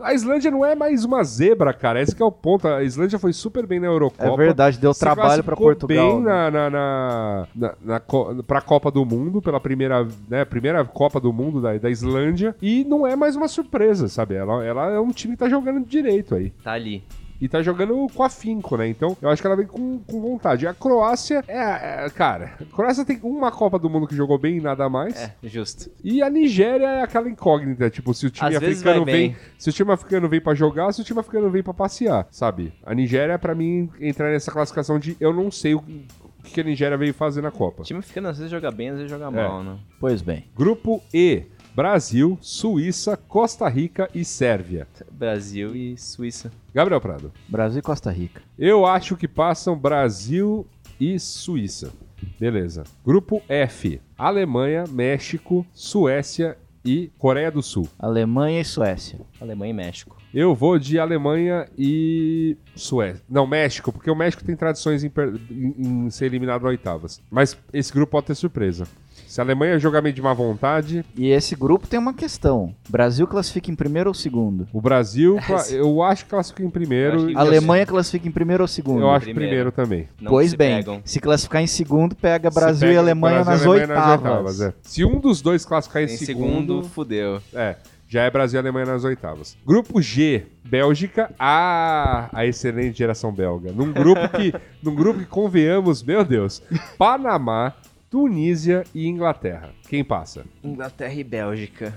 A Islândia não é mais uma zebra, cara. Esse que é o ponto. A Islândia foi super bem na Eurocopa. É verdade, deu Se trabalho pra classificou Portugal. bem né? na, na, na, na- na co- pra Copa do Mundo, pela primeira, né, primeira Copa do Mundo da, da Islândia. E não é mais uma surpresa, sabe? Ela, ela é um time que tá jogando direito aí. Tá ali. E tá jogando com afinco, né? Então, eu acho que ela vem com, com vontade. E a Croácia é, é, Cara, a Croácia tem uma Copa do Mundo que jogou bem e nada mais. É, justo. E a Nigéria é aquela incógnita, tipo, se o time Às vezes africano vai vem, bem. se o time africano vem para jogar, se o time africano vem para passear, sabe? A Nigéria pra mim entrar nessa classificação de eu não sei o o que a Nigéria veio fazer na Copa. O time ficando às vezes joga bem, às vezes joga É. mal, né? Pois bem. Grupo E: Brasil, Suíça, Costa Rica e Sérvia. Brasil e Suíça. Gabriel Prado. Brasil e Costa Rica. Eu acho que passam Brasil e Suíça. Beleza. Grupo F: Alemanha, México, Suécia e Coreia do Sul. Alemanha e Suécia. Alemanha e México. Eu vou de Alemanha e Suécia. Não, México, porque o México tem tradições em, per- em- em ser eliminado na oitavas. Mas esse grupo pode ter surpresa. Se a Alemanha jogar meio de má vontade, E esse grupo tem uma questão. Brasil classifica em primeiro ou segundo? o Brasil, cla- eu acho que classifica em Eu primeiro. acho que- Alemanha classifica em primeiro ou segundo? assim, Eu acho que primeiro Primeiro. também. Não pois se bem, pegam. se classificar em segundo, pega Se Brasil pega e Alemanha, Brasil e nas, oitavas. é. Se um dos dois classificar em, Em segundo, fudeu. É, já é Brasil e Alemanha nas oitavas. Grupo G, Bélgica. Ah, a excelente geração belga. Num grupo que, num grupo que convenhamos, meu Deus, Panamá, Tunísia e Inglaterra. Quem passa? Inglaterra e Bélgica.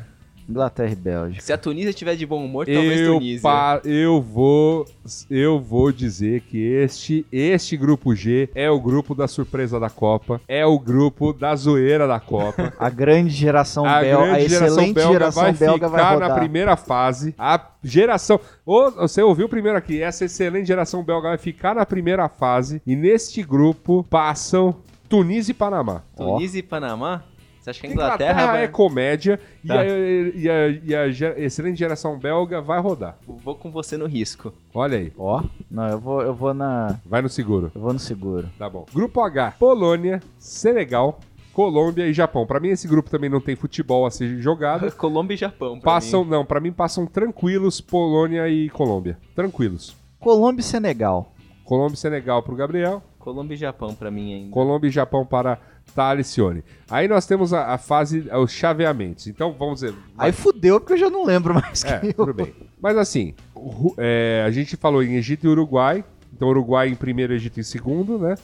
Inglaterra e Bélgica. Se a Tunísia tiver de bom humor, talvez Eu, Tunísia. pa- eu vou eu vou dizer que este este grupo G é o grupo da surpresa da Copa, é o grupo da zoeira da Copa. A grande geração A belga, a grande geração excelente belga geração vai belga vai ficar rodar. na primeira fase. A geração. Ô, você ouviu primeiro aqui? Essa excelente geração belga vai ficar na primeira fase. E neste grupo passam Tunísia e Panamá. Tunísia e Panamá? Você acha que a Inglaterra, vai... é comédia Tá. e, a, e a- e a ge- excelente geração belga vai rodar. Vou com você no risco. Olha aí, Ó, não, eu vou, eu vou na, vai no seguro. eu vou no seguro. Tá bom. Grupo H: Polônia, Senegal, Colômbia e Japão. Pra mim, esse grupo também não tem futebol a ser jogado. Colômbia e Japão. pra Passam, mim. não, pra mim passam tranquilos Polônia e Colômbia. Tranquilos. Colômbia e Senegal. Colômbia e Senegal pro Gabriel. Colômbia e Japão pra mim ainda. Colômbia e Japão para Talicione. Aí nós temos a, a fase, os chaveamentos. Então vamos ver. Aí fudeu porque eu já não lembro mais É, que eu. tudo bem. Mas assim, o Ru- é, a gente falou em Egito e Uruguai. Então Uruguai em primeiro, Egito em segundo, né?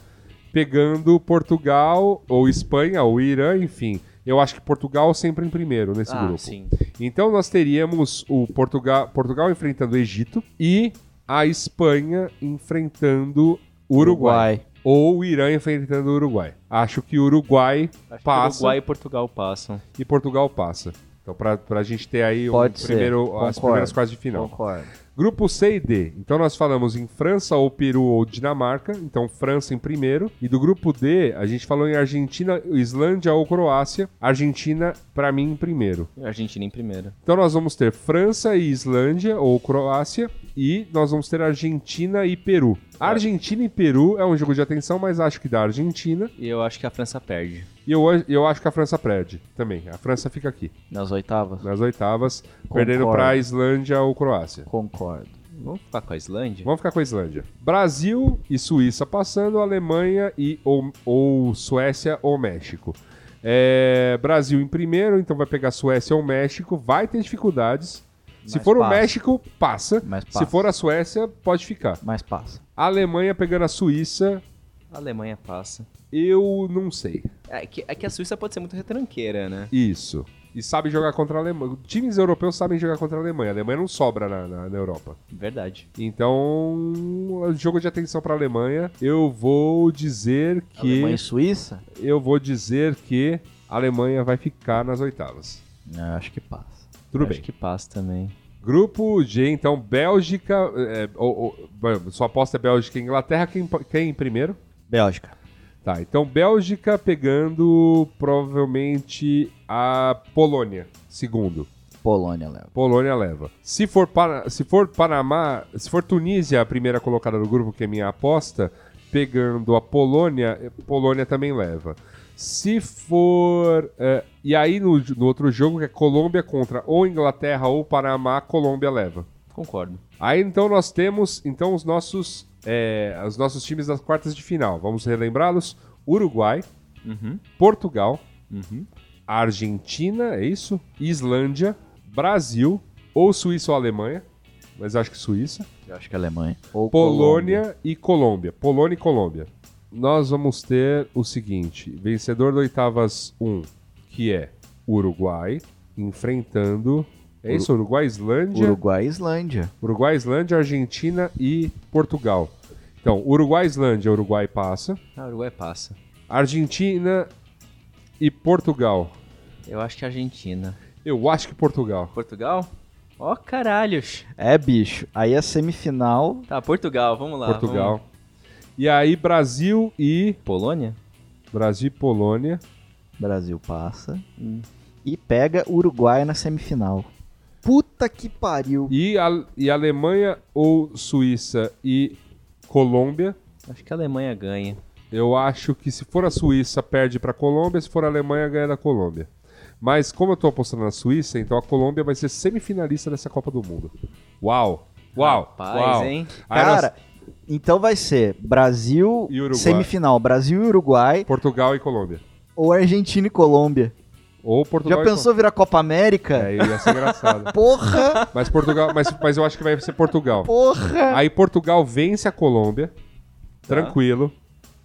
Pegando Portugal ou Espanha ou Irã, enfim. Eu acho que Portugal sempre em primeiro nesse ah, grupo. sim. Então nós teríamos o Portugal, Portugal enfrentando o Egito e a Espanha enfrentando o Uruguai. ou o Irã enfrentando o Uruguai. Acho que o Uruguai Acho que passa Uruguai e Portugal passam. e Portugal passa. Então, pra, pra gente ter aí um Pode ser. primeiro, as Concordo. primeiras quartas de final. Concordo. Grupo C e D. Então, nós falamos em França ou Peru ou Dinamarca. Então, França em primeiro. E do grupo D, a gente falou em Argentina, Islândia ou Croácia. Argentina, pra mim, em primeiro. Argentina em primeiro. Então, nós vamos ter França e Islândia ou Croácia. E nós vamos ter Argentina e Peru. É. Argentina e Peru é um jogo de atenção, mas acho que da Argentina. E eu acho que a França perde. E eu, a- eu acho que a França perde também. A França fica aqui, Nas oitavas? nas oitavas, Concordo. perdendo pra Islândia ou Croácia. Concordo. Vamos ficar com a Islândia? Vamos ficar com a Islândia. Brasil e Suíça passando, Alemanha e ou, ou Suécia ou México. É, Brasil em primeiro, então vai pegar Suécia ou México, vai ter dificuldades. Se Mas for o passa. México, passa. Mas Se passa. for assim, a Suécia, pode ficar. Mas passa. Alemanha pegando a Suíça, A Alemanha passa. eu não sei. É que, é que a Suíça pode ser muito retranqueira, né? Isso. E sabe jogar contra a Alemanha. Times europeus sabem jogar contra a Alemanha. A Alemanha não sobra na, na, na Europa. Verdade. Então, jogo de atenção pra Alemanha. Eu vou dizer que. Alemanha e Suíça? Eu vou dizer que a Alemanha vai ficar nas oitavas. Não, acho que passa. Tudo acho bem. que passa também. Grupo G, então, Bélgica. é, ou- ou- bom, sua aposta é Bélgica e Inglaterra. Quem, quem em primeiro? Bélgica. Tá, então Bélgica pegando provavelmente a Polônia, segundo. Polônia leva. Polônia leva. Se for, Pana- se for Panamá, se for Tunísia a primeira colocada do grupo, que é minha aposta, pegando a Polônia, eh, Polônia também leva. Se for. eh, e aí no, no outro jogo, que é Colômbia contra ou Inglaterra ou Panamá, Colômbia leva. Concordo. Aí então nós temos então os nossos, eh, os nossos times das quartas de final. Vamos relembrá-los: Uruguai, Uhum. Portugal, Uhum. Argentina, é isso? Islândia, Brasil, ou Suíça ou Alemanha, mas acho que Suíça. Eu acho que é Alemanha. Ou Polônia e Colômbia. Polônia e Colômbia. Nós vamos ter o seguinte: vencedor da oitavas 1, que é Uruguai, enfrentando. É isso? Uruguai, Islândia. Uruguai e Islândia. Uruguai, Islândia, Argentina e Portugal. Então, Uruguai, Islândia, Uruguai passa. A Ah, Uruguai passa. Argentina e Portugal. Eu acho que a Argentina. Eu acho que Portugal. Portugal? Ó, caralhos. É, bicho. Aí a semifinal. Tá, Portugal, vamos lá. Portugal. vamos- E aí, Brasil e. Polônia? Brasil e Polônia. Brasil passa. E pega Uruguai na semifinal. Puta que pariu. E, a, e Alemanha ou Suíça e Colômbia. Acho que a Alemanha ganha. Eu acho que se for a Suíça, perde pra Colômbia. Se for a Alemanha, ganha da Colômbia. Mas como eu tô apostando na Suíça, então a Colômbia vai ser semifinalista dessa Copa do Mundo. Uau! Uau! Rapaz, uau. hein? Aí nós- Cara, então vai ser Brasil, E Uruguai. semifinal, Brasil e Uruguai, Portugal e Colômbia. ou Argentina e Colômbia. Ou Portugal Já e pensou virar Copa América? É, ia ser engraçado. Porra, Mas Portugal, mas, mas eu acho que vai ser Portugal. porra. Aí Portugal vence a Colômbia. Tá. Tranquilo.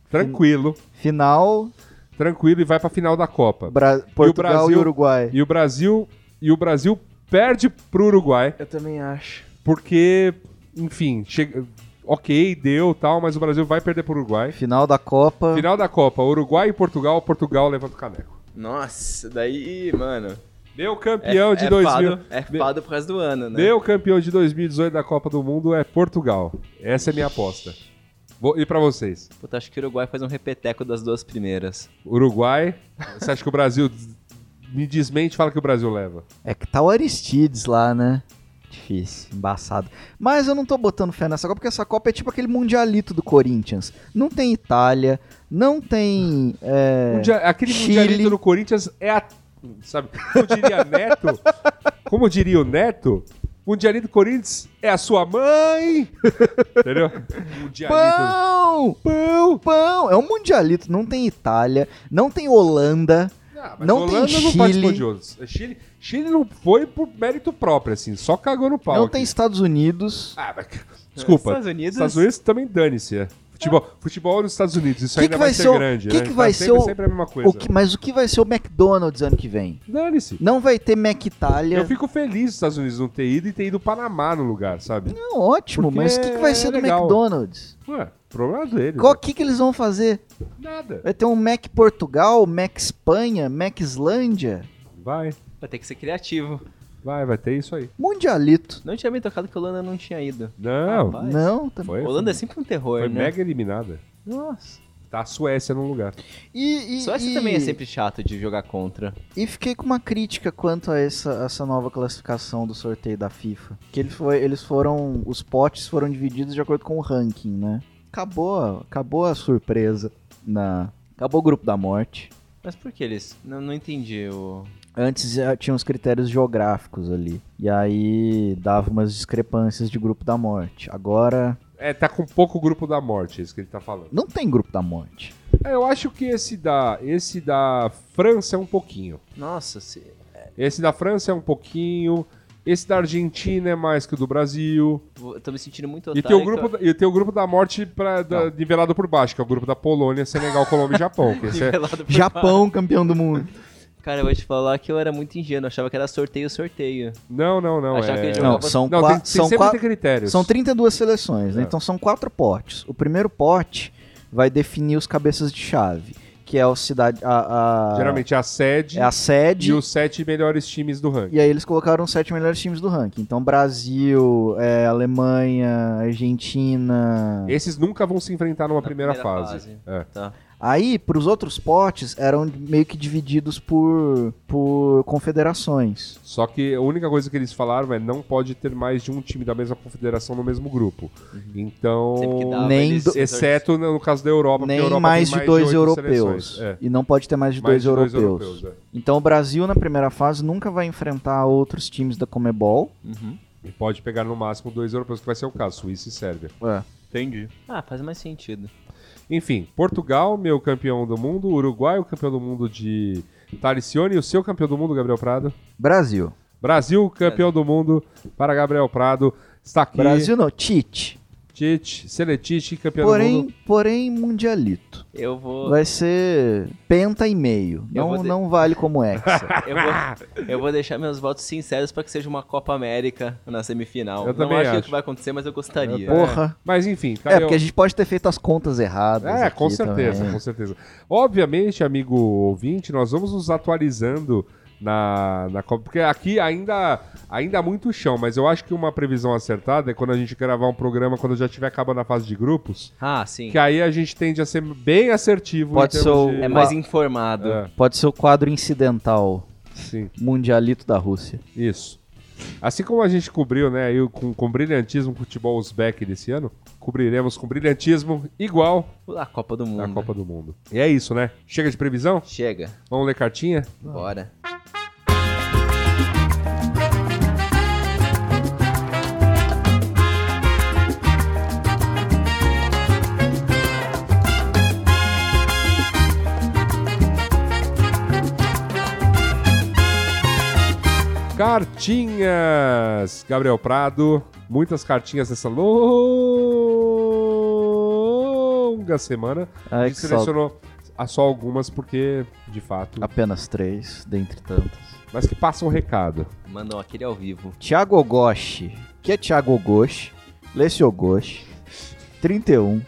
Tranquilo. Final, Tranquilo e vai pra final da Copa. Bra- Portugal Brasil- e Uruguai. E o Brasil, e o Brasil perde pro Uruguai, Eu também acho. porque, enfim, chega, OK, deu, tal, mas o Brasil vai perder pro Uruguai. Final da Copa. Final da Copa, Uruguai e Portugal, Portugal levanta o caneco. Nossa, daí, mano. Meu campeão de é 2000. Fado, é fado pro resto do ano, né? Meu campeão de 2018 da Copa do Mundo é Portugal. Essa é minha aposta. Vou- e pra vocês? Puta, acho que o Uruguai faz um repeteco das duas primeiras. Uruguai, você acha que o Brasil me desmente, e fala que o Brasil leva. É que tá o Aristides lá, né? Difícil, embaçado. Mas eu não tô botando fé nessa Copa, porque essa Copa é tipo aquele mundialito do Corinthians. Não tem Itália, não tem. é, Mundia- aquele Chile. mundialito do Corinthians é a. Sabe? Como diria Neto? Como diria o Neto? Mundialito do Corinthians é a sua mãe! Entendeu? Mundialito. Pão! Pão! Pão! É um mundialito, não tem Itália, não tem Holanda. Ah, Não Holanda tem não participou Chile. de outros. É, Chile, Chile não foi por mérito próprio, assim, só cagou no pau. Não aqui. tem Estados Unidos. Ah, mas... Desculpa. Estados Unidos? Estados Unidos também dane-se. É. Futebol, futebol nos Estados Unidos, isso Que ainda que vai, vai ser, ser o- grande. que né? que vai Tá ser sempre, o- sempre a mesma coisa. O que- mas o que vai ser o McDonald's ano que vem? Dane-se. Não vai ter Mac Itália. Eu fico feliz dos Estados Unidos não ter ido e ter ido o Panamá no lugar, sabe? Não, ótimo, Porque mas o que, que vai é ser do legal. McDonald's? Ué, problema dele. O que, que eles vão fazer? Nada. Vai ter um Mac Portugal, Mac Espanha, Mac Islândia? Vai, Vai ter que ser criativo. vai, vai ter isso aí. Mundialito. Não tinha me tocado que a Holanda não tinha ido. Não, Rapaz. Mas- Não, tá... foi, assim. A Holanda é sempre um terror, foi né? mega eliminada. Nossa. Tá a Suécia no lugar. e, e, Só esse e- também é sempre chato de jogar contra. E fiquei com uma crítica quanto a essa, essa nova classificação do sorteio da FIFA. Que ele foi, eles foram. Os potes foram divididos de acordo com o ranking, né? Acabou, acabou a surpresa. Na, acabou o grupo da morte. Mas por que eles? Não, não entendi o. Antes já tinha os critérios geográficos ali. E aí dava umas discrepâncias de grupo da morte. Agora É, tá com pouco grupo da morte, é isso que ele tá falando. não tem grupo da morte. É, eu acho que esse da, esse da França é um pouquinho. Nossa, se... Esse da França é um pouquinho. Esse da Argentina é mais que o do Brasil. eu tô tá me sentindo E muito otário. tem, o que grupo, da- e tem o grupo da morte pra, da- nivelado por baixo, que é o grupo da Polônia, Senegal, Colômbia e Japão. Que eu- esse é- nivelado por baixo. Japão campeão do mundo. Cara, eu vou te falar que eu era muito ingênuo, achava que era sorteio, sorteio. Não, não, não. Achar que É... ele Não, são Não, tem, tem quatro. São sempre quatro. ter critérios. São 32 seleções, né? É. Então são quatro potes. O primeiro pote vai definir os cabeças de chave, que é o cidade. A, a- Geralmente é a sede é a sede. E, e os sete melhores times do ranking. aí eles colocaram os sete melhores times do ranking. Então Brasil, é, Alemanha, Argentina. Esses nunca vão se enfrentar numa primeira, primeira fase. fase. É. Tá. Aí, para os outros potes, eram meio que divididos por, por confederações. Só que a única coisa que eles falaram é não pode ter mais de um time da mesma confederação no mesmo grupo. Uhum. Sempre que Então, dava, Nem eles- do- exceto no no caso da Europa, porque a Nem Europa mais tem de dois oito europeus. seleções. É, E não pode ter mais de, dois, mais de dois europeus. europeus, é. Então o Brasil, na primeira fase, nunca vai enfrentar outros times da Comebol. Uhum. é. E pode pegar no máximo dois europeus, que vai ser o caso, Suíça e Sérvia. É. Entendi. Ah, faz mais sentido. Enfim, Portugal, meu campeão do mundo, Uruguai, o campeão do mundo de Taricione, e o seu campeão do mundo, Gabriel Prado. Brasil. Brasil, campeão do mundo para Gabriel Prado. Está aqui. Brasil não, Tite. Tite, Seletite, campeão do mundo. Porém, porém, mundialito. Eu vou. Vai ser penta e meio. Eu vou Não, de- não vale como é. hexa. Eu vou, eu vou deixar meus votos sinceros pra que seja uma Copa América na semifinal. Eu não também acho, que é o acho. que vai acontecer, mas eu gostaria. Eu Porra. É. Mas enfim, É, Caio- porque a gente pode ter feito as contas erradas. É, com aqui certeza, também. com certeza. Obviamente, amigo ouvinte, nós vamos nos atualizando na, na Copa, porque aqui ainda, ainda há muito chão, mas eu acho que uma previsão acertada é quando a gente gravar um programa, quando já tiver acabando a fase de grupos, Ah, sim. que aí a gente tende a ser bem assertivo. Pode em termos ser o- de- É mais informado. É, Pode ser o quadro incidental sim, mundialito da Rússia. isso. Assim como a gente cobriu, né, aí com, com brilhantismo o futebol uzbek desse ano, cobriremos com brilhantismo igual A Copa do a Uhum. Mundo. Copa do Mundo. E é isso, né? Chega de previsão? Chega, Vamos ler cartinha? bora. Cartinhas! Gabriel Prado, muitas cartinhas nessa longa semana. Ai, gente que saudade. selecionou a só algumas porque, de fato, Apenas três, dentre tantas. mas que passa um recado. Mandam aquele ao vivo. Thiago Ogoshi, que é Thiago Ogoshi, Lesse Ogoshi, 31,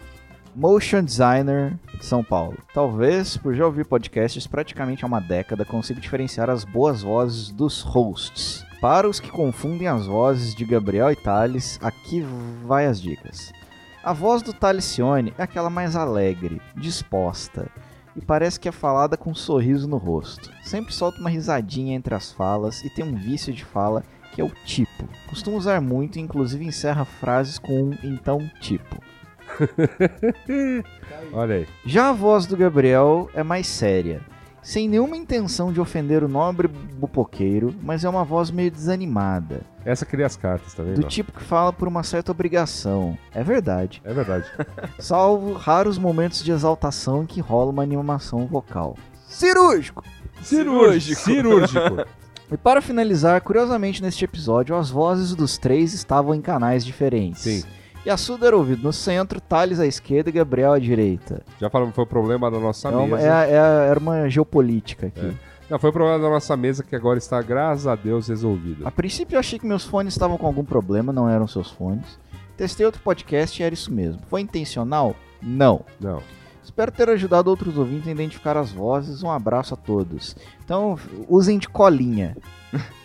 motion designer de São Paulo. Talvez, por já ouvir podcasts praticamente há uma década, consiga diferenciar as boas vozes dos hosts. Para os que confundem as vozes de Gabriel e Thales, aqui vai as dicas. A voz do Thales Cione é aquela mais alegre, disposta, e parece que é falada com um sorriso no rosto. Sempre solta uma risadinha entre as falas e tem um vício de fala que é o tipo. Costuma usar muito e inclusive encerra frases com um então tipo. Olha aí. Já a voz do Gabriel é mais séria. Sem nenhuma intenção de ofender o nobre bupoqueiro, mas é uma voz meio desanimada. Essa queria as cartas, tá vendo? Do tipo que fala por uma certa obrigação. É verdade. É verdade. Salvo raros momentos de exaltação em que rola uma animação vocal. Cirúrgico! Cirúrgico. Cirúrgico. E para finalizar, curiosamente neste episódio, as vozes dos três estavam em canais diferentes. Sim. E a Suda era ouvido no centro, Thales à esquerda e Gabriel à direita. Já falamos, foi o problema da nossa É uma, mesa. é a- é a- era uma geopolítica aqui. Não, foi o problema da nossa mesa que agora está, graças a Deus, resolvido. A princípio eu achei que meus fones estavam com algum problema, não eram seus fones. Testei outro podcast e era isso mesmo. Foi intencional? Não. Não. Espero ter ajudado outros ouvintes a identificar as vozes. Um abraço a todos. Então, usem de colinha.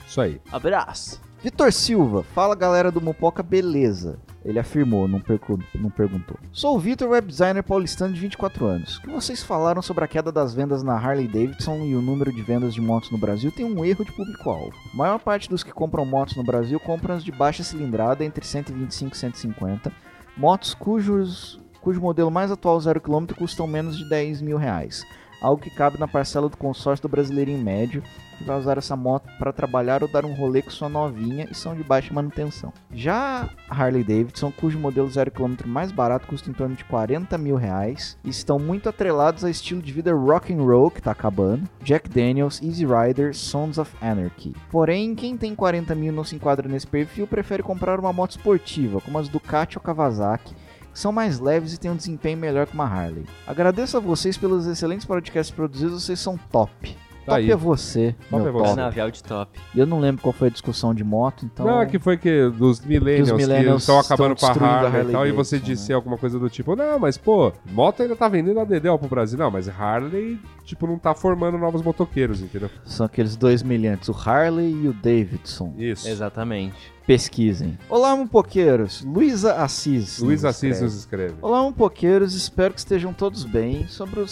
Isso aí. Abraço. Vitor Silva, fala galera do Mupoca, beleza? Ele afirmou, não, percu- não perguntou. Sou o Vitor, web designer paulistano de 24 anos. O que vocês falaram sobre a queda das vendas na Harley Davidson e o número de vendas de motos no Brasil tem um erro de público-alvo. A maior parte dos que compram motos no Brasil compram as de baixa cilindrada, entre 125 e 150, motos cujos, cujo modelo mais atual 0km custam menos de 10 mil reais. Algo que cabe na parcela do consórcio do brasileiro em médio, que vai usar essa moto para trabalhar ou dar um rolê com sua novinha e são de baixa manutenção. Já a Harley Davidson, cujo modelo 0km mais barato custa em torno de 40 mil reais, e estão muito atrelados a estilo de vida rock and roll que tá acabando, Jack Daniels, Easy Rider, Sons of Anarchy. Porém, quem tem 40 mil e não se enquadra nesse perfil prefere comprar uma moto esportiva, como as Ducati ou Kawasaki, que são mais leves e têm um desempenho melhor que uma Harley. Agradeço a vocês pelos excelentes podcasts produzidos, vocês são top. Tá Top aí. é você, Top meu é você. top. Canavial de top. E eu não lembro qual foi a discussão de moto, então. Não, é que foi que dos millennials que, millennials estão acabando com estão a destruindo a Harley, e Harley tal, e Davidson, você disse né? alguma coisa do tipo, não, mas pô, moto ainda tá vendendo a Dedel pro Brasil. Não, mas Harley, tipo, não tá formando novos motoqueiros, entendeu? São aqueles dois milhantes, o Harley e o Davidson. Isso. Exatamente. Pesquisem. Olá, mupoqueiros. Luísa Assis. né, Luiz nos Assis escreve. nos escreve. Olá, mupoqueiros. Espero que estejam todos bem. Sobre o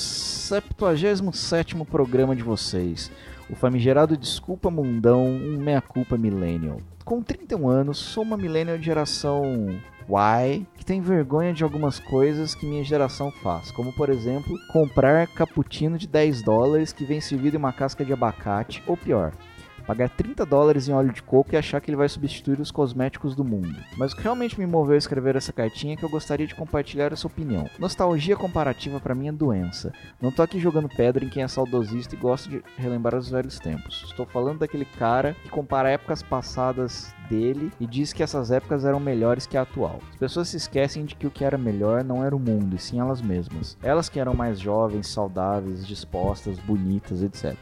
77º programa de vocês. O famigerado Desculpa Mundão, um meia-culpa millennial. Com 31 anos, sou uma millennial de geração Y, que tem vergonha de algumas coisas que minha geração faz, como por exemplo, comprar cappuccino de 10 dólares que vem servido em uma casca de abacate, ou pior, pagar 30 dólares em óleo de coco e achar que ele vai substituir os cosméticos do mundo. Mas o que realmente me moveu a escrever essa cartinha é que eu gostaria de compartilhar essa opinião. Nostalgia comparativa pra mim é doença. Não tô aqui jogando pedra em quem é saudosista e gosta de relembrar os velhos tempos. Estou falando daquele cara que compara épocas passadas dele e diz que essas épocas eram melhores que a atual. As pessoas se esquecem de que o que era melhor não era o mundo, e sim elas mesmas. Elas que eram mais jovens, saudáveis, dispostas, bonitas, etc.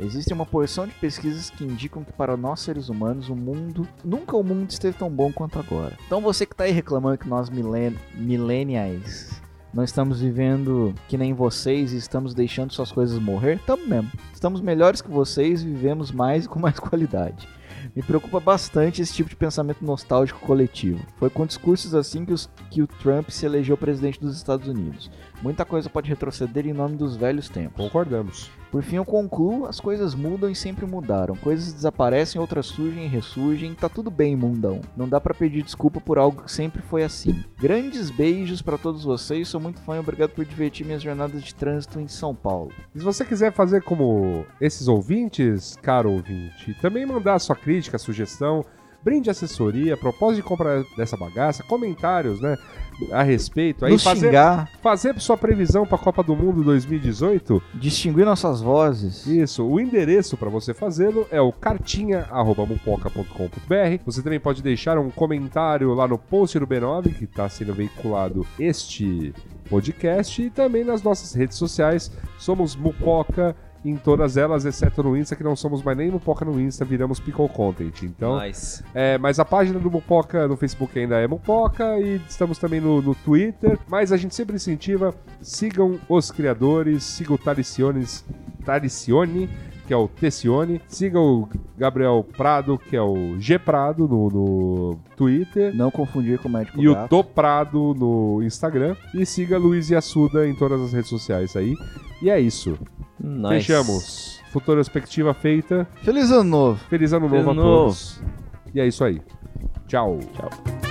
Existe uma porção de pesquisas que indicam que para nós seres humanos o mundo nunca o mundo esteve tão bom quanto agora. Então você que tá aí reclamando que nós milen millennials não estamos vivendo que nem vocês e estamos deixando suas coisas morrer, tamo mesmo. Estamos melhores que vocês, vivemos mais e com mais qualidade. Me preocupa bastante esse tipo de pensamento nostálgico coletivo. Foi com discursos assim que, os- que o Trump se elegeu presidente dos Estados Unidos. Muita coisa pode retroceder em nome dos velhos tempos. Concordamos. Por fim, eu concluo, as coisas mudam e sempre mudaram. Coisas desaparecem, outras surgem e ressurgem, tá tudo bem, mundão. Não dá pra pedir desculpa por algo que sempre foi assim. Grandes beijos pra todos vocês, sou muito fã e obrigado por divertir minhas jornadas de trânsito em São Paulo. E se você quiser fazer como esses ouvintes, caro ouvinte, também mandar sua crítica, sugestão, brinde assessoria, propósito de compra dessa bagaça, comentários, né, a respeito. Então Aí Nos fazer, xingar, fazer sua previsão para a Copa do Mundo 2018, distinguir nossas vozes. isso, o endereço para você fazê-lo é o cartinha@mupoca.com.br. Você também pode deixar um comentário lá no post do B9 que está sendo veiculado este podcast e também nas nossas redes sociais. Somos Mupoca em todas elas, exceto no Insta, que não somos mais nem Mupoca no Insta, viramos Pickle Content. Então, Mas, é, mas a página do Mupoca no Facebook ainda é Mupoca e estamos também no, no Twitter. Mas a gente sempre incentiva, sigam os criadores, sigam o Tariciones, Taricione, que é o Tessione, sigam o Gabriel Prado, que é o G Prado no, no Twitter. Não confundir com o médico E o gato. Do Prado no Instagram. E siga Luiz Yassuda em todas as redes sociais aí. E é isso. nós... Fechamos. Futura perspectiva feita. Feliz ano novo! Feliz ano novo Feliz a ano novo. todos. E é isso aí. Tchau. Tchau.